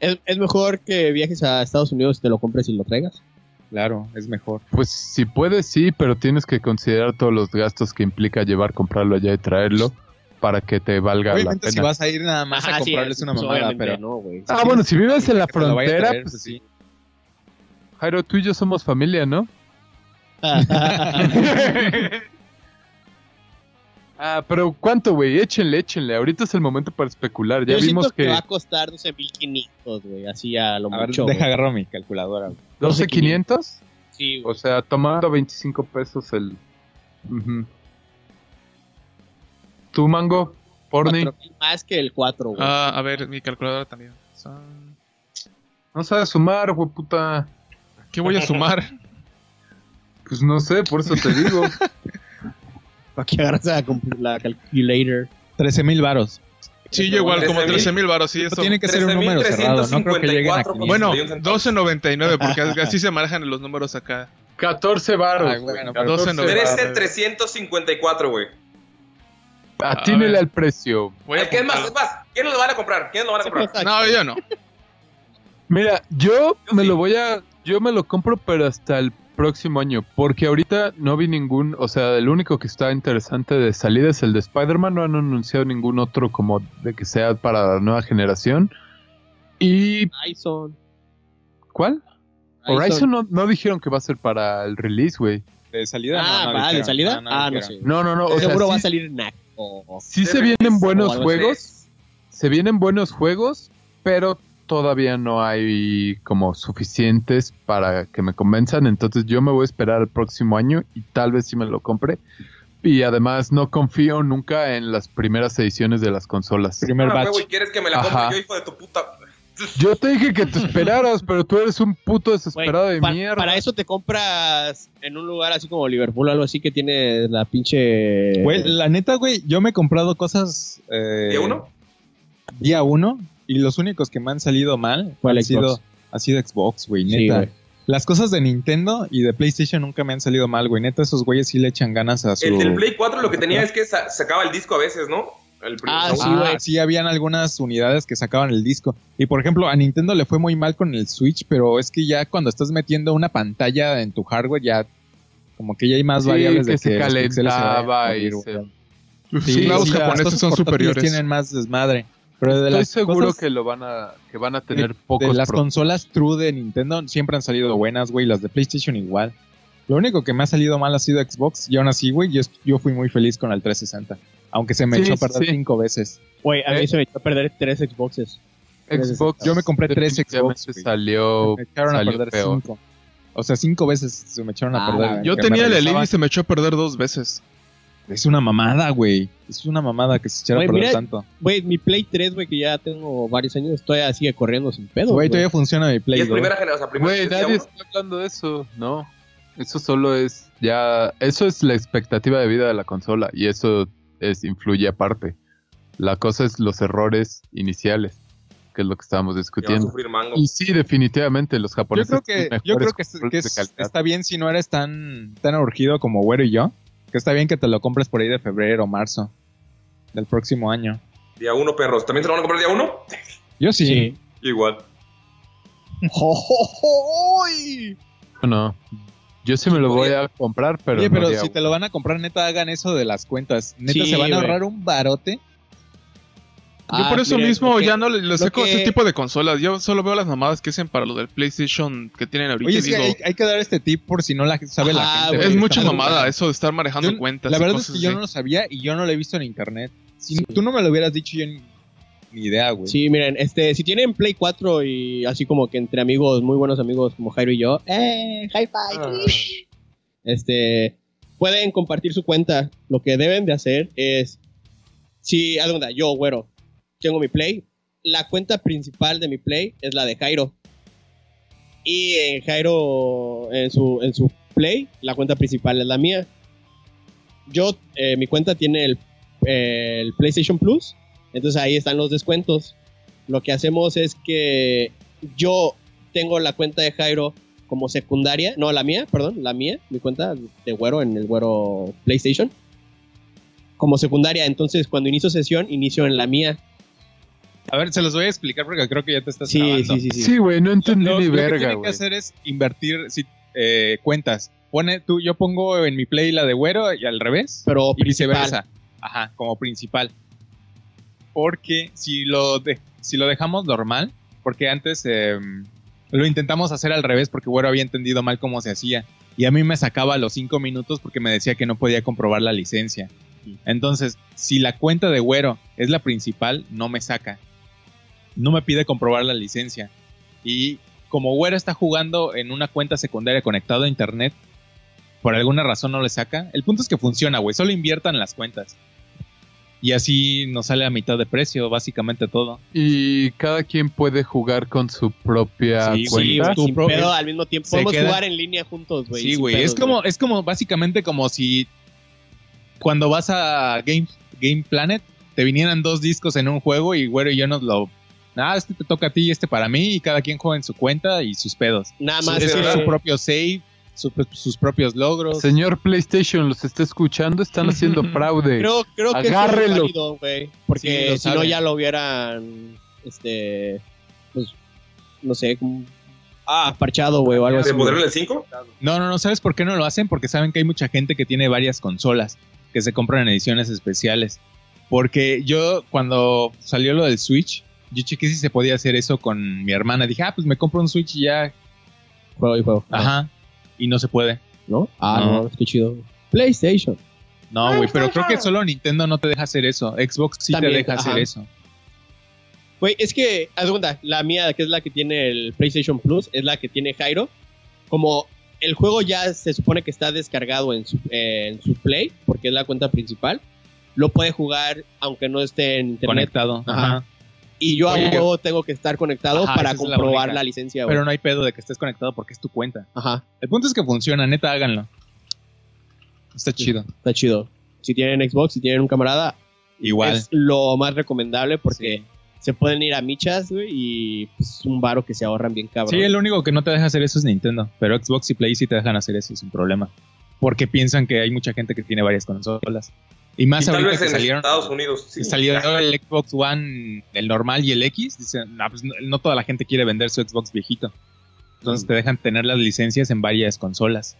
Speaker 7: Es, es mejor que viajes a Estados Unidos y te lo compres y lo traigas.
Speaker 9: Claro, es mejor.
Speaker 6: Pues si puedes, sí, pero tienes que considerar todos los gastos que implica llevar, comprarlo allá y traerlo para que te valga la
Speaker 9: Obviamente
Speaker 6: pena.
Speaker 9: si vas a ir nada más a
Speaker 7: Ajá, sí,
Speaker 9: comprarles una
Speaker 7: pues,
Speaker 9: mamada,
Speaker 7: obviamente
Speaker 9: pero...
Speaker 7: no,
Speaker 9: <laughs>
Speaker 7: güey.
Speaker 6: ah, bueno, si vives en la
Speaker 9: que te lo vaya a
Speaker 6: frontera,
Speaker 9: traer,
Speaker 6: pues
Speaker 9: pues
Speaker 6: sí. Jairo, tú y yo somos familia, ¿no? ah, pero ¿cuánto, güey? Échenle, échenle. Ahorita es el momento para especular. Ya
Speaker 7: <laughs> Yo siento
Speaker 6: vimos
Speaker 7: que...
Speaker 6: que
Speaker 7: va a costar 12.500, güey, así a lo
Speaker 9: A ver,
Speaker 7: mucho.
Speaker 9: deja
Speaker 7: güey.
Speaker 9: agarro mi calculadora. güey.
Speaker 6: 12.500,
Speaker 7: Sí,
Speaker 6: o
Speaker 7: güey.
Speaker 6: sea, tomando 25 pesos el... Ujú. ¿Tú, Mango? Porni,
Speaker 7: Cuatro mil Más que el 4, güey.
Speaker 8: Ah, a ver, mi calculadora también. Son-
Speaker 6: no sabes sumar, güey, puta.
Speaker 8: ¿Qué voy a sumar?
Speaker 6: Pues no sé, por eso te digo.
Speaker 7: <laughs>
Speaker 9: <laughs>
Speaker 7: Para que agarras la, compu- la calculator.
Speaker 9: 13.000 varos.
Speaker 8: sí, yo igual, como
Speaker 5: 13,000.
Speaker 8: 13 mil baros, sí, eso.
Speaker 9: tiene que ser un número cerrado, no creo que lleguen a
Speaker 5: 13,354 con
Speaker 9: 500.
Speaker 8: Bueno,
Speaker 5: y pues, un centavo.
Speaker 8: 12.99,
Speaker 5: <laughs>
Speaker 8: porque así se manejan los números acá.
Speaker 6: 14 baros.
Speaker 7: Ah,
Speaker 9: Ay, Ah, bueno,
Speaker 6: güey, 14
Speaker 8: 12.90.
Speaker 6: baros.
Speaker 5: 13,354, güey.
Speaker 6: Atínele
Speaker 8: A ver.
Speaker 6: al precio.
Speaker 8: Voy a
Speaker 5: Es que es más, es
Speaker 8: apuntarlo.
Speaker 5: más. ¿Quiénes lo van a comprar? ¿Quiénes lo van
Speaker 6: <laughs>
Speaker 5: a comprar?
Speaker 8: No, yo no.
Speaker 6: Mira, yo me
Speaker 5: sí.
Speaker 6: lo voy a. Yo me lo compro, pero hasta el próximo año. Porque ahorita no vi ningún. O sea, el único que está interesante de salida es el de Spider-Man. No han anunciado ningún otro como de que sea para la nueva generación. ¿Y
Speaker 7: Horizon.
Speaker 6: cuál? Horizon no, no dijeron que va a ser para el release, güey.
Speaker 9: De salida.
Speaker 7: Ah,
Speaker 9: no, no
Speaker 7: va, ¿de
Speaker 9: dijeron.
Speaker 7: salida? ah, no
Speaker 9: dijeron.
Speaker 7: sé.
Speaker 6: No, no, no. O sea,
Speaker 7: Seguro va a
Speaker 6: sí-
Speaker 7: salir NAC. o- o-
Speaker 6: sí se
Speaker 5: Release
Speaker 6: vienen
Speaker 7: o
Speaker 6: buenos
Speaker 7: algo así.
Speaker 6: juegos. se vienen buenos juegos, pero todavía no hay como suficientes para que me convenzan. Entonces yo me voy a esperar al próximo año y tal vez sí me lo compre. Y además no confío nunca en las primeras ediciones de las consolas.
Speaker 9: Primer
Speaker 5: Ah,
Speaker 9: batch.
Speaker 5: huevo, ¿y ¿Quieres que me la compre
Speaker 6: Ajá.
Speaker 5: yo, hijo de tu puta?
Speaker 6: Yo te dije que te esperaras, pero tú eres un puto
Speaker 7: Güey,
Speaker 6: desesperado de
Speaker 7: pa-
Speaker 6: mierda.
Speaker 7: Para eso te compras en un lugar así como Liverpool, algo así que tiene la pinche.
Speaker 9: Güey, la neta, güey, yo me he comprado cosas... eh,
Speaker 5: ¿De uno?
Speaker 9: Día uno. Y los únicos que me han salido mal
Speaker 7: Fue el
Speaker 9: han sido,
Speaker 7: Xbox.
Speaker 9: ha sido Xbox, güey,
Speaker 7: Sí,
Speaker 9: neta.
Speaker 7: güey.
Speaker 9: Las cosas de Nintendo y de PlayStation nunca me han salido mal, güey. Neta, esos güeyes sí le echan ganas a su...
Speaker 5: El del Play 4 lo que tenía es que sa- sacaba el disco a veces, ¿no? El primer-
Speaker 7: Ah,
Speaker 5: ¿no?
Speaker 7: sí, güey.
Speaker 9: Ah, sí, habían algunas unidades que sacaban el disco. Y por ejemplo, a Nintendo le fue muy mal con el Switch, pero es que ya cuando estás metiendo una pantalla en tu hardware, ya como que ya hay más
Speaker 6: Sí,
Speaker 9: variables
Speaker 6: que
Speaker 9: de
Speaker 6: se
Speaker 9: los píxeles vayan a
Speaker 6: calentaba y
Speaker 9: mover,
Speaker 6: se-
Speaker 9: güey.
Speaker 8: Los
Speaker 9: Sí,
Speaker 8: teclados
Speaker 9: sí, las
Speaker 8: japoneses
Speaker 9: cosas
Speaker 8: son
Speaker 9: portátiles
Speaker 8: superiores.
Speaker 9: tienen más desmadre. Pero de
Speaker 6: Estoy
Speaker 9: las
Speaker 6: seguro
Speaker 9: cosas-
Speaker 6: que lo van a que van a tener
Speaker 9: de
Speaker 6: pocos
Speaker 9: las
Speaker 6: pro-
Speaker 9: consolas true de Nintendo siempre han salido buenas, güey. Las de PlayStation igual. Lo único que me ha salido mal ha sido Xbox. Y aún así, güey, yo, yo fui muy feliz con el 360. Aunque se me
Speaker 6: Sí,
Speaker 9: echó a
Speaker 6: sí,
Speaker 9: perder
Speaker 6: sí.
Speaker 9: cinco veces.
Speaker 7: Güey, a mí
Speaker 6: Eh.
Speaker 7: se me echó a perder tres Xboxes.
Speaker 6: Xbox.
Speaker 9: Yo me compré tres
Speaker 6: definitivamente
Speaker 9: Xbox, güey.
Speaker 6: salió,
Speaker 9: me echaron a
Speaker 6: salió
Speaker 9: perder
Speaker 6: peor.
Speaker 9: cinco. O sea, cinco veces se me echaron a
Speaker 7: Ah,
Speaker 9: perder.
Speaker 8: Yo
Speaker 9: Que
Speaker 8: tenía
Speaker 9: me
Speaker 8: el
Speaker 9: regresaban.
Speaker 8: Elite y se me echó a perder dos veces.
Speaker 9: Es una mamada, güey. Es una mamada que se echara
Speaker 7: Güey,
Speaker 9: a perder
Speaker 7: mira,
Speaker 9: tanto.
Speaker 7: Güey, mi Play 3, güey, que ya tengo varios años, todavía sigue corriendo sin pedo.
Speaker 9: Güey,
Speaker 7: Güey,
Speaker 9: todavía funciona mi
Speaker 5: Y
Speaker 9: Play
Speaker 5: es
Speaker 9: 2.
Speaker 5: primera generación, o sea, primera
Speaker 6: Güey,
Speaker 5: generación,
Speaker 6: nadie
Speaker 5: ¿no?
Speaker 6: está hablando de eso, no. Eso solo es ya, eso es la expectativa de vida de la consola y eso es influye aparte. La cosa es los errores iniciales, que es lo que estábamos
Speaker 5: Ya va a
Speaker 6: discutiendo.
Speaker 5: sufrir mango.
Speaker 6: Y sí, definitivamente los
Speaker 9: Yo
Speaker 6: japoneses.
Speaker 9: creo que,
Speaker 6: tienen
Speaker 9: yo creo
Speaker 6: mejores
Speaker 9: que, es-
Speaker 6: controles
Speaker 9: que
Speaker 6: de
Speaker 9: es-
Speaker 6: calidad.
Speaker 9: está bien si no eres tan, tan urgido como Güero y yo. Que está bien que te lo compres por ahí de febrero o marzo del próximo año.
Speaker 5: Día uno, perros. ¿También se lo van a comprar día
Speaker 6: <laughs>
Speaker 5: uno?
Speaker 9: Yo sí. <laughs>
Speaker 5: Igual.
Speaker 6: No, Yo sí me lo voy
Speaker 9: Oye.
Speaker 6: a comprar, pero.
Speaker 9: Oye,
Speaker 6: no
Speaker 9: pero
Speaker 6: haría-
Speaker 9: si te lo van a comprar, neta, hagan eso de las cuentas. Neta,
Speaker 7: Sí,
Speaker 9: se van a
Speaker 7: güey.
Speaker 9: ahorrar un barote.
Speaker 8: Yo
Speaker 7: Ah,
Speaker 8: por eso
Speaker 7: mira,
Speaker 8: mismo
Speaker 7: lo que-
Speaker 8: ya no le-
Speaker 7: lo
Speaker 8: le saco
Speaker 7: que-
Speaker 8: ese tipo de consolas. Yo solo veo las mamadas que hacen para lo del PlayStation que tienen ahorita.
Speaker 9: Oye,
Speaker 8: y
Speaker 9: es que
Speaker 8: digo,
Speaker 9: hay, hay que dar este tip por si no la sabe
Speaker 7: Ajá,
Speaker 9: la gente.
Speaker 7: Ah, güey,
Speaker 8: es
Speaker 9: porque
Speaker 8: mucha
Speaker 9: está-
Speaker 8: mamada eso de estar manejando
Speaker 9: Yo-
Speaker 8: cuentas.
Speaker 9: La
Speaker 8: y
Speaker 9: verdad es
Speaker 8: cosas
Speaker 9: que yo
Speaker 8: así.
Speaker 9: no lo sabía y yo no lo he visto en internet. Si tú no me lo hubieras dicho, yo ni, ni idea, güey.
Speaker 7: Sí, miren, este, si tienen Play 4 y así como que entre amigos, muy buenos amigos como Jairo y yo, ¡eh! ¡High five! Este, pueden compartir su cuenta. Lo que deben de hacer es, si, algo onda, yo, güero, tengo mi Play, la cuenta principal de mi Play es la de Jairo. Y en Jairo, en su, en su Play, la cuenta principal es la mía. Yo, eh, mi cuenta tiene el, eh, el PlayStation Plus entonces ahí están los descuentos. Lo que hacemos es que yo tengo la cuenta de Jairo como secundaria, no la mía, perdón, la mía, mi cuenta de Güero en el Güero PlayStation, como secundaria. Entonces cuando inicio sesión, inicio en la mía.
Speaker 9: A ver, se los voy a explicar porque creo que ya te estás
Speaker 7: Sí,
Speaker 9: trabando.
Speaker 7: sí, sí, sí.
Speaker 6: Sí, güey, no entendí
Speaker 9: Lo,
Speaker 6: ni
Speaker 9: lo que
Speaker 6: verga,
Speaker 9: tienen que
Speaker 6: güey.
Speaker 9: hacer es invertir si, eh, cuentas. Pone tú, yo pongo en mi play la de güero y al revés.
Speaker 7: Pero
Speaker 9: y
Speaker 7: principal.
Speaker 9: viceversa. Ajá, como principal. Porque si lo, de- si lo dejamos normal, porque antes eh, lo intentamos hacer al revés porque Güero había entendido mal cómo se hacía. Y a mí me sacaba los cinco minutos porque me decía que no podía comprobar la licencia.
Speaker 7: Mm.
Speaker 9: Entonces, si la cuenta de Güero es la principal, no me saca. No me pide comprobar la licencia. Y como Güero está jugando en una cuenta secundaria conectada a internet, por alguna razón no le saca. El punto es que funciona, güey. Solo inviertan las cuentas. Y así nos sale a mitad de precio, básicamente todo.
Speaker 6: Y cada quien puede jugar con su propia
Speaker 9: Sí, güey,
Speaker 6: cuenta.
Speaker 9: tú
Speaker 7: sin
Speaker 9: pro-
Speaker 7: pedo, al mismo tiempo
Speaker 9: se
Speaker 7: podemos
Speaker 9: queda-
Speaker 7: jugar en línea juntos, güey.
Speaker 9: sí,
Speaker 7: sin
Speaker 9: güey.
Speaker 7: pedos,
Speaker 9: Es como, es como básicamente como si cuando vas a Game, Game Planet te vinieran dos discos en un juego y güero y yo nos lo. Ah, este te toca a ti y este para mí y cada quien juega en su cuenta y sus pedos.
Speaker 7: nada
Speaker 9: Su-
Speaker 7: más
Speaker 9: es
Speaker 7: que-
Speaker 9: su propio save, su- sus propios logros.
Speaker 6: Señor PlayStation, los está escuchando, están haciendo fraude.
Speaker 7: creo, creo que esto es
Speaker 6: Agárrelo.
Speaker 7: válido, güey, porque
Speaker 9: Sí, lo
Speaker 7: si no
Speaker 9: saben.
Speaker 7: ya lo hubieran este pues no sé, como- ah, parchado, güey, o algo así.
Speaker 5: ¿Te
Speaker 7: güey.
Speaker 5: pondrán el 5?
Speaker 6: Ah,
Speaker 9: No, no, no, ¿sabes por qué no lo hacen? Porque saben que hay mucha gente que tiene varias consolas que se compran en ediciones especiales. Porque yo cuando salió lo del Switch, yo chequé si se podía hacer eso con mi hermana. Dije, ah, pues me compro un Switch y ya.
Speaker 7: Juego y juego.
Speaker 9: Ajá. Y no se puede.
Speaker 7: ¿No? Ah,
Speaker 9: No.
Speaker 7: no, qué chido. PlayStation.
Speaker 9: No, güey, pero creo que solo Nintendo no te deja hacer eso. Xbox sí
Speaker 7: También,
Speaker 9: te deja
Speaker 7: ajá.
Speaker 9: hacer eso.
Speaker 7: Güey, es que, haz de cuenta, la mía, que es la que tiene el PlayStation Plus, es la que tiene Jairo. Como el juego ya se supone que está descargado en su, eh, en su Play, porque es la cuenta principal, lo puede jugar aunque no esté en internet.
Speaker 9: Conectado.
Speaker 7: Ajá.
Speaker 9: Ajá.
Speaker 7: Y yo a
Speaker 9: Oye.
Speaker 7: huevo tengo que estar conectado
Speaker 9: Ajá,
Speaker 7: para
Speaker 9: esa es la
Speaker 7: comprobar
Speaker 9: única.
Speaker 7: la, licencia, güey.
Speaker 9: Pero no hay pedo de que estés conectado porque es tu cuenta.
Speaker 7: Ajá,
Speaker 9: El punto es que funciona, neta, háganlo. Está chido.
Speaker 7: está chido. Si tienen Xbox, si tienen un camarada,
Speaker 9: Igual.
Speaker 7: es lo más recomendable porque
Speaker 9: Sí.
Speaker 7: se pueden ir a michas, güey, y pues un varo que se ahorran bien cabrón.
Speaker 9: Sí, el único que no te deja hacer eso es Nintendo, pero Xbox y Play sí te dejan hacer eso sin problema. Porque piensan que hay mucha gente que tiene varias consolas. Y más
Speaker 5: Y tal
Speaker 9: ahorita
Speaker 5: vez
Speaker 9: que
Speaker 5: en
Speaker 9: salieron,
Speaker 5: Estados Unidos. Sí.
Speaker 9: que salió el Xbox One, el normal y el X, dicen, "No, pues no, no toda la gente quiere vender su Xbox viejito.
Speaker 6: Mm.
Speaker 9: Entonces te dejan tener las licencias en varias consolas.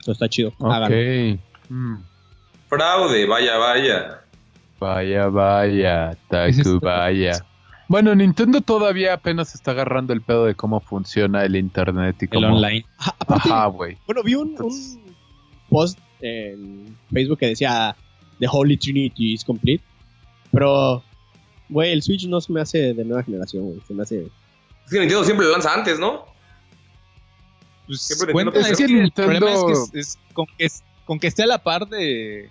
Speaker 7: Eso está chido.
Speaker 6: Ok.
Speaker 9: Ah,
Speaker 7: Háganlo.
Speaker 6: Mm.
Speaker 5: Fraude, vaya, vaya.
Speaker 6: Vaya, vaya,
Speaker 9: Ese es-
Speaker 6: Tacubaya. Bueno, Nintendo todavía apenas está agarrando el pedo de cómo funciona el internet y
Speaker 9: El
Speaker 6: cómo.
Speaker 9: online.
Speaker 7: Ajá, aparte,
Speaker 6: Ajá, güey.
Speaker 7: bueno, vi un, un post en Facebook que decía The Holy Trinity is complete. Pero, güey, el Switch no se me hace de nueva generación, güey. Se me hace.
Speaker 9: <laughs>
Speaker 5: Es que Nintendo siempre lo lanza antes, ¿no?
Speaker 9: Pues,
Speaker 5: Siempre
Speaker 9: cuenta-
Speaker 5: Nintendo
Speaker 9: es que
Speaker 6: pensó-
Speaker 9: el problema es que,
Speaker 6: Nintendo-
Speaker 9: es- es con que es- con que esté a la par de...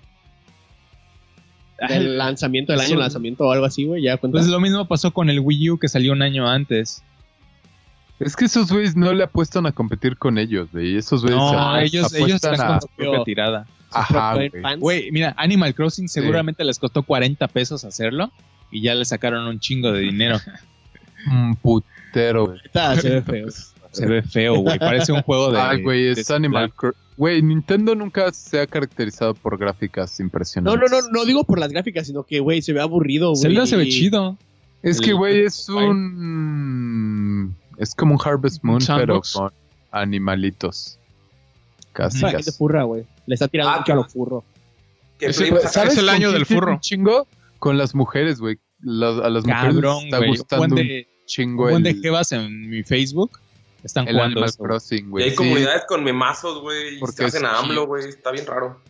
Speaker 7: Del lanzamiento del
Speaker 9: es
Speaker 7: año,
Speaker 9: un-
Speaker 7: lanzamiento o algo así, güey. Ya cuenta.
Speaker 9: Pues lo mismo pasó con el Wii U que salió un año antes.
Speaker 6: Es que esos güeyes no le apuestan a competir con ellos, güey. Esos güeyes se
Speaker 9: No,
Speaker 6: apu-
Speaker 9: ellos, ellos
Speaker 6: Pues, ah, apuestan
Speaker 9: están
Speaker 6: a.
Speaker 9: con su propia tirada.
Speaker 6: Ajá,
Speaker 7: Pero
Speaker 6: güey.
Speaker 7: fue fans.
Speaker 9: Güey, mira, Animal Crossing seguramente les costó 40 pesos hacerlo y ya le sacaron un chingo de dinero.
Speaker 6: Un putero, güey.
Speaker 9: <laughs>
Speaker 7: Está, Ah, se ve feo.
Speaker 9: Se ve feo, güey. Parece un juego de.
Speaker 6: Ay, güey,
Speaker 9: de
Speaker 6: es Animal Cro- Güey, Nintendo nunca se ha caracterizado por gráficas
Speaker 7: No,
Speaker 6: impresionantes.
Speaker 7: no, no, no digo por las gráficas, sino que, güey, se ve aburrido, güey.
Speaker 9: Zelda se ve chido.
Speaker 6: Es que,
Speaker 9: El-
Speaker 6: güey, es un. Es como un Harvest Moon,
Speaker 8: ¿Un
Speaker 6: pero
Speaker 8: sandbox?
Speaker 6: con. animalitos. Casi,
Speaker 7: Esa gente
Speaker 6: casi.
Speaker 7: furra, güey. Le está tirando
Speaker 5: Ah,
Speaker 7: mucho a los furros.
Speaker 5: Que
Speaker 8: Ese-
Speaker 5: Felipe
Speaker 8: ese- Es el
Speaker 6: con
Speaker 8: año
Speaker 6: quién
Speaker 8: del
Speaker 6: tiene
Speaker 8: furro.
Speaker 6: un chingo con las mujeres, güey. Las- a las mujeres les
Speaker 9: Cabrón,
Speaker 6: está
Speaker 9: güey. Un buen
Speaker 6: gustando un
Speaker 9: de, un
Speaker 6: chingo
Speaker 9: buen de
Speaker 6: el,
Speaker 9: jebas en mi Facebook están
Speaker 6: el
Speaker 9: jugando
Speaker 6: Animal
Speaker 9: eso, güey.
Speaker 6: Crossing,
Speaker 5: Y
Speaker 6: güey.
Speaker 5: hay
Speaker 6: Sí,
Speaker 5: comunidades con memazos, güey. y
Speaker 6: Porque
Speaker 5: Se hacen
Speaker 6: es
Speaker 5: a AMLO,
Speaker 6: cute.
Speaker 5: güey. Está bien raro.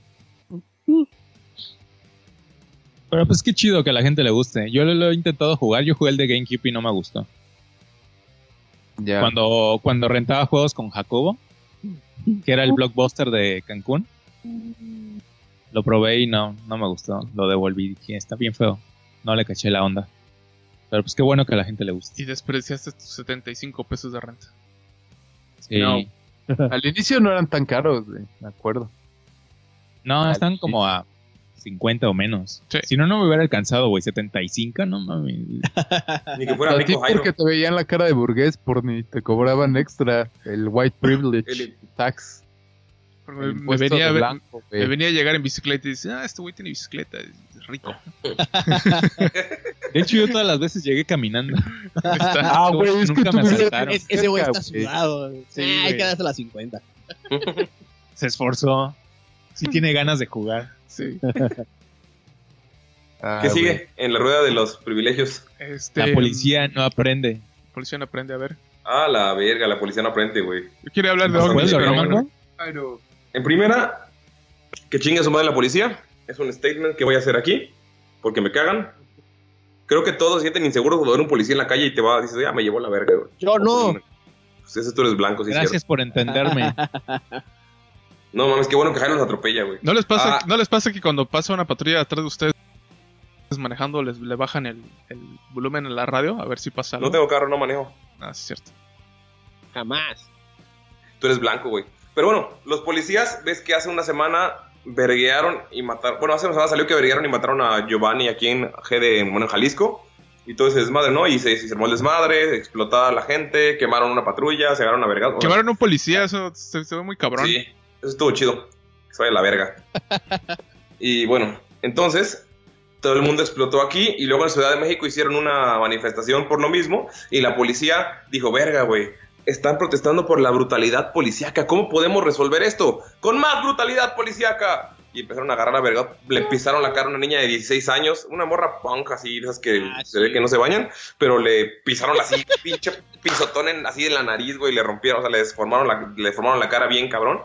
Speaker 9: Pero pues qué chido que a la gente le guste. Yo lo, lo he intentado jugar, yo jugué el de GameCube y no me gustó.
Speaker 6: ya.
Speaker 9: Cuando, cuando rentaba juegos con Jacobo, que era el blockbuster de Cancún, lo probé y no, no me gustó. Lo devolví, dije, está bien feo. No le caché la onda. Pero pues qué bueno que a la gente le guste.
Speaker 8: Y despreciaste tus 75 pesos de renta.
Speaker 9: Sí.
Speaker 8: No.
Speaker 9: No,
Speaker 6: Al inicio no eran tan caros, güey. Me acuerdo.
Speaker 9: están como a 50 o menos.
Speaker 8: Sí.
Speaker 9: Si no, no me hubiera alcanzado, güey. 75, no mames.
Speaker 5: Ni
Speaker 6: <laughs>
Speaker 5: que fuera
Speaker 6: A ti
Speaker 5: rico Jairo.
Speaker 6: porque te veían la cara de burgués por ni te cobraban extra el white privilege
Speaker 5: El-
Speaker 6: tax.
Speaker 8: Porque
Speaker 6: el
Speaker 8: Me, me
Speaker 6: impuesto
Speaker 8: venía
Speaker 6: de
Speaker 8: a ver-
Speaker 6: blanco,
Speaker 8: me
Speaker 9: eh.
Speaker 6: güey.
Speaker 8: venía a llegar en bicicleta y dice, ah, este güey tiene bicicleta, es
Speaker 9: <laughs>
Speaker 8: rico.
Speaker 9: De hecho, yo todas las veces llegué caminando.
Speaker 6: <laughs>
Speaker 8: Está-
Speaker 6: Ah, güey, es que
Speaker 9: Nunca
Speaker 6: tú
Speaker 9: me
Speaker 6: vives-
Speaker 9: asaltaron.
Speaker 7: Es- ese güey
Speaker 6: cerca,
Speaker 7: está
Speaker 6: güey.
Speaker 7: sudado. güey.
Speaker 9: Sí,
Speaker 7: Ah, hay
Speaker 9: güey.
Speaker 7: que darse las 50.
Speaker 9: Se esforzó. Sí tiene ganas de jugar.
Speaker 8: sí.
Speaker 6: Ah,
Speaker 5: ¿Qué sigue?
Speaker 6: güey.
Speaker 5: En la rueda de los privilegios.
Speaker 8: Este,
Speaker 9: La policía no aprende.
Speaker 8: policía no aprende a ver.
Speaker 5: Ah, la verga, la policía no aprende, güey.
Speaker 8: Yo quería hablar de
Speaker 5: ¿No
Speaker 8: ovnis,
Speaker 5: puedes
Speaker 8: pero
Speaker 5: hablar,
Speaker 8: bueno.
Speaker 10: Jairo,
Speaker 5: En primera, que chingue a su madre la policía. Es un statement que voy a hacer aquí, porque me cagan. Creo que todos se sienten inseguros cuando ven un policía en la calle y te va, dices, ya me llevó la verga, güey.
Speaker 7: Yo no.
Speaker 5: Pues ese tú eres blanco, sí, es
Speaker 9: Gracias por entenderme.
Speaker 5: cierto. No mames, qué bueno que Jairo nos atropella, güey.
Speaker 8: ¿No les, pasa,
Speaker 5: Ah.
Speaker 8: ¿No les pasa que cuando pasa una patrulla atrás de ustedes manejando, les, le bajan el, el volumen en la radio? A ver si pasa algo.
Speaker 5: No tengo carro, no manejo.
Speaker 8: Ah, sí, cierto.
Speaker 7: Jamás.
Speaker 5: Tú eres blanco, güey. Pero bueno, los policías, ves que hace una semana verguearon y mataron. Bueno, hace una semana salió que verguearon y mataron a Giovanni aquí en G de bueno, en Jalisco. Y todo ese desmadre, ¿no? Y se, se armó el desmadre, explotada la gente, quemaron una patrulla, se agarraron a vergas. O sea,
Speaker 8: Llevaron un policía, eso se, se ve muy cabrón.
Speaker 5: Sí, eso estuvo chido. Que se vaya a la verga. y bueno, entonces todo el mundo explotó aquí y luego en Ciudad de México hicieron una manifestación por lo mismo y la policía dijo, verga, güey. Están protestando por la brutalidad policíaca. ¿Cómo podemos resolver esto? Con más brutalidad policíaca. Y empezaron a agarrar a verga. Le pisaron la cara a una niña de 16 años. Una morra punk así, de esas que
Speaker 7: Ah,
Speaker 5: se ve
Speaker 7: sí.
Speaker 5: que no se bañan. Pero le pisaron así, <laughs> pinche pisotón en- así de la nariz, güey. Y le rompieron, o sea, le deformaron la, le deformaron la cara bien cabrón.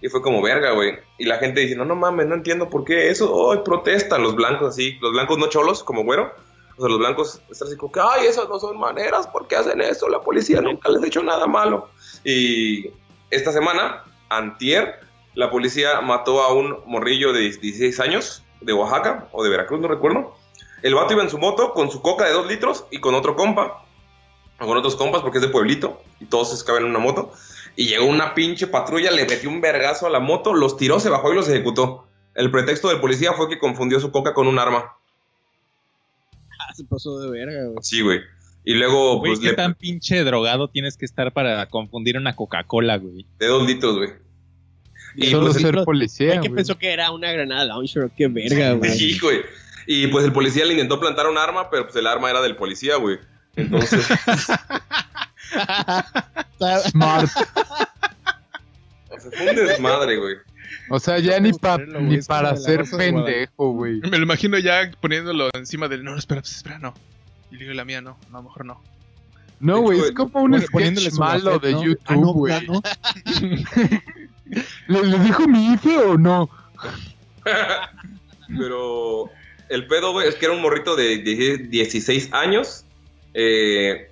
Speaker 5: Y fue como verga, güey. Y la gente dice, no, no mames, no entiendo por qué eso. Hoy protestan los blancos así, los blancos no cholos, como güero. O sea, los blancos están así como que, ay, esas no son maneras, ¿por qué hacen eso? La policía nunca les ha hecho nada malo. Y esta semana, antier, la policía mató a un morrillo de 16 años, de Oaxaca o de Veracruz, no recuerdo. El vato iba en su moto con su coca de 2 litros y con otro compa, o con otros compas porque es de pueblito y todos se caben en una moto. Y llegó una pinche patrulla, le metió un vergazo a la moto, los tiró, se bajó y los ejecutó. El pretexto del policía fue que confundió su coca con un arma.
Speaker 7: Ah, se pasó de verga, güey.
Speaker 5: Sí, güey. Y luego,
Speaker 9: Güey,
Speaker 5: pues,
Speaker 9: ¿qué
Speaker 5: le-
Speaker 9: tan pinche drogado tienes que estar para confundir una Coca-Cola, güey?
Speaker 5: de dos litros, güey. Y
Speaker 6: Solo
Speaker 5: pues,
Speaker 6: ser
Speaker 7: el-
Speaker 6: policía,
Speaker 7: Ay, que
Speaker 6: güey.
Speaker 7: pensó que era una granada launcher. Qué verga, güey.
Speaker 5: <laughs> Sí, güey. Y pues el policía le intentó plantar un arma, pero pues el arma era del policía, güey. Entonces, <laughs>
Speaker 6: Smart.
Speaker 5: o sea, pues, fue un desmadre, güey.
Speaker 6: O sea,
Speaker 9: <laughs>
Speaker 6: ya ni, pa-
Speaker 9: creerlo, güey.
Speaker 6: ni
Speaker 9: Es como
Speaker 6: para
Speaker 9: de la
Speaker 6: ser
Speaker 9: Rosa de
Speaker 6: pendejo, güey.
Speaker 8: <laughs> Me lo imagino ya poniéndolo encima del, no, no, espera, pues, espera, no. Y le digo, la mía no, no, mejor no.
Speaker 6: No, güey, es
Speaker 5: Güey,
Speaker 6: como un
Speaker 9: poni- poniéndole
Speaker 6: sketch
Speaker 9: su
Speaker 6: malo
Speaker 9: gafete,
Speaker 6: de
Speaker 9: ¿no? Ah,
Speaker 6: YouTube,
Speaker 9: no,
Speaker 6: güey.
Speaker 9: ya no.
Speaker 6: ¿Le, le dijo mi hijo o no?
Speaker 5: Pero el pedo, güey, es que era un morrito de 10 16 años. eh,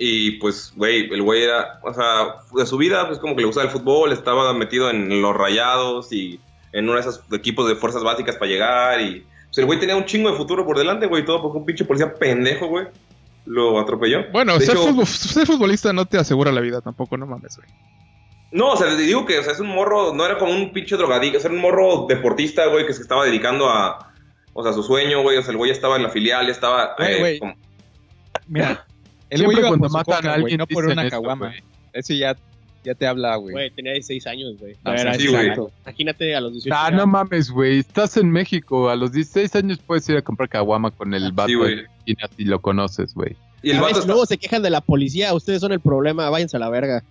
Speaker 5: y pues, güey, el güey era, o sea, de su vida, pues como que le gustaba el fútbol, estaba metido en los rayados y en uno de esos equipos de fuerzas básicas para llegar. Y pues el güey tenía un chingo de futuro por delante, güey, todo porque un pinche policía pendejo, güey, lo atropelló.
Speaker 8: Bueno,
Speaker 5: De
Speaker 8: ser,
Speaker 5: hecho-
Speaker 8: futbol- ser futbolista no te asegura la vida tampoco, no mames, güey.
Speaker 5: No, o sea, te digo que o sea, es un morro, no era como un pinche drogadicto, o sea, era un morro deportista, güey, que se estaba dedicando a, o sea, a su sueño, güey, o sea, el güey ya estaba en la filial, ya estaba...
Speaker 9: Güey,
Speaker 5: eh,
Speaker 9: güey.
Speaker 5: como-
Speaker 9: <laughs> Mira, el
Speaker 6: Siempre
Speaker 9: güey iba
Speaker 6: cuando
Speaker 9: por su
Speaker 6: matan
Speaker 9: coca,
Speaker 6: a
Speaker 9: güey,
Speaker 6: alguien
Speaker 9: no por
Speaker 6: dicen
Speaker 9: una
Speaker 6: eso,
Speaker 9: caguama.
Speaker 6: güey.
Speaker 9: Eso ya, ya te habla, güey.
Speaker 7: Güey, tenía 16 años, güey. No
Speaker 9: Ah,
Speaker 7: era
Speaker 5: sí,
Speaker 7: esa
Speaker 5: güey.
Speaker 7: edad. Imagínate a los 18
Speaker 6: Ah,
Speaker 7: años.
Speaker 6: no mames, güey. Estás en México. A los 16 años puedes ir a comprar caguama con el vato
Speaker 5: güey.
Speaker 6: de la esquina si lo conoces, güey.
Speaker 5: Y el
Speaker 7: A
Speaker 5: vato
Speaker 7: veces
Speaker 5: está-
Speaker 7: luego se quejan de la policía. Ustedes son el problema. Váyanse a la verga.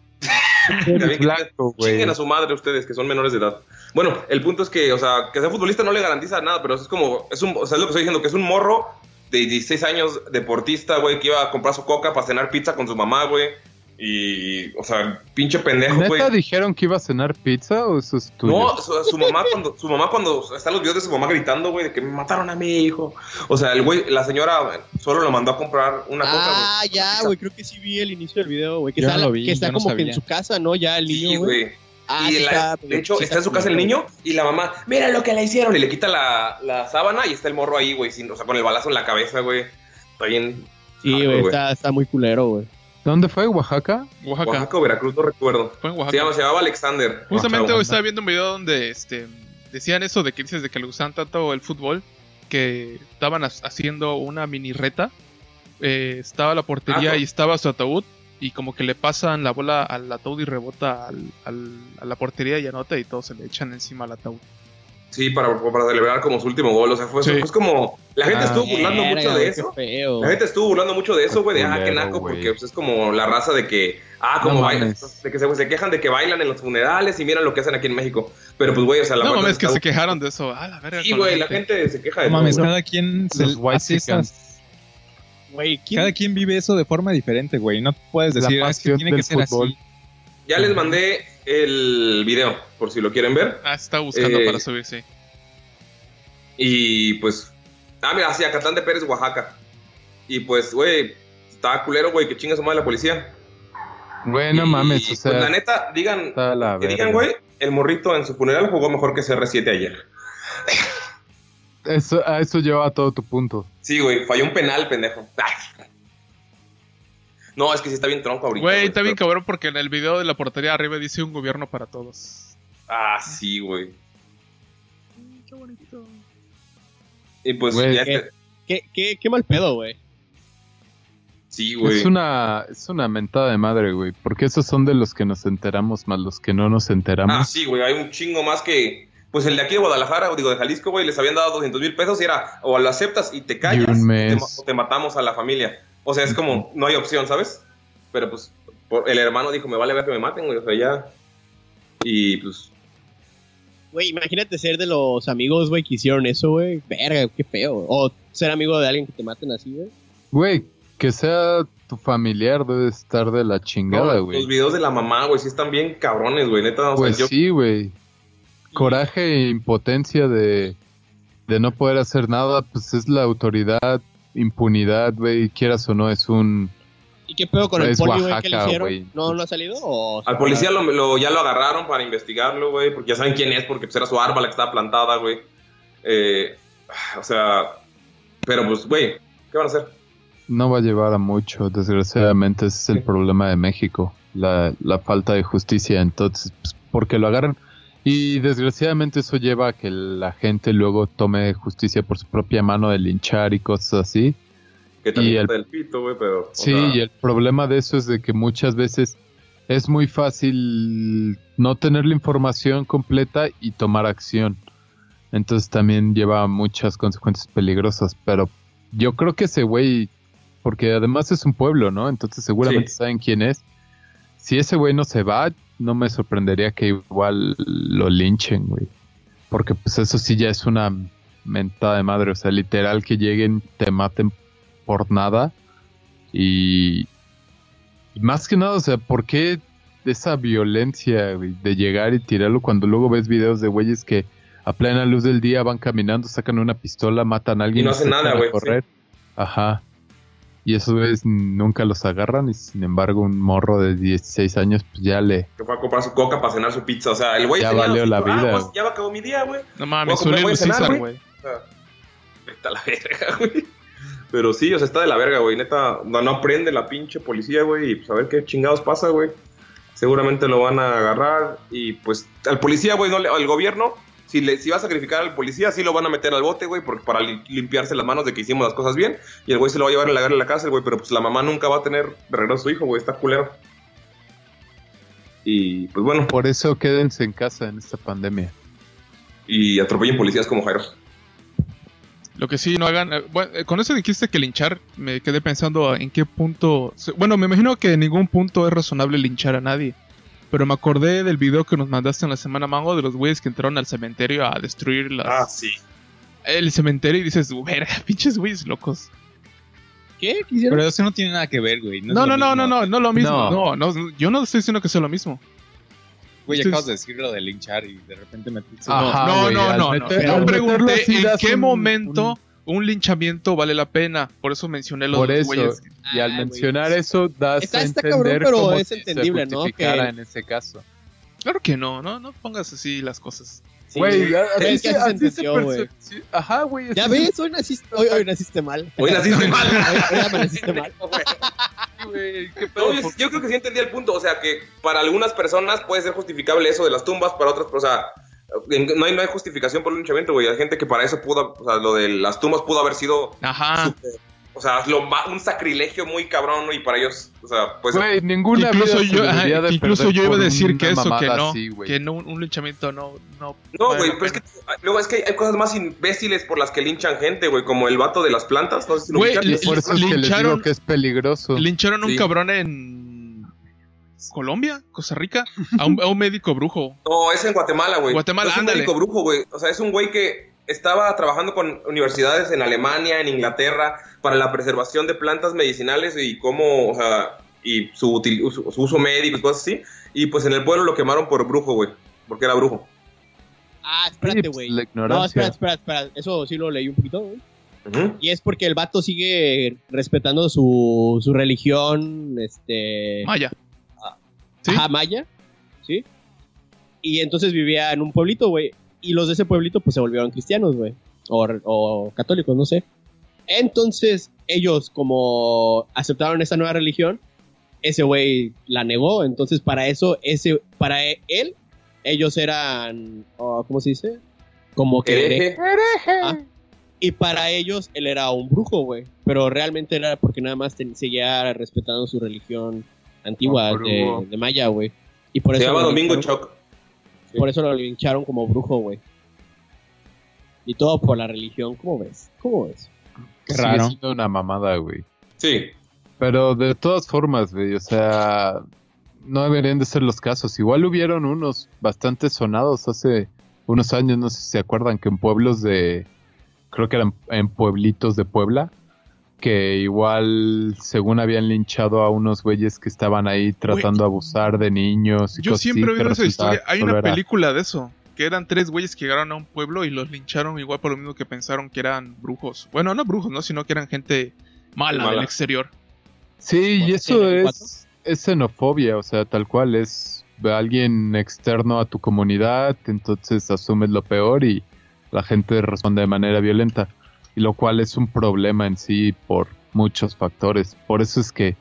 Speaker 5: También que-
Speaker 9: blanco, güey.
Speaker 5: Chinguen a su madre ustedes que son menores de edad. Bueno, el punto es que, o sea, que sea futbolista no le garantiza nada, pero es como, es un, o sea, es lo que estoy diciendo, que es un morro de 16 años, deportista, güey, que iba a comprar su coca para cenar pizza con su mamá, güey. Y, o sea, pinche pendejo, güey.
Speaker 6: ¿Neta dijeron que iba a cenar pizza o eso es tuyo?
Speaker 5: No, su, su mamá cuando su mamá cuando están los videos de su mamá gritando, güey, de que me mataron a mi hijo. O sea, el güey, la señora güey, solo lo mandó a comprar una coca.
Speaker 7: Ah, ya, güey, creo que sí vi el inicio del video, güey. Que
Speaker 9: Yo
Speaker 7: está,
Speaker 9: no lo
Speaker 7: la-
Speaker 9: vi,
Speaker 7: que está
Speaker 9: yo no
Speaker 7: como que
Speaker 9: sabía.
Speaker 7: en su casa, ¿no? Ya el
Speaker 5: güey.
Speaker 7: niño,
Speaker 5: Sí,
Speaker 7: güey.
Speaker 5: güey.
Speaker 7: Ah,
Speaker 5: y
Speaker 7: sí
Speaker 5: la-
Speaker 7: está,
Speaker 5: de hecho,
Speaker 7: sí
Speaker 5: está en su casa el niño y la mamá, mira lo que le hicieron. Y le quita la, la sábana y está el morro ahí, güey, sin- o sea, con el balazo en la cabeza, güey. Está bien.
Speaker 7: Sí,
Speaker 5: Ah,
Speaker 7: güey, está, está muy culero, güey.
Speaker 6: ¿Dónde fue? ¿Oaxaca?
Speaker 8: Oaxaca.
Speaker 5: Oaxaca o Veracruz, no recuerdo.
Speaker 8: Fue en
Speaker 5: Se,
Speaker 8: Oaxaca.
Speaker 5: llama- se llamaba Alexander. Ah,
Speaker 8: Justamente
Speaker 5: Oaxaca.
Speaker 8: hoy estaba viendo un video donde este, decían eso de que dices de que le gustan tanto el fútbol que estaban ha- haciendo una mini reta. Eh, estaba la portería
Speaker 5: Ah, no.
Speaker 8: y estaba su ataúd. Y como que le pasan la bola al ataúd y rebota al- al- a la portería y anota y todos se le echan encima al ataúd.
Speaker 5: Sí, para, para celebrar como su último gol. O sea, fue,
Speaker 8: Sí.
Speaker 5: fue como. La gente
Speaker 6: Ah.
Speaker 5: estuvo burlando mucho
Speaker 7: Verga,
Speaker 5: de
Speaker 7: güey,
Speaker 5: eso.
Speaker 7: qué feo.
Speaker 5: La gente estuvo burlando mucho de eso, güey, de ah,
Speaker 6: Culero,
Speaker 5: qué naco,
Speaker 6: güey.
Speaker 5: porque pues, es como la raza de que, ah, como
Speaker 6: No
Speaker 5: bailan,
Speaker 6: mames.
Speaker 5: de que se, se quejan de que bailan en los funerales y miran lo que hacen aquí en México. Pero pues, güey, o sea, la
Speaker 8: No
Speaker 5: banda
Speaker 8: mames, que
Speaker 5: está-
Speaker 8: se quejaron de eso. Ah, la verga.
Speaker 5: Sí,
Speaker 8: con la
Speaker 5: güey, la
Speaker 8: gente.
Speaker 5: gente se queja de
Speaker 9: No
Speaker 5: todo,
Speaker 9: mames,
Speaker 5: güey.
Speaker 9: cada quien se
Speaker 6: Los white
Speaker 9: hace esas-
Speaker 7: Güey, ¿quién-
Speaker 9: cada quien vive eso de forma diferente, güey. No puedes
Speaker 6: La
Speaker 9: decir, "Ah, es que
Speaker 6: pasión
Speaker 9: tiene que
Speaker 6: del
Speaker 9: ser
Speaker 6: fútbol".
Speaker 9: así.
Speaker 5: Ya les mandé el video, por si lo quieren ver.
Speaker 8: Ah, está buscando
Speaker 5: Eh,
Speaker 8: para subir, sí.
Speaker 5: Y pues, ah, mira, sí, Acatán de Pérez, Oaxaca. Y pues, güey, está culero, güey, que chinga su madre la policía.
Speaker 6: Güey, Eh, no
Speaker 5: Y,
Speaker 6: mames, o sea,
Speaker 5: Pues la neta, digan,
Speaker 6: está la
Speaker 5: que digan,
Speaker 6: verga.
Speaker 5: güey, el morrito en su funeral jugó mejor que CR7 ayer.
Speaker 6: Eso, a eso lleva a todo tu punto.
Speaker 5: Sí, güey, falló un penal, pendejo. Ah. No, es que sí está bien tronco ahorita.
Speaker 8: Güey, está bien
Speaker 5: pero-
Speaker 8: cabrón porque en el video de la portería arriba dice un gobierno para todos.
Speaker 5: Ah, sí, güey. Y pues,
Speaker 6: Güey, eh,
Speaker 5: ya
Speaker 7: ¿qué?
Speaker 5: este-
Speaker 7: qué, qué, qué mal pedo, güey.
Speaker 5: sí, güey.
Speaker 6: Es una es una mentada de madre, güey, porque esos son de los que nos enteramos más los que no nos
Speaker 5: Ah,
Speaker 6: enteramos.
Speaker 5: sí, güey, hay un chingo más que. Pues el de aquí de Guadalajara, o digo, de Jalisco, güey, les habían dado 200 mil pesos y era, o lo aceptas y te callas,
Speaker 6: Y un
Speaker 5: o te
Speaker 6: mes.
Speaker 5: ma- o te matamos a la familia. O sea, es como, no hay opción, ¿sabes? Pero pues, por- el hermano dijo, me vale ver que me maten, güey, o sea, ya. Y pues,
Speaker 7: Güey, imagínate ser de los amigos, güey, que hicieron eso, güey. Verga, qué feo. güey. O ser amigo de alguien que te maten así, güey.
Speaker 5: Ah.
Speaker 6: Güey, que sea tu familiar debe estar de la chingada,
Speaker 5: no,
Speaker 6: güey.
Speaker 5: los videos de la mamá, güey, sí están bien cabrones, güey, neta. O sea,
Speaker 6: Pues
Speaker 5: yo-
Speaker 6: sí, güey. Coraje e impotencia de, de no poder hacer nada, pues es la autoridad, impunidad, güey, quieras o no, es un...
Speaker 7: ¿Y qué pedo con el
Speaker 6: Es
Speaker 7: poli, güey, que le
Speaker 6: Oaxaca,
Speaker 7: hicieron?
Speaker 6: güey.
Speaker 7: ¿No, ¿No ha salido? ¿O
Speaker 5: Al policía lo, lo- ya lo agarraron para investigarlo, güey, porque ya saben quién es, porque pues, era su arma la que estaba plantada, güey. Eh, o sea, pero pues, güey, ¿qué van a hacer?
Speaker 6: No va a llevar a mucho, desgraciadamente, ese es el problema de México, la, la falta de justicia, entonces, pues, porque lo agarran. Y desgraciadamente eso lleva a que la gente luego tome justicia por su propia mano de linchar y cosas así.
Speaker 5: Que también
Speaker 6: Y el-
Speaker 5: está del pito, güey, pero... o
Speaker 6: Sí,
Speaker 5: sea,
Speaker 6: y el problema de eso es de que muchas veces es muy fácil no tener la información completa y tomar acción. Entonces también lleva a muchas consecuencias peligrosas, pero yo creo que ese güey, porque además es un pueblo, ¿no? Entonces seguramente
Speaker 5: Sí.
Speaker 6: saben quién es. Si ese güey no se va, no me sorprendería que igual lo linchen, güey. Porque pues eso sí ya es una mentada de madre, o sea, literal que lleguen, te maten por nada. Y y más que nada, o sea, ¿por qué esa violencia güey, de llegar y tirarlo cuando luego ves videos de güeyes que a plena luz del día van caminando, sacan una pistola, matan a alguien
Speaker 5: Y no
Speaker 6: se
Speaker 5: hacen nada,
Speaker 6: echan a
Speaker 5: güey,
Speaker 6: correr? Ajá. Y esos güeyes nunca los agarran y sin embargo un morro de 16 años pues ya le...
Speaker 5: Que fue a comprar su coca para cenar su pizza, o sea, el güey...
Speaker 6: Ya
Speaker 5: tenía-
Speaker 6: valió la
Speaker 5: Ah,
Speaker 6: vida,
Speaker 5: pues,
Speaker 6: güey.
Speaker 5: ya acabó mi día, güey.
Speaker 8: No
Speaker 5: Voy a
Speaker 8: mames,
Speaker 5: comprar-
Speaker 8: Zulio
Speaker 5: voy a cenar,
Speaker 8: César,
Speaker 5: güey.
Speaker 8: güey.
Speaker 5: O sea, Está la verga, <laughs> güey. Pero sí, o sea, está de la verga, güey, neta. No, no aprende la pinche policía, güey, y pues a ver qué chingados pasa, güey. Seguramente lo van a agarrar y pues al policía, güey, no le- al gobierno, si, le, si va a sacrificar al policía, sí lo van a meter al bote, güey, porque para li- limpiarse las manos de que hicimos las cosas bien y el güey se lo va a llevar a la, a la cárcel, güey, pero pues la mamá nunca va a tener de regreso a su hijo, güey, está culero. Y pues bueno,
Speaker 6: Por eso quédense en casa en esta pandemia.
Speaker 5: y atropellen policías como Jairo.
Speaker 8: Lo que sí, no hagan. eh, Bueno, eh, con eso dijiste que linchar, me quedé pensando en qué punto. se- Bueno, me imagino que en ningún punto es razonable linchar a nadie. Pero me acordé del video que nos mandaste en la semana mango de los güeyes que entraron al cementerio a destruir las-
Speaker 5: Ah, sí.
Speaker 8: el cementerio y dices, verga, <laughs> pinches güeyes locos.
Speaker 7: ¿Qué? ¿Qué hicieron?
Speaker 9: Pero eso no tiene nada que ver, güey. es
Speaker 8: No, no,
Speaker 9: lo
Speaker 8: no,
Speaker 9: mismo.
Speaker 8: no, no, no lo mismo. No.
Speaker 6: No.
Speaker 8: no, yo no estoy diciendo que sea lo mismo.
Speaker 9: Güey,
Speaker 8: Esto
Speaker 9: acabas
Speaker 8: es-
Speaker 9: de decir lo de linchar y de repente me
Speaker 6: Ajá,
Speaker 8: no,
Speaker 6: güey,
Speaker 8: no,
Speaker 6: al
Speaker 8: no,
Speaker 6: meter-
Speaker 8: no.
Speaker 6: al meterlo
Speaker 8: Yo pregunté
Speaker 6: así
Speaker 8: en
Speaker 6: das
Speaker 8: qué
Speaker 6: un-
Speaker 8: momento un... linchamiento vale la pena. Por eso mencioné los
Speaker 6: Por eso.
Speaker 8: güeyes.
Speaker 6: Y al
Speaker 7: Ah,
Speaker 6: mencionar
Speaker 7: güey.
Speaker 6: eso, das
Speaker 7: Está-
Speaker 6: a
Speaker 7: está
Speaker 6: entender
Speaker 7: cabrón, pero
Speaker 6: como
Speaker 7: es
Speaker 6: si se
Speaker 7: entendible, ¿no?
Speaker 6: justificara
Speaker 7: Que-
Speaker 6: en ese caso.
Speaker 8: Claro que no, no, no pongas así las cosas.
Speaker 7: Sí,
Speaker 6: Güey,
Speaker 7: güey.
Speaker 6: a- así
Speaker 7: Es que
Speaker 6: se-
Speaker 7: así se
Speaker 6: así se
Speaker 7: entendió,
Speaker 6: perci-
Speaker 7: güey.
Speaker 6: sí, Ajá, güey.
Speaker 7: Ya
Speaker 6: así-
Speaker 7: ves, hoy naciste, hoy, hoy naciste mal.
Speaker 5: Hoy naciste mal.
Speaker 7: Hoy, hoy amaneciste
Speaker 5: <laughs>
Speaker 7: mal.
Speaker 6: güey, qué
Speaker 5: No,
Speaker 6: pedo,
Speaker 5: yo,
Speaker 6: por-
Speaker 5: yo creo que sí entendí el punto. O sea, que para algunas personas puede ser justificable eso de las tumbas, para otras, o sea, en- no hay, no hay justificación por el linchamiento, güey. Hay gente que para eso pudo, o sea, lo de las tumbas pudo haber sido,
Speaker 8: Ajá.
Speaker 5: o sea, lo ma- un sacrilegio muy cabrón y para ellos, o sea, pues
Speaker 6: Güey, ninguna
Speaker 8: incluso
Speaker 6: vida se
Speaker 8: yo, ajá,
Speaker 6: debería de
Speaker 8: que incluso
Speaker 6: perder
Speaker 8: yo iba a
Speaker 6: por
Speaker 8: decir
Speaker 6: una
Speaker 8: que eso, que
Speaker 6: mamada
Speaker 8: no,
Speaker 6: así, güey.
Speaker 8: que no, un un linchamiento no, no.
Speaker 5: No,
Speaker 8: vale
Speaker 5: güey,
Speaker 8: la
Speaker 5: pero es que
Speaker 8: pena.
Speaker 5: luego es que hay cosas más imbéciles por las que linchan gente, güey, como el vato de las plantas, no sé si lo
Speaker 8: Güey,
Speaker 5: ubican.
Speaker 8: le-
Speaker 6: Por eso es que les
Speaker 8: lincharon-
Speaker 6: digo que es peligroso.
Speaker 8: Lincharon a un
Speaker 5: Sí.
Speaker 8: cabrón en Colombia, Costa Rica, a un, a un médico brujo.
Speaker 5: No, es en Guatemala, güey.
Speaker 8: Guatemala,
Speaker 5: No es un
Speaker 8: ándale.
Speaker 5: médico brujo, güey. O sea, es un güey que estaba trabajando con universidades en Alemania, en Inglaterra, para la preservación de plantas medicinales y cómo, o sea, y su, util- su- su uso médico y cosas así. Y pues en el pueblo lo quemaron por brujo, güey. Porque era brujo.
Speaker 7: Ah,
Speaker 6: Sí,
Speaker 7: espérate,
Speaker 6: pues,
Speaker 7: güey.
Speaker 6: La
Speaker 7: No,
Speaker 6: ignorancia.
Speaker 7: espera, espera, espera. Eso sí lo leí un poquito, güey.
Speaker 5: Ujú.
Speaker 7: Y es porque el vato sigue respetando su, su religión, este...
Speaker 8: Maya. ¿Sí?
Speaker 7: Ajá, maya, ¿sí? Y entonces vivía en un pueblito, güey. Y los de ese pueblito, pues se volvieron cristianos, güey. O, o católicos, no sé. Entonces, ellos, como aceptaron esa nueva religión, ese güey la negó. Entonces, para eso, ese, para e- él, ellos eran, oh, ¿cómo se dice? Como que. herejes.
Speaker 5: Hereje.
Speaker 7: Ah. Y para ellos, él era un brujo, güey. Pero realmente era porque nada más ten- seguía respetando su religión antigua
Speaker 6: Un
Speaker 7: de,
Speaker 6: brujo.
Speaker 7: de Maya, güey. Y por
Speaker 5: Se
Speaker 7: eso,
Speaker 5: llama
Speaker 7: lo
Speaker 5: Domingo
Speaker 7: lincharon-
Speaker 5: Choc.
Speaker 7: por eso lo lincharon como brujo, güey. Y todo por la religión, ¿cómo ves? ¿Cómo ves?
Speaker 9: Qué
Speaker 6: Sigue
Speaker 9: raro.
Speaker 6: siendo una mamada, güey.
Speaker 5: Sí.
Speaker 6: Pero de todas formas, güey, o sea, no deberían de ser los casos. Igual hubieron unos bastante sonados hace unos años, no sé si se acuerdan, que en pueblos de, creo que eran en pueblitos de Puebla, que igual, según habían linchado a unos güeyes que estaban ahí tratando de abusar de niños y
Speaker 8: Yo
Speaker 6: cosas
Speaker 8: siempre he
Speaker 6: así, que
Speaker 8: oído esa
Speaker 6: resultaba
Speaker 8: historia. Hay
Speaker 6: solo
Speaker 8: una
Speaker 6: era-
Speaker 8: película de eso, que eran tres güeyes que llegaron a un pueblo y los lincharon igual por lo mismo que pensaron que eran brujos. Bueno, no brujos, ¿no? Sino que eran gente mala,
Speaker 5: Mala.
Speaker 8: del exterior.
Speaker 6: Sí, y
Speaker 7: ¿Cuántos
Speaker 6: eso
Speaker 7: tienen? ¿Cuatro?
Speaker 6: es, es xenofobia, o sea, tal cual, es alguien externo a tu comunidad, entonces asumes lo peor y la gente responde de manera violenta, y lo cual es un problema en sí por muchos factores. Por eso es que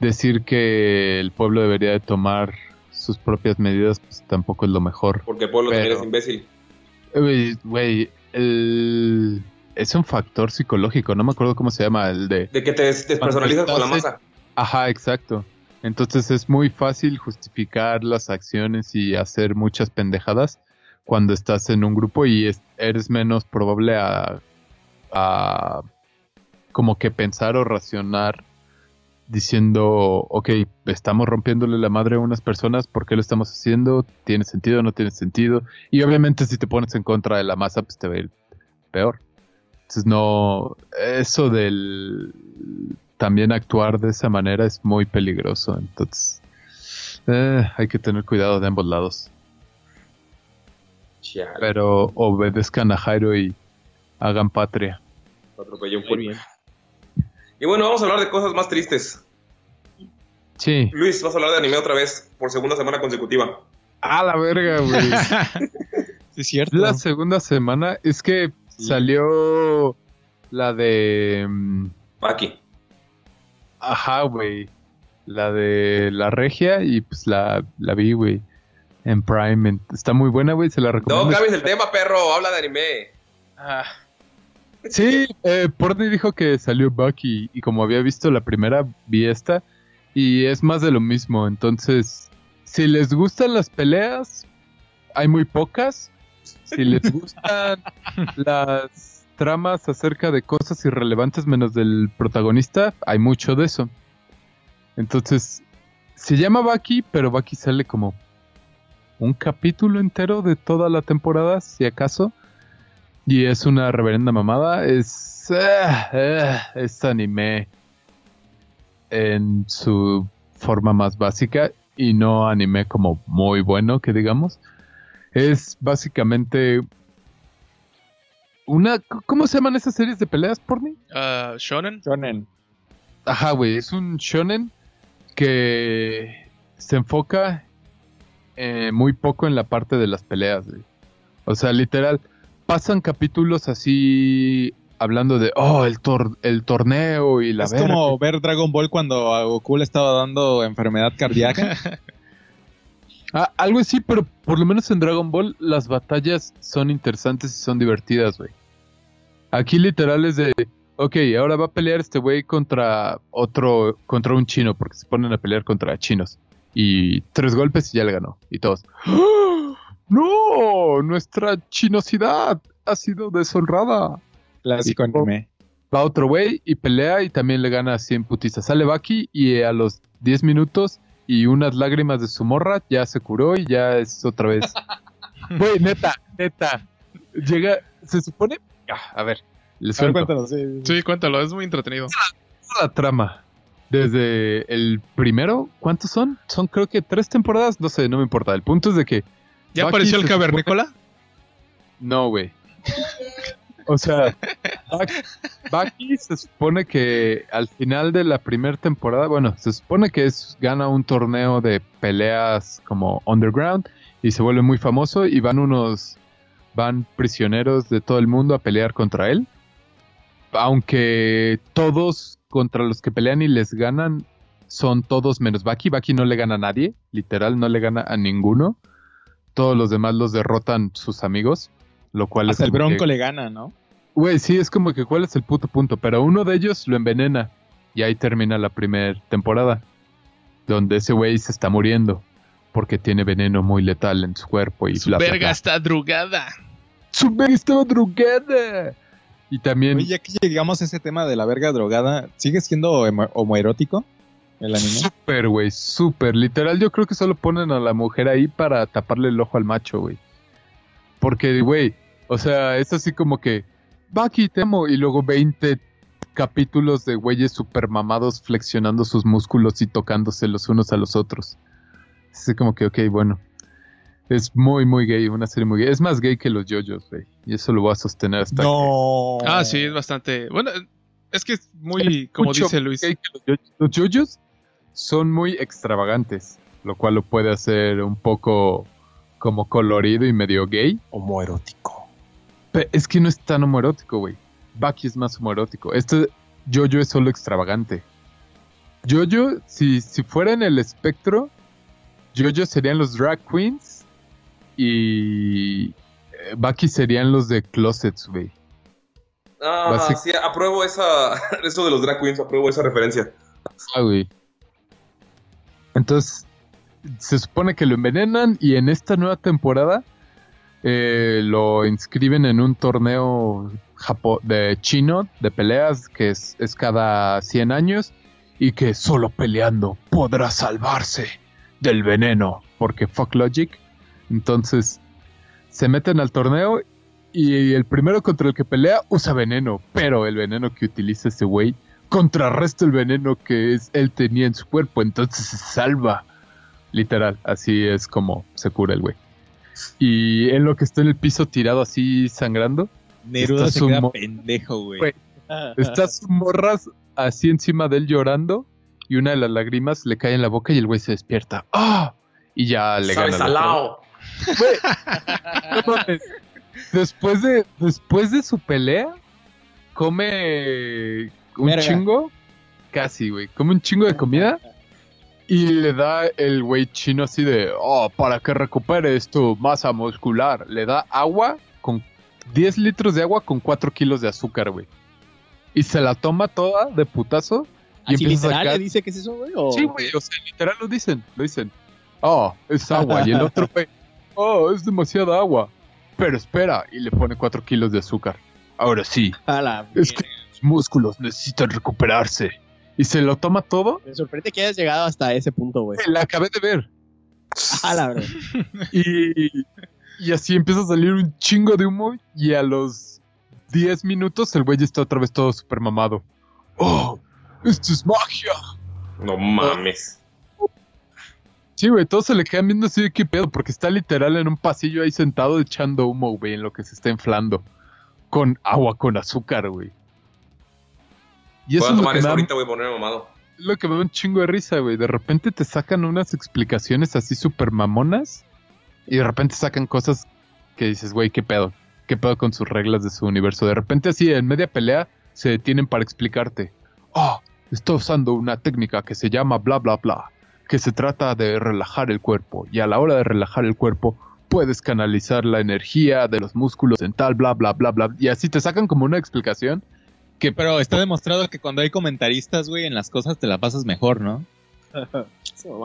Speaker 6: decir que el pueblo debería de tomar sus propias medidas pues, tampoco es lo mejor.
Speaker 5: Porque el pueblo también
Speaker 6: Pero-
Speaker 5: es imbécil.
Speaker 6: Güey, güey, el- es un factor psicológico, no me acuerdo cómo se llama, el de...
Speaker 5: De que te des- despersonalizas con la
Speaker 6: Cuando estás
Speaker 5: masa.
Speaker 6: Ajá, exacto. Entonces es muy fácil justificar las acciones y hacer muchas pendejadas cuando estás en un grupo y es- eres menos probable a, a como que pensar o racionar diciendo, ok, estamos rompiéndole la madre a unas personas, ¿por qué lo estamos haciendo? ¿Tiene sentido? ¿No tiene sentido? Y obviamente si te pones en contra de la masa, pues te va a ir peor. Entonces no, eso del también actuar de esa manera es muy peligroso. Entonces, eh, hay que tener cuidado de ambos lados.
Speaker 5: Chale,
Speaker 6: Pero obedezcan a Jairo y hagan patria.
Speaker 5: atropelló un
Speaker 7: Muy
Speaker 5: pueblo.
Speaker 7: bien.
Speaker 5: Y bueno, vamos a hablar de cosas más tristes.
Speaker 6: Sí.
Speaker 5: Luis, vas a hablar de anime otra vez por segunda semana consecutiva.
Speaker 6: A la verga, <laughs> güey.
Speaker 9: Sí, es cierto.
Speaker 6: la segunda semana es que salió la de... mm,
Speaker 5: Paki.
Speaker 6: Ajá, güey. La de la regia y pues la, la vi, güey. En Prime. En- Está muy buena, güey. Se la
Speaker 5: No
Speaker 6: recomiendo.
Speaker 5: cambies el tema, perro. Habla de anime.
Speaker 6: Sí, eh, Portney dijo que salió Bucky y como había visto la primera, vi esta y es más de lo mismo. Entonces, si les gustan las peleas, hay muy pocas. Si les gustan las tramas acerca de cosas irrelevantes menos del protagonista, hay mucho de eso. Entonces, se llama Baki, pero Baki sale como un capítulo entero de toda la temporada, si acaso. Y es una reverenda mamada. Es, ah, ah, es anime en su forma más básica y no anime como muy bueno, que digamos. Es básicamente una... ¿Cómo se llaman esas series de peleas, por mí?
Speaker 8: Ah, Shonen.
Speaker 9: Shonen.
Speaker 6: Ajá, güey, es un shonen que se enfoca eh, muy poco en la parte de las peleas, güey. O sea, literal, pasan capítulos así hablando de, oh, el, tor- el torneo y la
Speaker 9: es
Speaker 6: verga.
Speaker 9: como ver Dragon Ball cuando a Goku le estaba dando enfermedad
Speaker 6: <laughs>
Speaker 9: cardíaca.
Speaker 6: Ah, algo así, pero por lo menos en Dragon Ball las batallas son interesantes y son divertidas, güey. Aquí literal es de, ok, ahora va a pelear este güey contra otro, contra un chino, porque se ponen a pelear contra chinos. Y tres golpes y ya le ganó. Y todos, "¡Ah! ¡No! Nuestra chinosidad ha sido deshonrada.
Speaker 9: Clásico
Speaker 6: Sí.
Speaker 9: anime.
Speaker 6: Va otro güey y pelea y también le gana 100 putizas. Sale Baki y eh, a los 10 minutos y unas lágrimas de su morra ya se curó y ya es otra
Speaker 9: <laughs>
Speaker 6: vez. Güey, neta, neta. Llega, se supone. Ah, a ver, les
Speaker 9: A ver,
Speaker 6: cuento
Speaker 9: cuéntanos, sí, sí.
Speaker 8: Sí, cuéntalo, es muy entretenido.
Speaker 6: toda la trama. Desde el primero, ¿cuántos son? Son creo que tres temporadas, no sé, no me importa. El punto es de que.
Speaker 8: ¿Ya
Speaker 6: Baki
Speaker 8: apareció el
Speaker 6: se supone-
Speaker 8: cavernícola?
Speaker 6: No, güey. O sea, Baki, Baki se supone que al final de la primera temporada, bueno, se supone que es, gana un torneo de peleas como underground y se vuelve muy famoso y van unos, van prisioneros de todo el mundo a pelear contra él. Aunque todos contra los que pelean y les ganan son todos menos Baki. Baki no le gana a nadie, literal, no le gana a ninguno. Todos los demás los derrotan sus amigos, lo cual
Speaker 9: Hasta
Speaker 6: es
Speaker 9: el
Speaker 6: como que-
Speaker 9: Bronco le gana, ¿no?
Speaker 6: Güey, sí, es como que cuál es el puto punto, pero uno de ellos lo envenena y ahí termina la primera temporada, donde ese güey se está muriendo porque tiene veneno muy letal en su cuerpo y
Speaker 8: Su
Speaker 6: bla, bla,
Speaker 8: verga
Speaker 6: bla.
Speaker 8: está drogada.
Speaker 6: Su verga estaba drogada. Y también
Speaker 9: Oye, ya que llegamos a ese tema de la verga drogada, ¿sigue siendo homo- homoerótico el anime?
Speaker 6: súper, güey, súper. Literal, yo creo que solo ponen a la mujer ahí para taparle el ojo al macho, güey. Porque, güey, o sea, es así como que, Baki, te amo. Y luego 20 capítulos de güeyes super mamados flexionando sus músculos y tocándose los unos a los otros. Así como que, ok, bueno. Es muy, muy gay, una serie muy gay. Es más gay que los yoyos, güey. Y eso lo voy a sostener hasta
Speaker 9: No.
Speaker 8: Ah, sí, es bastante. Bueno, es que es muy, como
Speaker 6: mucho
Speaker 8: dice Luis,
Speaker 6: que- que los yo- los yoyos son muy extravagantes, lo cual lo puede hacer un poco como colorido y medio gay.
Speaker 9: Homoerótico.
Speaker 6: Pero es que no es tan homoerótico, güey. Baki es más homoerótico. Este yoyo es solo extravagante. Yoyo, si, si fuera en el espectro, yoyo serían los drag queens y eh, Baki serían los de closets, güey.
Speaker 5: Ah,
Speaker 6: Basic-
Speaker 5: sí, apruebo esa. <laughs> Eso de los drag queens, apruebo esa referencia.
Speaker 6: Ah, güey. Entonces, se supone que lo envenenan y en esta nueva temporada eh, lo inscriben en un torneo japo- de chino de peleas que es, es cada 100 años y que solo peleando podrá salvarse del veneno porque fuck logic. Entonces, se meten al torneo y el primero contra el que pelea usa veneno, pero el veneno que utiliza ese güey contrarresta el veneno que es, él tenía en su cuerpo, entonces se salva. Literal, así es como se cura el güey. Y en lo que está en el piso tirado así sangrando,
Speaker 9: <laughs> Neruda
Speaker 6: Estás
Speaker 9: se queda
Speaker 6: homo-
Speaker 9: pendejo, güey.
Speaker 6: Güey. está sus morras así encima de él llorando y una de las lágrimas le cae en la boca y el güey se despierta. ¡Ah! Y ya le
Speaker 5: Sabe
Speaker 6: gana. al otro.
Speaker 5: salao.
Speaker 6: No mames. <laughs> Después de, después de su pelea, come un
Speaker 7: Verga.
Speaker 6: chingo. Casi, güey. Come un chingo de comida. Y le da el güey chino así de, oh, para que recupere esto masa muscular. Le da agua con 10 litros de agua con 4 kilos de azúcar, güey. Y se la toma toda de putazo. Y
Speaker 7: ¿Así
Speaker 6: empieza a
Speaker 7: literal
Speaker 6: sacar-
Speaker 7: le dice que es eso, güey? o-
Speaker 6: Sí, güey, o sea, literal lo dicen, lo dicen. Oh, es agua. Y el otro, güey, oh, es demasiada agua. Pero espera, y le pone 4 kilos de azúcar. Ahora sí,
Speaker 7: A la
Speaker 6: es
Speaker 7: verga.
Speaker 6: que los músculos necesitan recuperarse. y se lo toma todo. eh,
Speaker 7: Me sorprende que hayas llegado hasta ese punto, güey.
Speaker 6: La acabé de ver.
Speaker 7: <laughs> Ah, la verdad.
Speaker 6: Y, y así empieza a salir un chingo de humo y a los 10 minutos el güey ya está otra vez todo super mamado. ¡Oh! ¡Esto es magia!
Speaker 5: No mames.
Speaker 6: Sí, güey, todos se le quedan viendo así de qué pedo, porque está literal en un pasillo ahí sentado echando humo, güey, en lo que se está inflando. Con agua, con azúcar, güey. Y
Speaker 5: Voy
Speaker 6: eso
Speaker 5: a
Speaker 6: es lo
Speaker 5: tomar
Speaker 6: que, me
Speaker 5: eso
Speaker 6: da,
Speaker 5: ahorita, güey, ponerme mamado.
Speaker 6: es lo que me da un chingo de risa, güey. De repente te sacan unas explicaciones así súper mamonas y de repente sacan cosas que dices, güey, qué pedo. Qué pedo con sus reglas de su universo. De repente así, en media pelea, se detienen para explicarte. Oh, está usando una técnica que se llama bla bla bla, que se trata de relajar el cuerpo, y a la hora de relajar el cuerpo puedes canalizar la energía de los músculos en tal bla bla bla bla, y así te sacan como una explicación que
Speaker 9: Pero está demostrado que cuando hay comentaristas, güey, en las cosas te la pasas mejor, ¿no?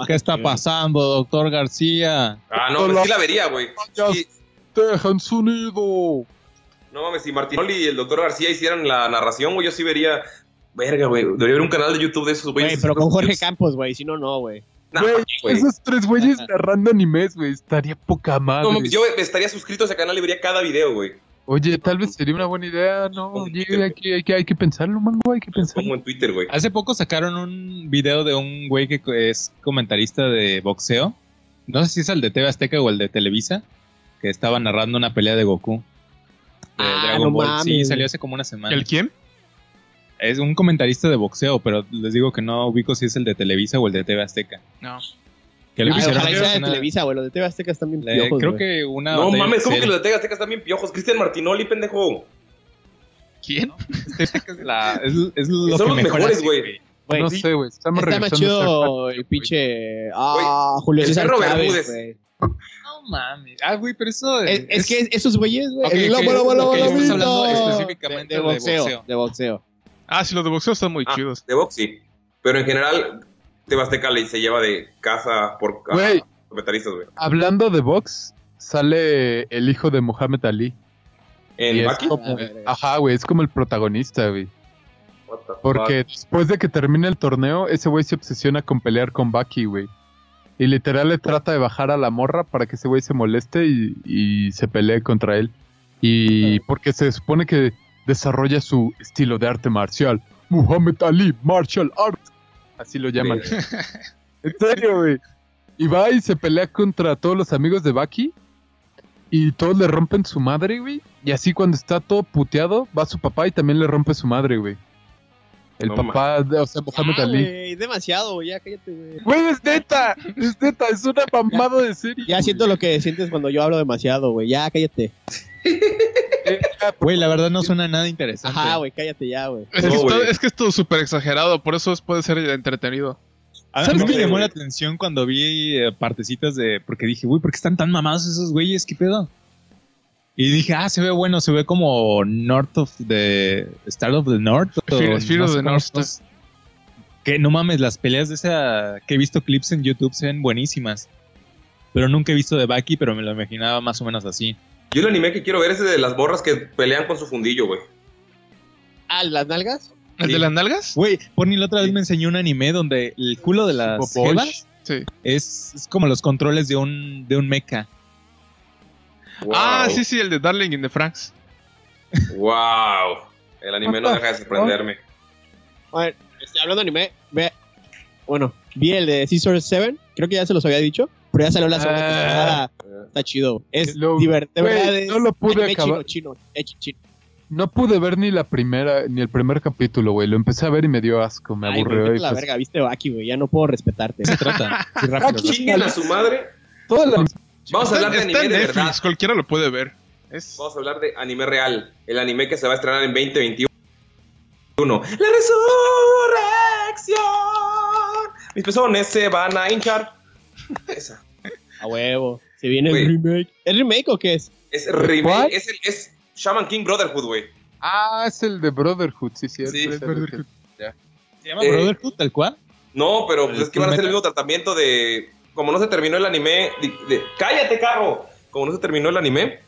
Speaker 9: ¿Qué está pasando, doctor García?
Speaker 5: Ah, no, pues sí la vería, güey. Sí,
Speaker 6: dejan sonido.
Speaker 5: no mames, si Martinoli y el doctor García hicieran la narración, güey, yo sí vería. Verga, güey. Debería haber un canal de YouTube de esos, güey.
Speaker 7: Güey, pero con Jorge Campos, güey. Si no, no, güey.
Speaker 5: <laughs> Nah,
Speaker 6: Güey,
Speaker 5: güey.
Speaker 6: esos tres güeyes narrando animes, güey, estaría poca madre.
Speaker 5: No, mames, yo estaría suscrito a ese canal y vería cada video, güey.
Speaker 6: Oye, tal vez sería una buena idea, no,
Speaker 5: Oye,
Speaker 6: Oye, hay que, hay que, hay que pensarlo, mango, hay que pensarlo.
Speaker 5: Como en Twitter, güey.
Speaker 9: Hace poco sacaron un video de un güey que es comentarista de boxeo. No sé si es el de TV Azteca o el de Televisa, que estaba narrando una pelea de Goku. De
Speaker 7: Ah,
Speaker 9: Dragon
Speaker 7: no
Speaker 9: Ball. sí,
Speaker 7: mames.
Speaker 9: salió hace como una semana.
Speaker 8: ¿El quién?
Speaker 9: Es un comentarista de boxeo, pero les digo que no ubico si es el de Televisa o el de TV Azteca.
Speaker 8: No.
Speaker 9: Que
Speaker 7: Ay,
Speaker 9: le hicieron
Speaker 7: Ah, ojalá y sea de
Speaker 9: una-
Speaker 7: Televisa, güey. Los de TV Azteca están bien
Speaker 9: le-
Speaker 7: piojos,
Speaker 9: creo
Speaker 7: güey.
Speaker 9: que una.
Speaker 5: No
Speaker 9: Ah, batalla
Speaker 5: mames, ¿cómo
Speaker 9: de
Speaker 5: que los de Aztecas están bien piojos? Cristian Martinoli, pendejo.
Speaker 8: ¿Quién?
Speaker 9: Excel, la- es, es lo
Speaker 5: Son
Speaker 9: que
Speaker 5: los
Speaker 9: mejor
Speaker 5: mejores,
Speaker 9: hace,
Speaker 5: güey.
Speaker 7: Güey,
Speaker 6: no
Speaker 7: sí,
Speaker 6: sé, güey, estamos
Speaker 7: Está más
Speaker 6: regresando a esta
Speaker 7: chido
Speaker 6: práctica,
Speaker 7: el
Speaker 6: güey.
Speaker 7: pinche. Ah, Julio
Speaker 5: el
Speaker 7: César
Speaker 5: perro
Speaker 7: Chávez,
Speaker 5: Bermúdez.
Speaker 7: güey.
Speaker 9: No mames. Ah, güey, pero eso.
Speaker 7: Es, es que esos güeyes, güey.
Speaker 9: Ok,
Speaker 7: el
Speaker 9: ok,
Speaker 7: lobo, lobo, lobo,
Speaker 9: ok, estás
Speaker 7: lobito.
Speaker 9: hablando específicamente
Speaker 7: de, de
Speaker 9: de
Speaker 7: boxeo.
Speaker 9: boxeo.
Speaker 7: De boxeo.
Speaker 8: Ah, sí, los de boxeo están muy
Speaker 5: Ah.
Speaker 8: chidos.
Speaker 5: De box, sí. Pero en general, Tebasteca le se lleva de casa por casa.
Speaker 6: Güey.
Speaker 5: Comentaristas, güey.
Speaker 6: Hablando de box, sale el hijo de Mohamed Ali. Y
Speaker 5: En
Speaker 6: es
Speaker 5: Baki.
Speaker 6: como-
Speaker 7: A ver, eh.
Speaker 6: Ajá, güey, es como el protagonista, güey.
Speaker 5: What the fuck?
Speaker 6: Porque después de que termine el torneo, ese güey se obsesiona con pelear con Bucky, güey. Y literal le trata de bajar a la morra para que ese güey se moleste y, y se pelee contra él. Y porque se supone que desarrolla su estilo de arte marcial. Muhammad Ali Martial Art. Así lo llaman.
Speaker 5: Sí.
Speaker 6: En serio, güey. Y va y se pelea contra todos los amigos de Bucky. Y todos le rompen su madre, güey. Y así cuando está todo puteado, va su papá y también le rompe su madre, güey. El
Speaker 5: No
Speaker 6: papá, de, o sea, Mohamed
Speaker 7: Ya,
Speaker 6: Ali.
Speaker 7: Ah, güey, Es demasiado, güey. Ya cállate, güey.
Speaker 6: Güey, es neta. Es neta. Es una mamada de serie.
Speaker 7: Ya
Speaker 6: güey.
Speaker 7: siento lo que sientes cuando yo hablo demasiado, güey. Ya cállate.
Speaker 9: Güey, la verdad no suena nada interesante.
Speaker 7: Ajá, güey, cállate ya, güey.
Speaker 8: Es, que
Speaker 5: No,
Speaker 8: está-
Speaker 5: güey.
Speaker 8: es que esto es súper exagerado, por eso es- puede ser entretenido.
Speaker 9: A
Speaker 5: ¿Sabes
Speaker 9: mí me
Speaker 5: qué?
Speaker 9: llamó la atención cuando vi eh, partecitas de. Porque dije, güey, ¿por qué están tan mamados esos güeyes? ¿Qué pedo? Y dije, ah, se ve bueno, se ve como North of the. Star of the North. o
Speaker 8: Fear- Fear of
Speaker 9: sé
Speaker 8: the
Speaker 9: cómo
Speaker 8: North.
Speaker 9: son. Que no mames, las peleas de esa. Que he visto clips en YouTube se ven buenísimas. Pero nunca he visto de Baki, pero me lo imaginaba más o menos así.
Speaker 5: Yo el anime que quiero ver es el de las borras que pelean con su fundillo, güey.
Speaker 7: Ah, ¿las nalgas?
Speaker 8: ¿El
Speaker 9: Sí.
Speaker 8: de las nalgas?
Speaker 9: Güey, Pony la otra vez me enseñó un anime donde el culo de las
Speaker 6: Boy.
Speaker 9: jevas
Speaker 8: Sí.
Speaker 9: es, es como los controles de un, de un mecha.
Speaker 8: Ah,
Speaker 5: Wow.
Speaker 8: sí, sí, el de Darling in the Franks.
Speaker 5: Wow. El anime no deja de sorprenderme.
Speaker 7: A ver, este, hablando de anime, ve. Bueno, vi el de Scissor 7. Creo que ya se los había dicho. Pero ya salió la segunda
Speaker 6: Ah.
Speaker 7: temporada. Está chido. güey. Es
Speaker 6: Lo-
Speaker 7: divertido.
Speaker 6: güey,
Speaker 7: verdad, es
Speaker 6: no lo pude
Speaker 7: anime
Speaker 6: acabar.
Speaker 7: Chino, chino, eh, chino.
Speaker 6: No pude ver ni la primera, ni el primer capítulo, güey. Lo empecé a ver y me dio asco, me
Speaker 7: Ay, güey,
Speaker 6: aburrió.
Speaker 7: vete
Speaker 6: y
Speaker 7: a la
Speaker 6: pues-
Speaker 7: verga, viste Baki, güey. Ya no puedo respetarte.
Speaker 9: Se trata. Sí, rápido,
Speaker 5: Chinguen a su madre.
Speaker 6: toda la-
Speaker 5: Vamos a
Speaker 8: Está-
Speaker 5: hablar de
Speaker 8: está
Speaker 5: anime
Speaker 8: en
Speaker 5: de
Speaker 8: Netflix,
Speaker 5: verdad.
Speaker 8: cualquiera lo puede ver. Es...
Speaker 5: Vamos a hablar de anime real. El anime que se va a estrenar en 2021. La resurrección. Mis pezones se van a hinchar. Esa.
Speaker 7: A huevo. Se viene
Speaker 5: Güey.
Speaker 7: el remake. ¿Es remake o qué es?
Speaker 5: Es remake,
Speaker 6: ¿Cuál?
Speaker 5: es, el- es Shaman King Brotherhood, güey.
Speaker 6: Ah, es el de Brotherhood, sí, cierto.
Speaker 5: Sí,
Speaker 6: es el
Speaker 8: Brotherhood.
Speaker 9: ¿Se llama
Speaker 5: Eh,
Speaker 9: Brotherhood tal cual?
Speaker 5: No, pero pues,
Speaker 9: El
Speaker 5: es que van a hacer el
Speaker 9: Fullmetal.
Speaker 5: mismo tratamiento de. Como no se terminó el anime. De, de- ¡Cállate, carro! Como no se terminó el anime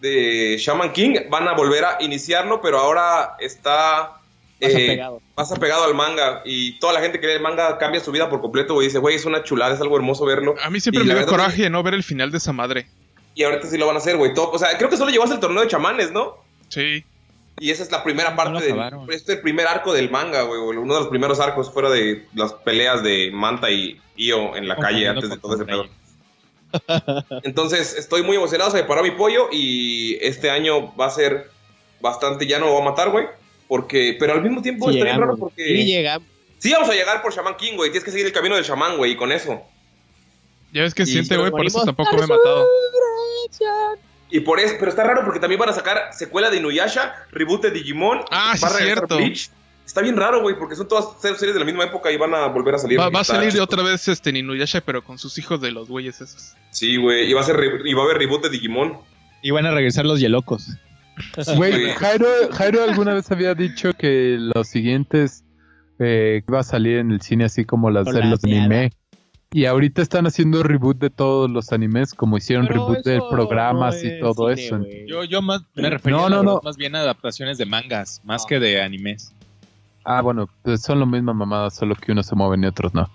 Speaker 5: de Shaman King, van a volver a iniciarlo, pero ahora está
Speaker 7: Pasa
Speaker 5: eh,
Speaker 7: pegado.
Speaker 5: pasa pegado al manga y toda la gente que lee el manga cambia su vida por completo y dice, güey, es una chulada, es algo hermoso verlo.
Speaker 8: A mí siempre
Speaker 5: Y
Speaker 8: me
Speaker 5: la
Speaker 8: dio
Speaker 5: verdad-
Speaker 8: coraje no ver el final de esa madre.
Speaker 5: Y ahorita sí lo van a hacer, güey. Todo- O sea, creo que solo llegó hasta el torneo de chamanes, ¿no?
Speaker 8: Sí.
Speaker 5: Y esa es la primera
Speaker 9: lo
Speaker 5: parte
Speaker 9: acabaron.
Speaker 5: del este es el primer arco del manga, güey. o Uno de los primeros arcos fuera de las peleas de Manta y Io en la calle antes de todo ese pedo.
Speaker 7: <laughs>
Speaker 5: Entonces, estoy muy emocionado, se me paró mi pollo y este año va a ser bastante, ya no lo va a matar, güey. Porque, pero al mismo tiempo
Speaker 7: Sí
Speaker 5: está bien raro
Speaker 7: llegamos.
Speaker 5: porque.
Speaker 7: Sí llegamos.
Speaker 5: Sí, vamos a llegar por Shaman King, güey. Tienes que seguir el camino del Shaman, güey, y con eso.
Speaker 8: Ya ves que
Speaker 5: Y
Speaker 8: siente,
Speaker 5: nos
Speaker 8: güey, por eso
Speaker 7: morimos.
Speaker 8: tampoco me he matado.
Speaker 5: Y por eso, pero está raro porque también van a sacar secuela de Inuyasha, reboot de Digimon.
Speaker 8: Ah, sí,
Speaker 5: va a regresar
Speaker 8: cierto.
Speaker 5: Bleach. Está bien raro, güey, porque son todas ser- series de la misma época y van a volver a salir.
Speaker 8: Va, va a
Speaker 5: Está
Speaker 8: salir de
Speaker 5: chistoso.
Speaker 8: otra vez este Ninuyasha, pero con sus hijos de los güeyes esos.
Speaker 5: Sí, güey, y va a ser re- y va a haber reboot de Digimon.
Speaker 9: Y van a regresar los yelocos.
Speaker 5: Sí.
Speaker 6: Güey, Jairo, Jairo alguna vez había dicho que los siguientes eh, iba a salir en el cine así como las
Speaker 7: Con
Speaker 6: de
Speaker 7: la
Speaker 6: los
Speaker 7: meada.
Speaker 6: anime. Y ahorita están haciendo reboot de todos los animes, como hicieron
Speaker 7: Pero
Speaker 6: reboot de
Speaker 7: eso
Speaker 6: programas
Speaker 7: no
Speaker 6: y
Speaker 7: es
Speaker 6: todo
Speaker 7: cine,
Speaker 6: eso.
Speaker 7: güey.
Speaker 9: Yo, yo más me refería
Speaker 6: No,
Speaker 9: a
Speaker 6: no, no.
Speaker 9: más bien a adaptaciones de mangas, más que de animes.
Speaker 6: Ah, bueno, pues son lo misma mamada, solo que unos se mueven y otros no.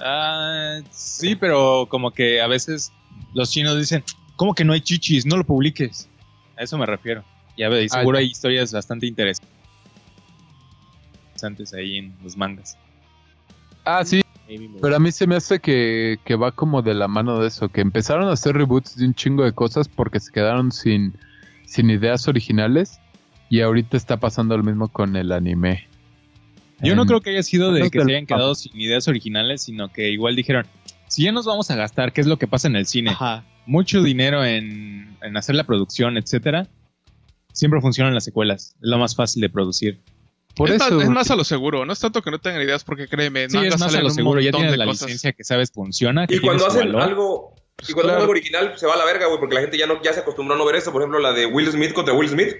Speaker 9: Ah, sí, pero como que a veces los chinos dicen, ¿cómo que no hay chichis? No lo publiques. A eso me refiero. Ya veis,
Speaker 6: Ah,
Speaker 9: seguro
Speaker 6: ya.
Speaker 9: hay historias bastante interesantes ahí en los mangas.
Speaker 6: Ah, sí,
Speaker 7: Ahí mismo.
Speaker 6: pero a mí se me hace que, que va como de la mano de eso, que empezaron a hacer reboots de un chingo de cosas porque se quedaron sin, sin ideas originales. Y ahorita está pasando lo mismo con el anime.
Speaker 9: Yo no
Speaker 6: Em,
Speaker 9: creo que haya sido de
Speaker 6: no
Speaker 9: que
Speaker 6: te
Speaker 9: se
Speaker 6: lo-
Speaker 9: hayan quedado sin ideas originales, sino que igual dijeron, si ya nos vamos a gastar, ¿qué es lo que pasa en el cine?
Speaker 7: Ajá.
Speaker 9: mucho dinero en, en hacer la producción, etcétera, siempre funcionan las secuelas. Es lo más fácil de producir.
Speaker 6: Por
Speaker 8: es, más-
Speaker 6: eso,
Speaker 8: es más a lo seguro. No es tanto que no tengan ideas, porque créeme,
Speaker 9: Sí, es
Speaker 8: mangas
Speaker 9: más a
Speaker 8: salen
Speaker 9: lo
Speaker 8: un
Speaker 9: seguro. Ya
Speaker 8: montón
Speaker 9: tienes
Speaker 8: de
Speaker 9: la
Speaker 8: cosas.
Speaker 9: licencia que sabes funciona. que
Speaker 5: Y cuando
Speaker 9: tiene su
Speaker 5: hacen
Speaker 9: valor.
Speaker 5: algo y
Speaker 8: Pues
Speaker 5: cuando
Speaker 6: claro.
Speaker 5: algo original se va a la verga, güey, porque la gente ya no ya se acostumbró a no ver eso, por ejemplo, la de Will Smith contra Will Smith,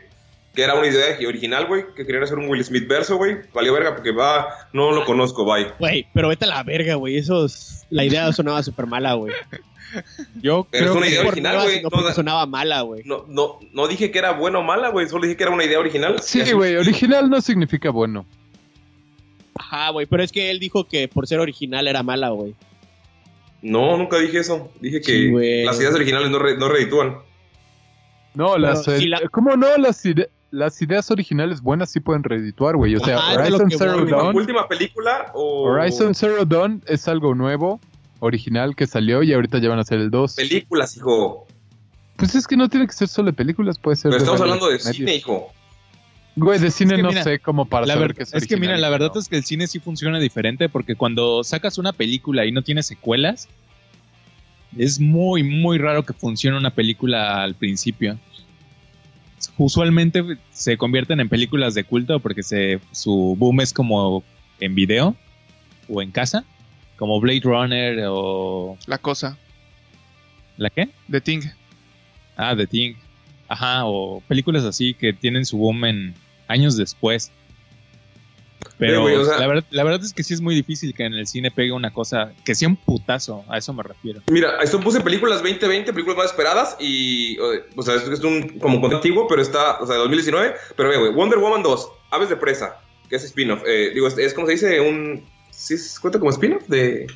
Speaker 5: que era una idea original, güey, que querían hacer un Will Smith verso, güey. Valió verga porque va, no lo conozco, bye.
Speaker 7: Güey, pero vete a la verga, güey. Eso es- La idea sonaba súper mala, güey.
Speaker 9: Yo
Speaker 5: Pero es
Speaker 9: creo
Speaker 5: una
Speaker 9: que
Speaker 5: idea
Speaker 7: Por
Speaker 5: original,
Speaker 7: nueva,
Speaker 5: güey.
Speaker 7: sino
Speaker 5: No,
Speaker 7: porque sonaba mala, güey.
Speaker 5: no, no, no dije que era buena o mala, güey, solo dije que era una idea original.
Speaker 6: Sí, <laughs> güey, original no significa bueno.
Speaker 7: Ajá, güey. Pero es que él dijo que por ser original era mala, güey.
Speaker 5: No, nunca dije eso. Dije que
Speaker 7: Sí, güey.
Speaker 5: las ideas originales no, re- no reditúan.
Speaker 6: No, las,
Speaker 7: si
Speaker 6: eh,
Speaker 7: la-
Speaker 6: ¿cómo no? Las, ide- las ideas originales buenas sí pueden reedituar, güey. O sea,
Speaker 7: Ajá, es a lo
Speaker 6: Horizon
Speaker 7: que
Speaker 6: Zero
Speaker 7: voy,
Speaker 5: ¿Última,
Speaker 6: Dawn,
Speaker 5: última película o
Speaker 6: Horizon Zero Dawn es algo nuevo, original que salió y ahorita ya van a hacer el 2.
Speaker 5: películas, hijo?
Speaker 6: Pues es que no tiene que ser solo de películas, puede ser.
Speaker 5: Pero estamos
Speaker 6: varios
Speaker 5: hablando de
Speaker 6: medios.
Speaker 5: cine, hijo.
Speaker 6: Güey, de cine
Speaker 9: que
Speaker 6: no
Speaker 9: mira,
Speaker 6: sé cómo para
Speaker 9: la
Speaker 6: saber
Speaker 9: ver-
Speaker 6: que es
Speaker 9: es que mira,
Speaker 6: original
Speaker 9: la
Speaker 6: y
Speaker 9: verdad
Speaker 6: no.
Speaker 9: es que el cine sí funciona diferente porque cuando sacas una película y no tiene secuelas, es muy, muy raro que funcione una película al principio. Usualmente se convierten en películas de culto porque se, su boom es como en video o en casa, como Blade Runner o...
Speaker 8: La cosa
Speaker 9: ¿La qué?
Speaker 8: de Ting.
Speaker 9: Ah, The Thing. Ajá, o películas así que tienen su boom en años después. Pero
Speaker 5: Sí, güey, o sea-
Speaker 9: la, verdad, la verdad es que sí es muy difícil que en el cine pegue una cosa que sea un putazo, a eso me refiero.
Speaker 5: Mira, esto puse películas 2020, películas más esperadas y, eh, o sea, es, es un como contenido antiguo, pero está, o sea, 2019, pero ve, güey, Wonder Woman 2, Aves de Presa, que es spin-off, eh, digo, es, es como se dice, un, ¿sí se cuenta como spin-off de,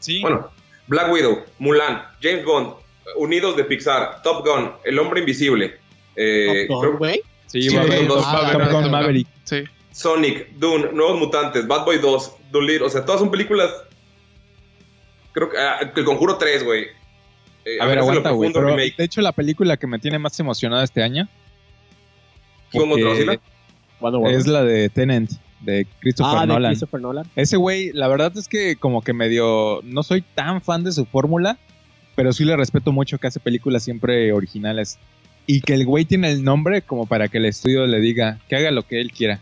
Speaker 9: Sí,
Speaker 5: bueno, Black Widow, Mulan, James Bond, Unidos de Pixar, Top Gun, El Hombre Invisible, eh,
Speaker 7: Top Gun,
Speaker 5: creo-
Speaker 7: güey.
Speaker 9: sí,
Speaker 8: Sí,
Speaker 9: va a haber
Speaker 8: güey,
Speaker 9: dos
Speaker 8: va a haber
Speaker 9: Top
Speaker 8: una-
Speaker 9: Gun Maverick.
Speaker 8: Sí.
Speaker 5: Sonic, Dune, Nuevos Mutantes, Bad Boy 2, Doolittle, o sea, todas son películas. Creo que ah, El Conjuro 3, güey. Eh,
Speaker 9: A
Speaker 5: hace
Speaker 9: ver,
Speaker 5: lo
Speaker 9: aguanta, güey.
Speaker 5: profundo
Speaker 9: pero
Speaker 5: remake.
Speaker 9: De hecho, la película que me tiene más emocionada este año
Speaker 5: ¿Cómo
Speaker 9: porque
Speaker 5: traducirla?
Speaker 7: Wonder Woman.
Speaker 9: es la de Tenant, de Christopher
Speaker 7: Ah, de
Speaker 9: Nolan.
Speaker 7: Christopher Nolan.
Speaker 9: Ese güey, la verdad es que como que medio... No soy tan fan de su fórmula, pero sí le respeto mucho que hace películas siempre originales. Y que el güey tiene el nombre como para que el estudio le diga que haga lo que él quiera.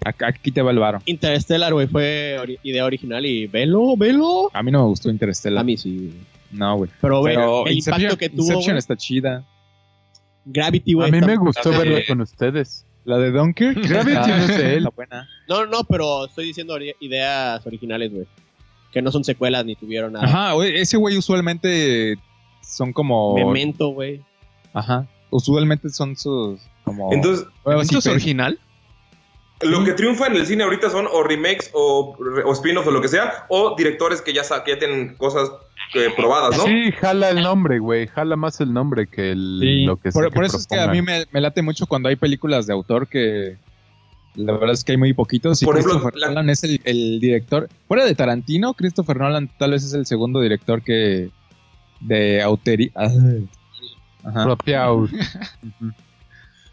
Speaker 9: Ac- Aquí te va el varo.
Speaker 7: Interstellar, güey, fue ori- idea original y velo, velo.
Speaker 9: A mí no me gustó Interstellar.
Speaker 7: A mí sí, güey.
Speaker 9: No, güey.
Speaker 7: Pero, güey,
Speaker 9: Pero
Speaker 7: el
Speaker 9: Inception,
Speaker 7: impacto que tuvo.
Speaker 9: Inception
Speaker 7: güey,
Speaker 9: está chida.
Speaker 7: Gravity,
Speaker 6: A
Speaker 7: güey.
Speaker 6: mí
Speaker 7: está-
Speaker 6: me gustó
Speaker 5: Ah,
Speaker 6: verla
Speaker 5: sí.
Speaker 6: con ustedes.
Speaker 9: La de
Speaker 6: <laughs>
Speaker 9: Dunkirk.
Speaker 6: Gravity no es de él.
Speaker 9: La buena.
Speaker 7: No, no, pero estoy diciendo ori- ideas originales, güey. Que no son secuelas ni tuvieron nada.
Speaker 9: Ajá, güey, ese güey usualmente son como...
Speaker 7: Oh. Memento, güey.
Speaker 9: Ajá. Usualmente son sus... Como...
Speaker 5: Entonces,
Speaker 9: nuevas
Speaker 8: ¿Esto es
Speaker 9: IPs.
Speaker 8: original?
Speaker 5: Lo que triunfa en el cine ahorita son o remakes o, o spin-offs o lo que sea, o directores que ya, sa- que ya tienen cosas eh, probadas, ¿no?
Speaker 6: Sí, jala el nombre, güey. Jala más el nombre que el,
Speaker 9: Sí,
Speaker 6: lo que sea
Speaker 9: por, por
Speaker 6: que
Speaker 9: eso es que a
Speaker 6: propongan.
Speaker 9: mí me, me late mucho cuando hay películas de autor que la verdad es que hay muy poquitos. Y
Speaker 5: Por ejemplo,
Speaker 9: Christopher
Speaker 5: la-
Speaker 9: Nolan es el, el director. Fuera de Tarantino, Christopher Nolan tal vez es el segundo director que de autoría. <laughs> Ajá.
Speaker 6: Propia au-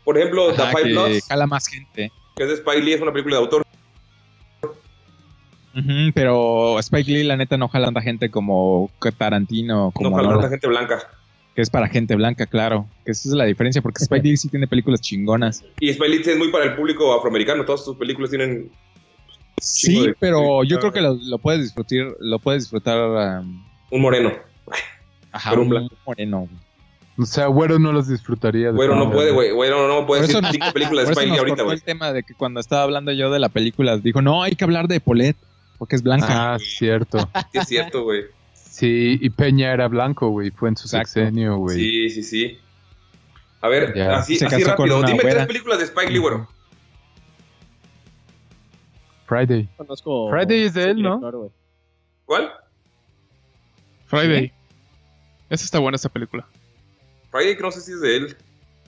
Speaker 5: Por ejemplo,
Speaker 9: Ajá,
Speaker 5: The Five
Speaker 9: que
Speaker 5: Bloods,
Speaker 9: jala más gente.
Speaker 5: que es de Spike Lee, es una película de autor.
Speaker 9: Ujú, pero Spike Lee, la neta, no jala tanta gente como que Tarantino,
Speaker 5: No,
Speaker 9: como
Speaker 5: ojalá
Speaker 9: Nolan,
Speaker 5: la gente blanca.
Speaker 9: que es para gente blanca, claro. Que esa es la diferencia, porque
Speaker 6: <laughs>
Speaker 9: Spike Lee sí tiene películas chingonas.
Speaker 5: Y Spike Lee es muy para el público afroamericano, todas sus películas tienen... Chingo
Speaker 9: Sí,
Speaker 5: de-
Speaker 9: pero yo
Speaker 5: de-
Speaker 9: creo que lo, lo puedes disfrutar, lo puedes disfrutar um,
Speaker 5: Un moreno.
Speaker 9: ajá,
Speaker 5: Pero un
Speaker 9: un
Speaker 5: blanco.
Speaker 9: moreno.
Speaker 6: O sea, güero no los disfrutaría. de
Speaker 5: Bueno, no
Speaker 6: todas
Speaker 5: puede,
Speaker 6: maneras.
Speaker 5: güey. Bueno, no puede
Speaker 9: Por
Speaker 5: decir
Speaker 9: eso no-
Speaker 5: cinco películas
Speaker 9: Por
Speaker 5: de
Speaker 9: eso
Speaker 5: Spike Lee
Speaker 9: nos
Speaker 5: ahorita,
Speaker 9: cortó
Speaker 5: güey.
Speaker 9: el tema de que cuando estaba hablando yo de la película dijo, no, hay que hablar de Polet, porque es blanca.
Speaker 6: Ah, cierto.
Speaker 5: Sí, es cierto, güey.
Speaker 6: Sí, y Peña era blanco, güey. Fue en su
Speaker 9: Exacto.
Speaker 6: sexenio, güey.
Speaker 5: Sí, sí, sí. A ver,
Speaker 6: Ya.
Speaker 5: así,
Speaker 9: Se
Speaker 5: así
Speaker 9: casó con
Speaker 5: rápido.
Speaker 9: una
Speaker 5: Dime tres
Speaker 9: güera.
Speaker 5: películas de Spike Lee, güero.
Speaker 6: Friday.
Speaker 7: Conozco.
Speaker 6: Friday es de
Speaker 7: ese
Speaker 6: él, ¿no?
Speaker 7: director, güey.
Speaker 5: ¿Cuál?
Speaker 8: Friday. Esa está buena, esta película.
Speaker 5: Friday, que no sé si es de él.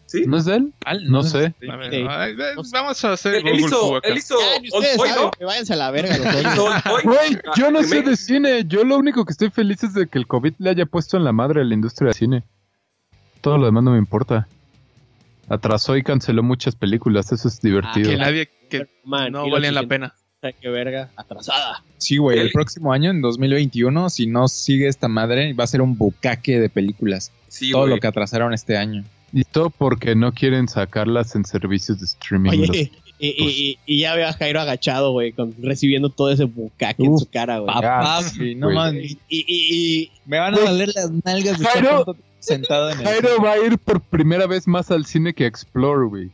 Speaker 5: ¿Sí?
Speaker 6: ¿No es de él? No sé.
Speaker 8: A ver,
Speaker 7: Sí.
Speaker 8: ay, eh,
Speaker 9: Pues,
Speaker 8: vamos a hacer
Speaker 5: Él, él
Speaker 8: Google Fu
Speaker 5: hizo,
Speaker 8: acá.
Speaker 5: él hizo
Speaker 7: Ya, ni
Speaker 5: Old
Speaker 7: ustedes
Speaker 5: Boy,
Speaker 7: saben,
Speaker 5: Oh, ¿no?
Speaker 7: que váyanse a la verga los dos.
Speaker 5: Hizo Old Boy.
Speaker 6: Güey,
Speaker 5: Ah,
Speaker 6: yo no sé
Speaker 5: remake.
Speaker 6: de cine. Yo lo único que estoy feliz es de que el COVID le haya puesto en la madre a la industria del cine. Todo lo demás no me importa. Atrasó y canceló muchas películas. Eso es divertido.
Speaker 8: Que nadie, que
Speaker 7: Man,
Speaker 8: no
Speaker 7: y lo
Speaker 8: valían la
Speaker 7: siguiente,
Speaker 8: pena.
Speaker 7: Qué verga, atrasada.
Speaker 9: Sí, güey,
Speaker 5: Él-
Speaker 9: el próximo año, en 2021, si no sigue esta madre, va a ser un bucaque de películas.
Speaker 5: Sí,
Speaker 9: Todo
Speaker 5: güey.
Speaker 9: lo que atrasaron este año.
Speaker 6: Y todo porque no quieren sacarlas en servicios de streaming. los
Speaker 7: Oye, y, y, y- y ya veo a Jairo agachado, güey, con- recibiendo todo ese bucaque en
Speaker 6: Uf,
Speaker 7: su cara, güey.
Speaker 9: Papá,
Speaker 6: sí,
Speaker 9: güey, no
Speaker 6: güey.
Speaker 9: mames.
Speaker 7: Y, y, y, y-
Speaker 9: Me van a
Speaker 6: Güey.
Speaker 9: doler las nalgas de
Speaker 6: Jairo-
Speaker 9: estar tanto sentado en el.
Speaker 6: Jairo va a ir por primera vez más al cine que a Explore, güey.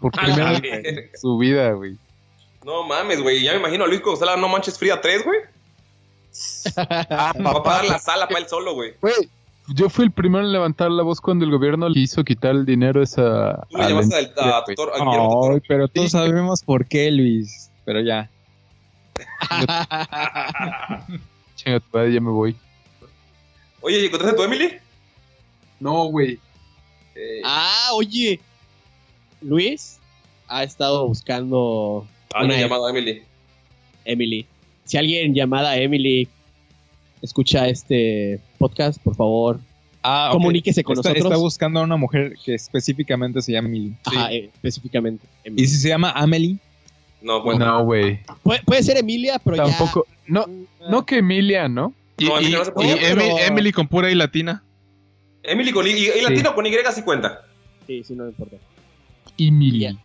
Speaker 6: Por
Speaker 5: Ah,
Speaker 6: primera
Speaker 5: la <laughs>
Speaker 6: vez
Speaker 5: verga.
Speaker 6: en su vida, güey.
Speaker 5: No mames, güey. Ya me imagino a Luis Costela No Manches Fría 3, güey.
Speaker 7: <laughs>
Speaker 6: Ah,
Speaker 5: Va a pagar la sala para él solo, güey.
Speaker 6: Güey, yo fui el primero en levantar la voz cuando el gobierno le hizo quitar el dinero a esa...
Speaker 5: Tú le
Speaker 6: a la
Speaker 5: llamaste al,
Speaker 6: entidad,
Speaker 5: a
Speaker 6: güey.
Speaker 5: Totoro- a Guillermo Totoro.
Speaker 9: Ay, pero todos sabemos por qué, Luis. Pero ya.
Speaker 6: Chinga tu madre, ya me voy.
Speaker 5: Oye, ¿y ¿encontraste a tu Emily?
Speaker 6: No, güey.
Speaker 7: ah, oye. Luis ha estado buscando
Speaker 5: Ah, no he
Speaker 7: Una-
Speaker 5: llamado a Emily.
Speaker 7: Emily. Si alguien llamada Emily escucha este podcast, por favor,
Speaker 9: Ah, ok.
Speaker 7: comuníquese con
Speaker 9: Está, está
Speaker 7: nosotros.
Speaker 9: buscando a una mujer que específicamente se llama Emily.
Speaker 7: Ajá, eh, específicamente. Emily.
Speaker 9: ¿Y si se llama Amelie?
Speaker 5: No, bueno.
Speaker 6: No, güey.
Speaker 7: Puede, puede ser Emilia, Ah, pero ya-
Speaker 6: Tampoco... No, no que Emilia, ¿no?
Speaker 8: Y,
Speaker 5: No,
Speaker 8: y-
Speaker 5: Emily no se
Speaker 8: y
Speaker 5: podía,
Speaker 8: Emi-
Speaker 7: pero-
Speaker 8: Emily con pura y latina.
Speaker 5: Emily con Y, y, y latino con Y sí cuenta.
Speaker 7: Sí, sí, no me importa.
Speaker 6: Emilia.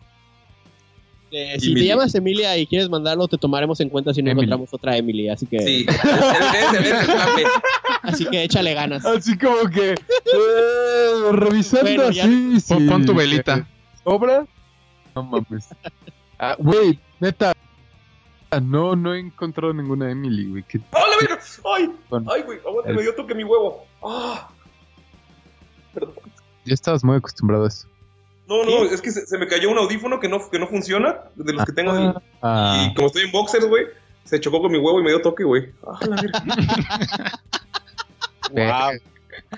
Speaker 7: Eh, si te
Speaker 5: Emilia.
Speaker 7: llamas Emilia y quieres mandarlo, te tomaremos en cuenta si no
Speaker 6: Emily.
Speaker 7: encontramos otra Emily. Así que,
Speaker 5: Sí. <laughs> Eres- eres- eres el plan B.
Speaker 7: así que échale ganas.
Speaker 6: Así como que... eh, revisando
Speaker 7: Bueno, ya.
Speaker 6: así...
Speaker 8: Pon,
Speaker 6: sí,
Speaker 8: pon tu velita.
Speaker 6: obra. No mames. Ah, Güey, neta. Ah, No, no he encontrado ninguna Emily, güey. Qué
Speaker 5: ¡Hola, verga! ¡Ay!
Speaker 6: Con-
Speaker 5: ¡Ay, güey! Aguanta, me dio toque mi huevo. ¡Ah! Perdón.
Speaker 6: Ya estabas muy acostumbrado a eso.
Speaker 5: No, no, es que se, se me cayó un audífono que no, que no funciona, de los que tengo. así.
Speaker 6: Ah,
Speaker 5: Y como estoy en boxers, güey, se chocó con mi huevo y me dio toque, güey. ¡Ah, la verga!
Speaker 6: wow.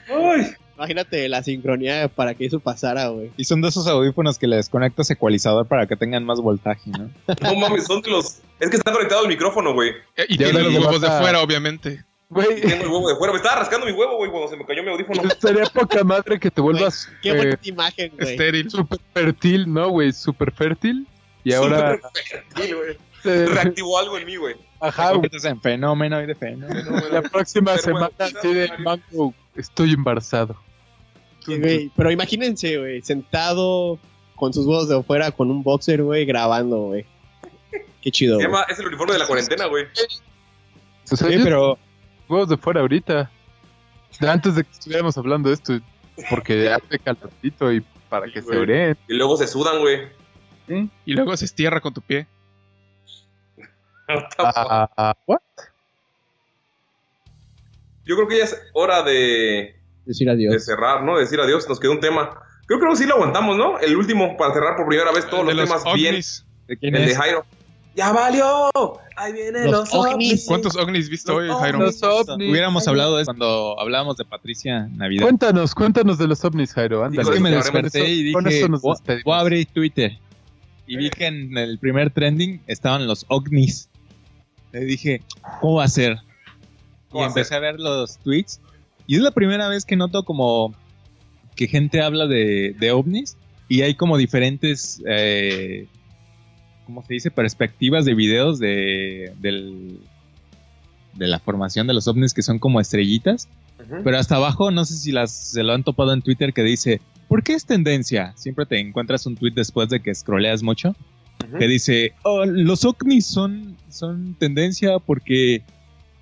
Speaker 5: ¡Ay!
Speaker 7: Imagínate la sincronía para que eso pasara, güey.
Speaker 9: Y son de esos audífonos que le desconectas ecualizador para que tengan más voltaje, ¿no?
Speaker 5: No mames, son de los. Es que está conectado al micrófono, güey.
Speaker 8: Eh, Y
Speaker 6: Ya
Speaker 8: tiene
Speaker 6: ahora
Speaker 8: los
Speaker 6: le
Speaker 8: huevos de
Speaker 6: vas a-
Speaker 8: fuera, obviamente.
Speaker 6: Güey, <laughs>
Speaker 5: Tengo el huevo de fuera. Me estaba rascando mi huevo, güey, cuando se me cayó mi audífono.
Speaker 6: estaría poca madre que te vuelvas
Speaker 7: Qué
Speaker 6: eh,
Speaker 7: bonita imagen, güey.
Speaker 8: Estéril.
Speaker 6: súper fértil, ¿no, güey? Súper fértil. Y ahora...
Speaker 5: Sí, güey.
Speaker 6: se-
Speaker 9: <laughs>
Speaker 5: Reactivó algo en mí, güey.
Speaker 6: ajá, güey.
Speaker 9: Conviertes en fenómeno y de fenómeno.
Speaker 5: No, güey,
Speaker 6: La próxima
Speaker 5: Pero bueno,
Speaker 6: semana así de mango, estoy embarazado.
Speaker 7: Sí, güey, Pero imagínense, güey, sentado con sus huevos de afuera con un boxer, güey, grabando, güey. Qué chido,
Speaker 5: Se
Speaker 7: güey.
Speaker 5: llama, es el uniforme de la cuarentena, güey.
Speaker 6: O sea,
Speaker 9: Sí,
Speaker 6: yo-
Speaker 9: pero
Speaker 6: huevos de fuera ahorita. Antes de que estuviéramos hablando de esto,
Speaker 9: <laughs>
Speaker 6: porque hace calorcito y para
Speaker 5: Sí,
Speaker 6: que se
Speaker 5: güey.
Speaker 6: oreen.
Speaker 5: Y luego se sudan, güey.
Speaker 8: Y luego se estierra con tu pie.
Speaker 6: Ah, ah, what?
Speaker 5: Yo creo que ya es hora de,
Speaker 7: Decir
Speaker 5: de
Speaker 7: adiós.
Speaker 5: cerrar, ¿no? De decir adiós. Nos quedó un tema. Creo que sí lo aguantamos, ¿no? El último, para cerrar por primera vez todos
Speaker 8: De
Speaker 5: los, temas bien.
Speaker 8: ovnis.
Speaker 9: ¿De quién
Speaker 5: El de
Speaker 9: es?
Speaker 5: Jairo. ¡Ya valió! ¡Ahí vienen
Speaker 7: Los
Speaker 5: los,
Speaker 7: ovnis.
Speaker 5: ovnis!
Speaker 8: ¿Cuántos ovnis viste hoy, Jairo?
Speaker 9: Los ovnis. Hubiéramos hablado de eso cuando hablábamos de Patricia Navidad.
Speaker 6: Cuéntanos, cuéntanos de los ovnis, Jairo. Ándale.
Speaker 9: Es que me
Speaker 5: Con eso-
Speaker 9: desperté y
Speaker 6: con
Speaker 9: dije,
Speaker 6: eso nos
Speaker 9: "Vo-
Speaker 6: despedimos".
Speaker 9: voy a abrir Twitter. Y vi que en el primer trending estaban los ovnis. Le dije, ¿cómo va a ser? Y
Speaker 5: ¿Cómo va a
Speaker 9: empecé a ver los tweets. Y es la primera vez que noto como que gente habla de, de ovnis. Y hay como diferentes, eh, ¿cómo se dice? Perspectivas de videos de, del- de la formación de los ovnis que son como estrellitas.
Speaker 5: Ujú.
Speaker 9: Pero hasta abajo, no sé si las, se lo han topado en Twitter que dice, ¿por qué es tendencia? Siempre te encuentras un tweet después de que scrolleas mucho que dice, "Oh, los ovnis son, son tendencia porque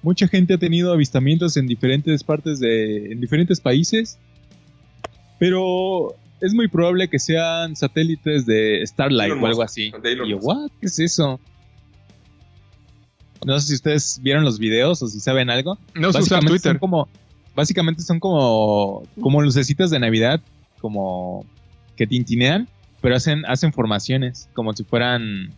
Speaker 9: mucha gente ha tenido avistamientos en diferentes partes de, en diferentes países, pero es muy probable que sean satélites de Starlight
Speaker 5: Elon
Speaker 9: o algo
Speaker 5: Musk,
Speaker 9: así.
Speaker 5: de Elon
Speaker 9: Y yo,
Speaker 5: Musk.
Speaker 9: "What? ¿Qué es eso? No sé si ustedes vieron los videos o si saben algo.
Speaker 8: No se usa
Speaker 9: Básicamente Son
Speaker 8: Twitter.
Speaker 9: como, básicamente son como, como lucecitas de Navidad, como que tintinean, pero hacen, hacen formaciones, como si fueran...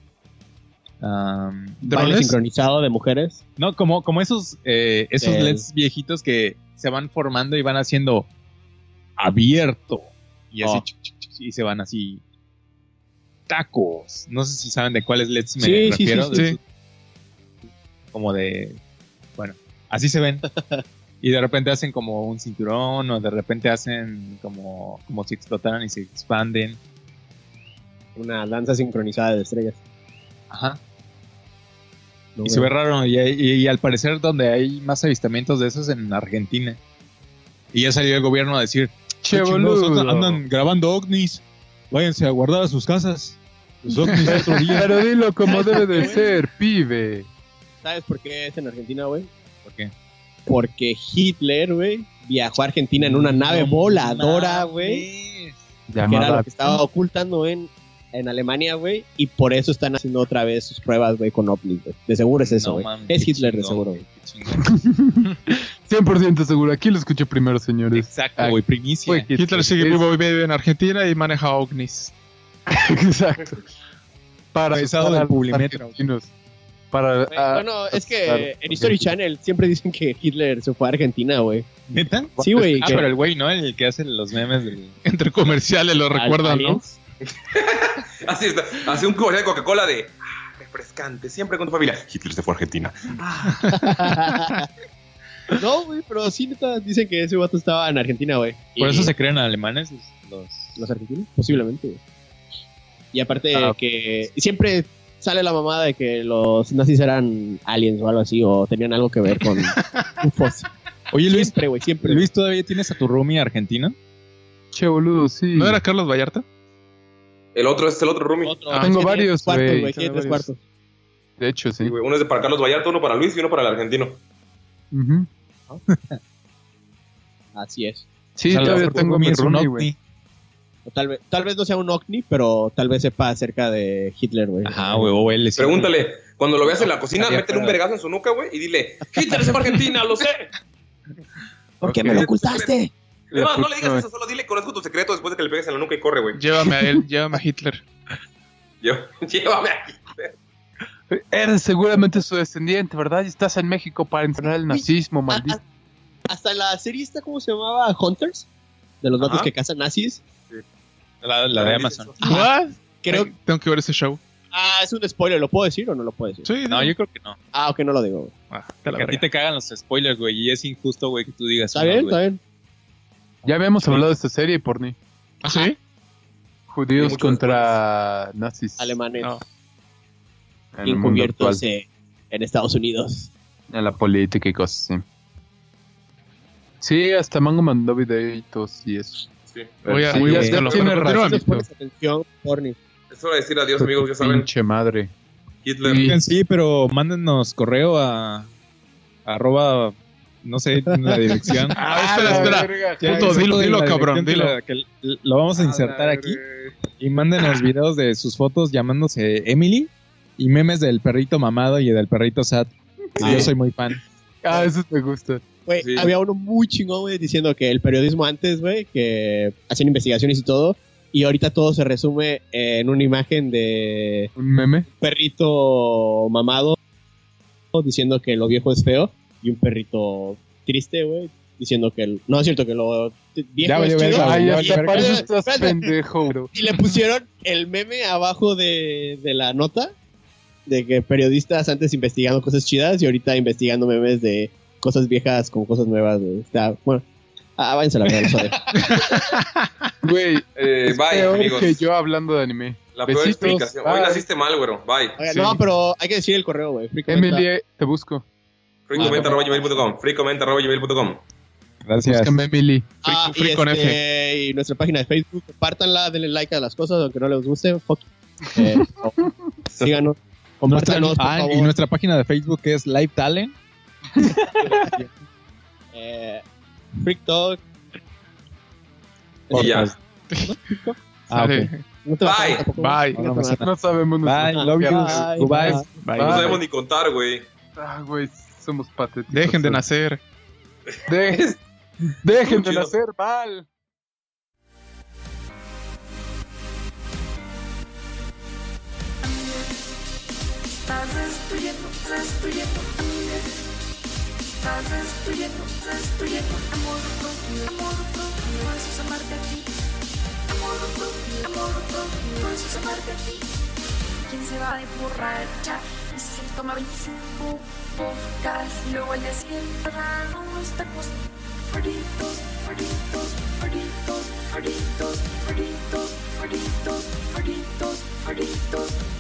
Speaker 9: am,
Speaker 8: ¿Drones?
Speaker 7: Baile sincronizado de mujeres.
Speaker 9: no, como, como esos, eh, esos
Speaker 7: Del-
Speaker 9: LEDs viejitos que se van formando y van haciendo abierto. Y así,
Speaker 7: Oh.
Speaker 9: chuc, chuc, chuc, y se van así... Tacos. No sé si saben de cuáles LEDs me
Speaker 7: Sí, sí, sí,
Speaker 9: refiero. de
Speaker 8: sí.
Speaker 9: esos- Como de... Bueno, así
Speaker 7: <laughs>
Speaker 9: se ven. Y de repente hacen como un cinturón o de repente hacen como, como si explotaran y se expanden.
Speaker 7: Una danza sincronizada de estrellas.
Speaker 9: Ajá.
Speaker 7: No
Speaker 9: Y se ve
Speaker 7: veo.
Speaker 9: raro. Y, hay- y- y al parecer donde hay más avistamientos de esos en Argentina. Y ya salió el gobierno a decir,
Speaker 6: Che,
Speaker 9: "Qué chingados,
Speaker 6: boludo.
Speaker 9: andan, andan grabando ovnis. Váyanse a guardar a sus casas. Los ovnis de otro día".
Speaker 6: <laughs> Pero dilo
Speaker 9: <laughs>
Speaker 6: como debe de ser, pibe.
Speaker 7: ¿Sabes por qué es en Argentina, güey?
Speaker 9: ¿Por qué?
Speaker 7: Porque Hitler, güey, viajó a Argentina en una nave voladora, güey. Que era lo que estaba ocultando en, en Alemania, güey. Y por eso están haciendo otra vez sus pruebas, güey, con ovnis, güey. De seguro es eso,
Speaker 9: No
Speaker 7: güey.
Speaker 9: mames,
Speaker 7: es
Speaker 9: qué
Speaker 7: Hitler, de
Speaker 9: chingón,
Speaker 7: seguro,
Speaker 9: güey,
Speaker 7: güey.
Speaker 9: qué chingón.
Speaker 6: 100% seguro. Aquí lo escuché primero, señores.
Speaker 9: Exacto, güey, primicia.
Speaker 6: Fue Hitler.
Speaker 8: Hitler sigue
Speaker 6: Es-
Speaker 8: vivo y vive en Argentina y maneja ovnis. <laughs>
Speaker 6: Exacto. Para asustar
Speaker 9: Pesado del
Speaker 6: a los
Speaker 9: Publimetro.
Speaker 6: argentinos. Para
Speaker 7: Güey,
Speaker 6: ah,
Speaker 7: bueno, es que
Speaker 6: claro,
Speaker 7: en History
Speaker 6: Argentina.
Speaker 7: Channel siempre dicen que Hitler se fue a Argentina, güey.
Speaker 9: ¿Neta?
Speaker 7: Sí, güey.
Speaker 9: Ah,
Speaker 7: que-
Speaker 9: pero el güey, ¿no? El que hace los memes del...
Speaker 8: Entre comerciales lo recuerdan, ¿no?
Speaker 7: aliens. <laughs>
Speaker 5: Así está. Hace un comercial de Coca-Cola de "Ah, refrescante, siempre con tu familia. Hitler se fue a Argentina.
Speaker 7: no, güey, pero sí, neta, dicen que ese vato estaba en Argentina, güey.
Speaker 9: Por
Speaker 7: Y-
Speaker 9: eso se crean alemanes los- los
Speaker 7: ¿Los argentinos? Posiblemente. güey. Y aparte
Speaker 6: Ah.
Speaker 7: que siempre sale la mamada de que los nazis eran aliens o algo así, o tenían algo que ver con UFOs.
Speaker 9: Oye, Luis,
Speaker 7: Siempre, güey, siempre.
Speaker 9: Luis, ¿todavía tienes a tu roomie argentino?
Speaker 6: Che, boludo, sí.
Speaker 8: ¿No era Carlos Vallarta?
Speaker 5: El otro es el otro roomie.
Speaker 7: Otro,
Speaker 8: Ah,
Speaker 7: tiene
Speaker 6: tengo
Speaker 7: tres
Speaker 6: varios,
Speaker 7: cuartos,
Speaker 6: güey,
Speaker 7: Tiene
Speaker 6: tengo
Speaker 7: tres
Speaker 6: varios.
Speaker 7: cuartos.
Speaker 6: De hecho, sí.
Speaker 5: Sí, güey, Uno es de para Carlos Vallarta, uno para Luis y uno para el argentino.
Speaker 6: Ujú.
Speaker 7: Así es.
Speaker 6: Sí,
Speaker 9: O sea,
Speaker 6: todavía
Speaker 9: tu
Speaker 6: tengo
Speaker 9: roomie
Speaker 6: mi
Speaker 9: es un
Speaker 6: roomie,
Speaker 9: ovni.
Speaker 6: güey.
Speaker 7: O tal, vez, tal vez no sea un OVNI, pero tal vez sepa acerca de Hitler, güey.
Speaker 9: Ajá, güey, o él es-
Speaker 5: Pregúntale, cuando lo veas en la cocina,
Speaker 9: Estaría
Speaker 5: métele un
Speaker 9: feo.
Speaker 5: vergazo en su nuca, güey, y dile, Hitler se fue a Argentina, lo sé.
Speaker 7: ¿Por qué
Speaker 5: Ok.
Speaker 7: me lo ocultaste?
Speaker 5: No, no le digas eso, solo dile, conozco tu secreto después de que le pegues en la nuca y corre, güey.
Speaker 8: Llévame a
Speaker 6: <laughs>
Speaker 8: él, llévame a Hitler.
Speaker 5: Yo, <laughs> llévame aquí.
Speaker 6: Eres seguramente su descendiente, ¿verdad? Y estás en México para entrenar el nazismo,
Speaker 7: Ah,
Speaker 6: maldito.
Speaker 7: Hasta la serie esta, ¿cómo se llamaba? Hunters. De los vatos
Speaker 5: Ajá.
Speaker 7: que cazan nazis. Ah,
Speaker 9: La, la de Amazon.
Speaker 8: ¿What?
Speaker 7: Creo
Speaker 8: Ay, Tengo que ver ese show.
Speaker 7: Ah, es un spoiler. ¿Lo puedo decir o no lo puedo decir?
Speaker 8: Sí,
Speaker 9: No,
Speaker 8: dime.
Speaker 9: yo creo que no.
Speaker 7: Ah, ok, no lo digo, güey.
Speaker 8: Ah, te la
Speaker 9: Porque a ti
Speaker 8: verga.
Speaker 9: te cagan los spoilers, güey, y es injusto, güey, que tú digas.
Speaker 7: Está
Speaker 9: uno,
Speaker 7: bien,
Speaker 9: güey.
Speaker 7: está bien.
Speaker 6: Ya habíamos hablado de esta serie, porni.
Speaker 8: ¿Ah, sí?
Speaker 5: Y
Speaker 6: Judíos
Speaker 5: muchos
Speaker 6: contra nazis.
Speaker 7: Alemanes.
Speaker 8: No.
Speaker 6: en el mundo
Speaker 7: encubiertos
Speaker 6: actual.
Speaker 7: eh, en Estados Unidos.
Speaker 6: En la política y cosas así. Sí, hasta Mango mandó videitos y eso.
Speaker 5: Sí.
Speaker 8: Voy a-
Speaker 6: Sí,
Speaker 8: voy a
Speaker 6: ya-
Speaker 8: buscarlo,
Speaker 6: ya tiene
Speaker 8: pero
Speaker 6: razón,
Speaker 8: continúa,
Speaker 7: Si nos pones atención, porni.
Speaker 5: Es hora de decir adiós, amigos, ya saben,
Speaker 6: Pinche madre.
Speaker 5: Hitler.
Speaker 6: Sí.
Speaker 9: Digan Sí, pero mándenos correo a. Arroba. No sé la <laughs> dirección.
Speaker 8: Ah, espera, espera. Puto, dilo, dilo,
Speaker 9: La dirección
Speaker 8: cabrón,
Speaker 9: que
Speaker 8: dilo.
Speaker 9: la- que l- lo vamos a insertar aquí. Ah. Y mándenos videos de sus fotos llamándose Emily. Y memes del perrito mamado y del perrito sad.
Speaker 5: Sí.
Speaker 9: Yo soy muy fan.
Speaker 6: Ah, eso te gusta.
Speaker 7: Güey,
Speaker 5: Sí.
Speaker 7: había uno muy chingón, güey, diciendo que el periodismo antes, güey, que hacían investigaciones y todo, Y ahorita todo se resume en una imagen de
Speaker 6: ¿Un meme?
Speaker 7: perrito mamado diciendo que lo viejo es feo y un perrito triste, güey, diciendo que el- no es cierto que lo viejo
Speaker 9: Ya,
Speaker 7: es
Speaker 9: valió
Speaker 7: chido.
Speaker 9: verga,
Speaker 6: Ay,
Speaker 9: valió
Speaker 7: Y-
Speaker 6: hasta
Speaker 9: verga.
Speaker 6: para eso
Speaker 7: espérate,
Speaker 6: estás
Speaker 7: Eh, espérate.
Speaker 6: pendejo, bro.
Speaker 7: Y le pusieron el meme abajo de, de la nota de que periodistas antes investigando cosas chidas y ahorita investigando memes de cosas viejas con cosas nuevas, güey. Está, bueno, ah, váyanse a la verga, los
Speaker 9: <laughs>
Speaker 7: odio.
Speaker 6: Güey,
Speaker 5: Eh,
Speaker 6: es
Speaker 5: bye,
Speaker 6: peor
Speaker 5: amigos.
Speaker 6: que yo hablando de anime.
Speaker 5: La peor
Speaker 6: Besitos,
Speaker 5: explicación. Hoy
Speaker 6: bye.
Speaker 5: naciste mal, güero. Bye.
Speaker 7: Oiga,
Speaker 6: Sí.
Speaker 7: No, pero hay que decir el correo, güey. Free Comenta.
Speaker 6: Emily, te busco.
Speaker 5: Freecomment.com. Freecomment.com.
Speaker 9: Gracias.
Speaker 6: Búscame Emily.
Speaker 7: Ah,
Speaker 8: Free-
Speaker 7: y,
Speaker 8: free con
Speaker 7: este, y nuestra página de Facebook, compártanla, denle like a las cosas, aunque no les guste. fuck. Eh, no. síganos. Compártanos, por
Speaker 9: Ah,
Speaker 7: favor.
Speaker 9: y nuestra página de Facebook es Live Talent.
Speaker 7: Eh, Freak Talk.
Speaker 5: Y ya.
Speaker 9: Ah, ok.
Speaker 8: Sale.
Speaker 7: No te vas a-
Speaker 5: Bye.
Speaker 7: tampoco.
Speaker 8: Bye.
Speaker 7: No te
Speaker 9: No
Speaker 7: vas a-
Speaker 6: No sabemos
Speaker 9: Bye,
Speaker 6: nosotros.
Speaker 9: love you.
Speaker 7: Bye.
Speaker 9: Goodbye.
Speaker 7: Bye.
Speaker 8: Bye.
Speaker 5: No sabemos ni contar, güey.
Speaker 6: Ah, güey, somos patéticos.
Speaker 8: Dejen de nacer.
Speaker 6: Dejen, dejen de
Speaker 5: Chido.
Speaker 6: nacer mal.
Speaker 1: ¿Quién se va de borracha y se toma 25 pocas? Luego al día siguiente traga unos tacos fritos, fritos, fritos, fritos, fritos, fritos, fritos, fritos, fritos,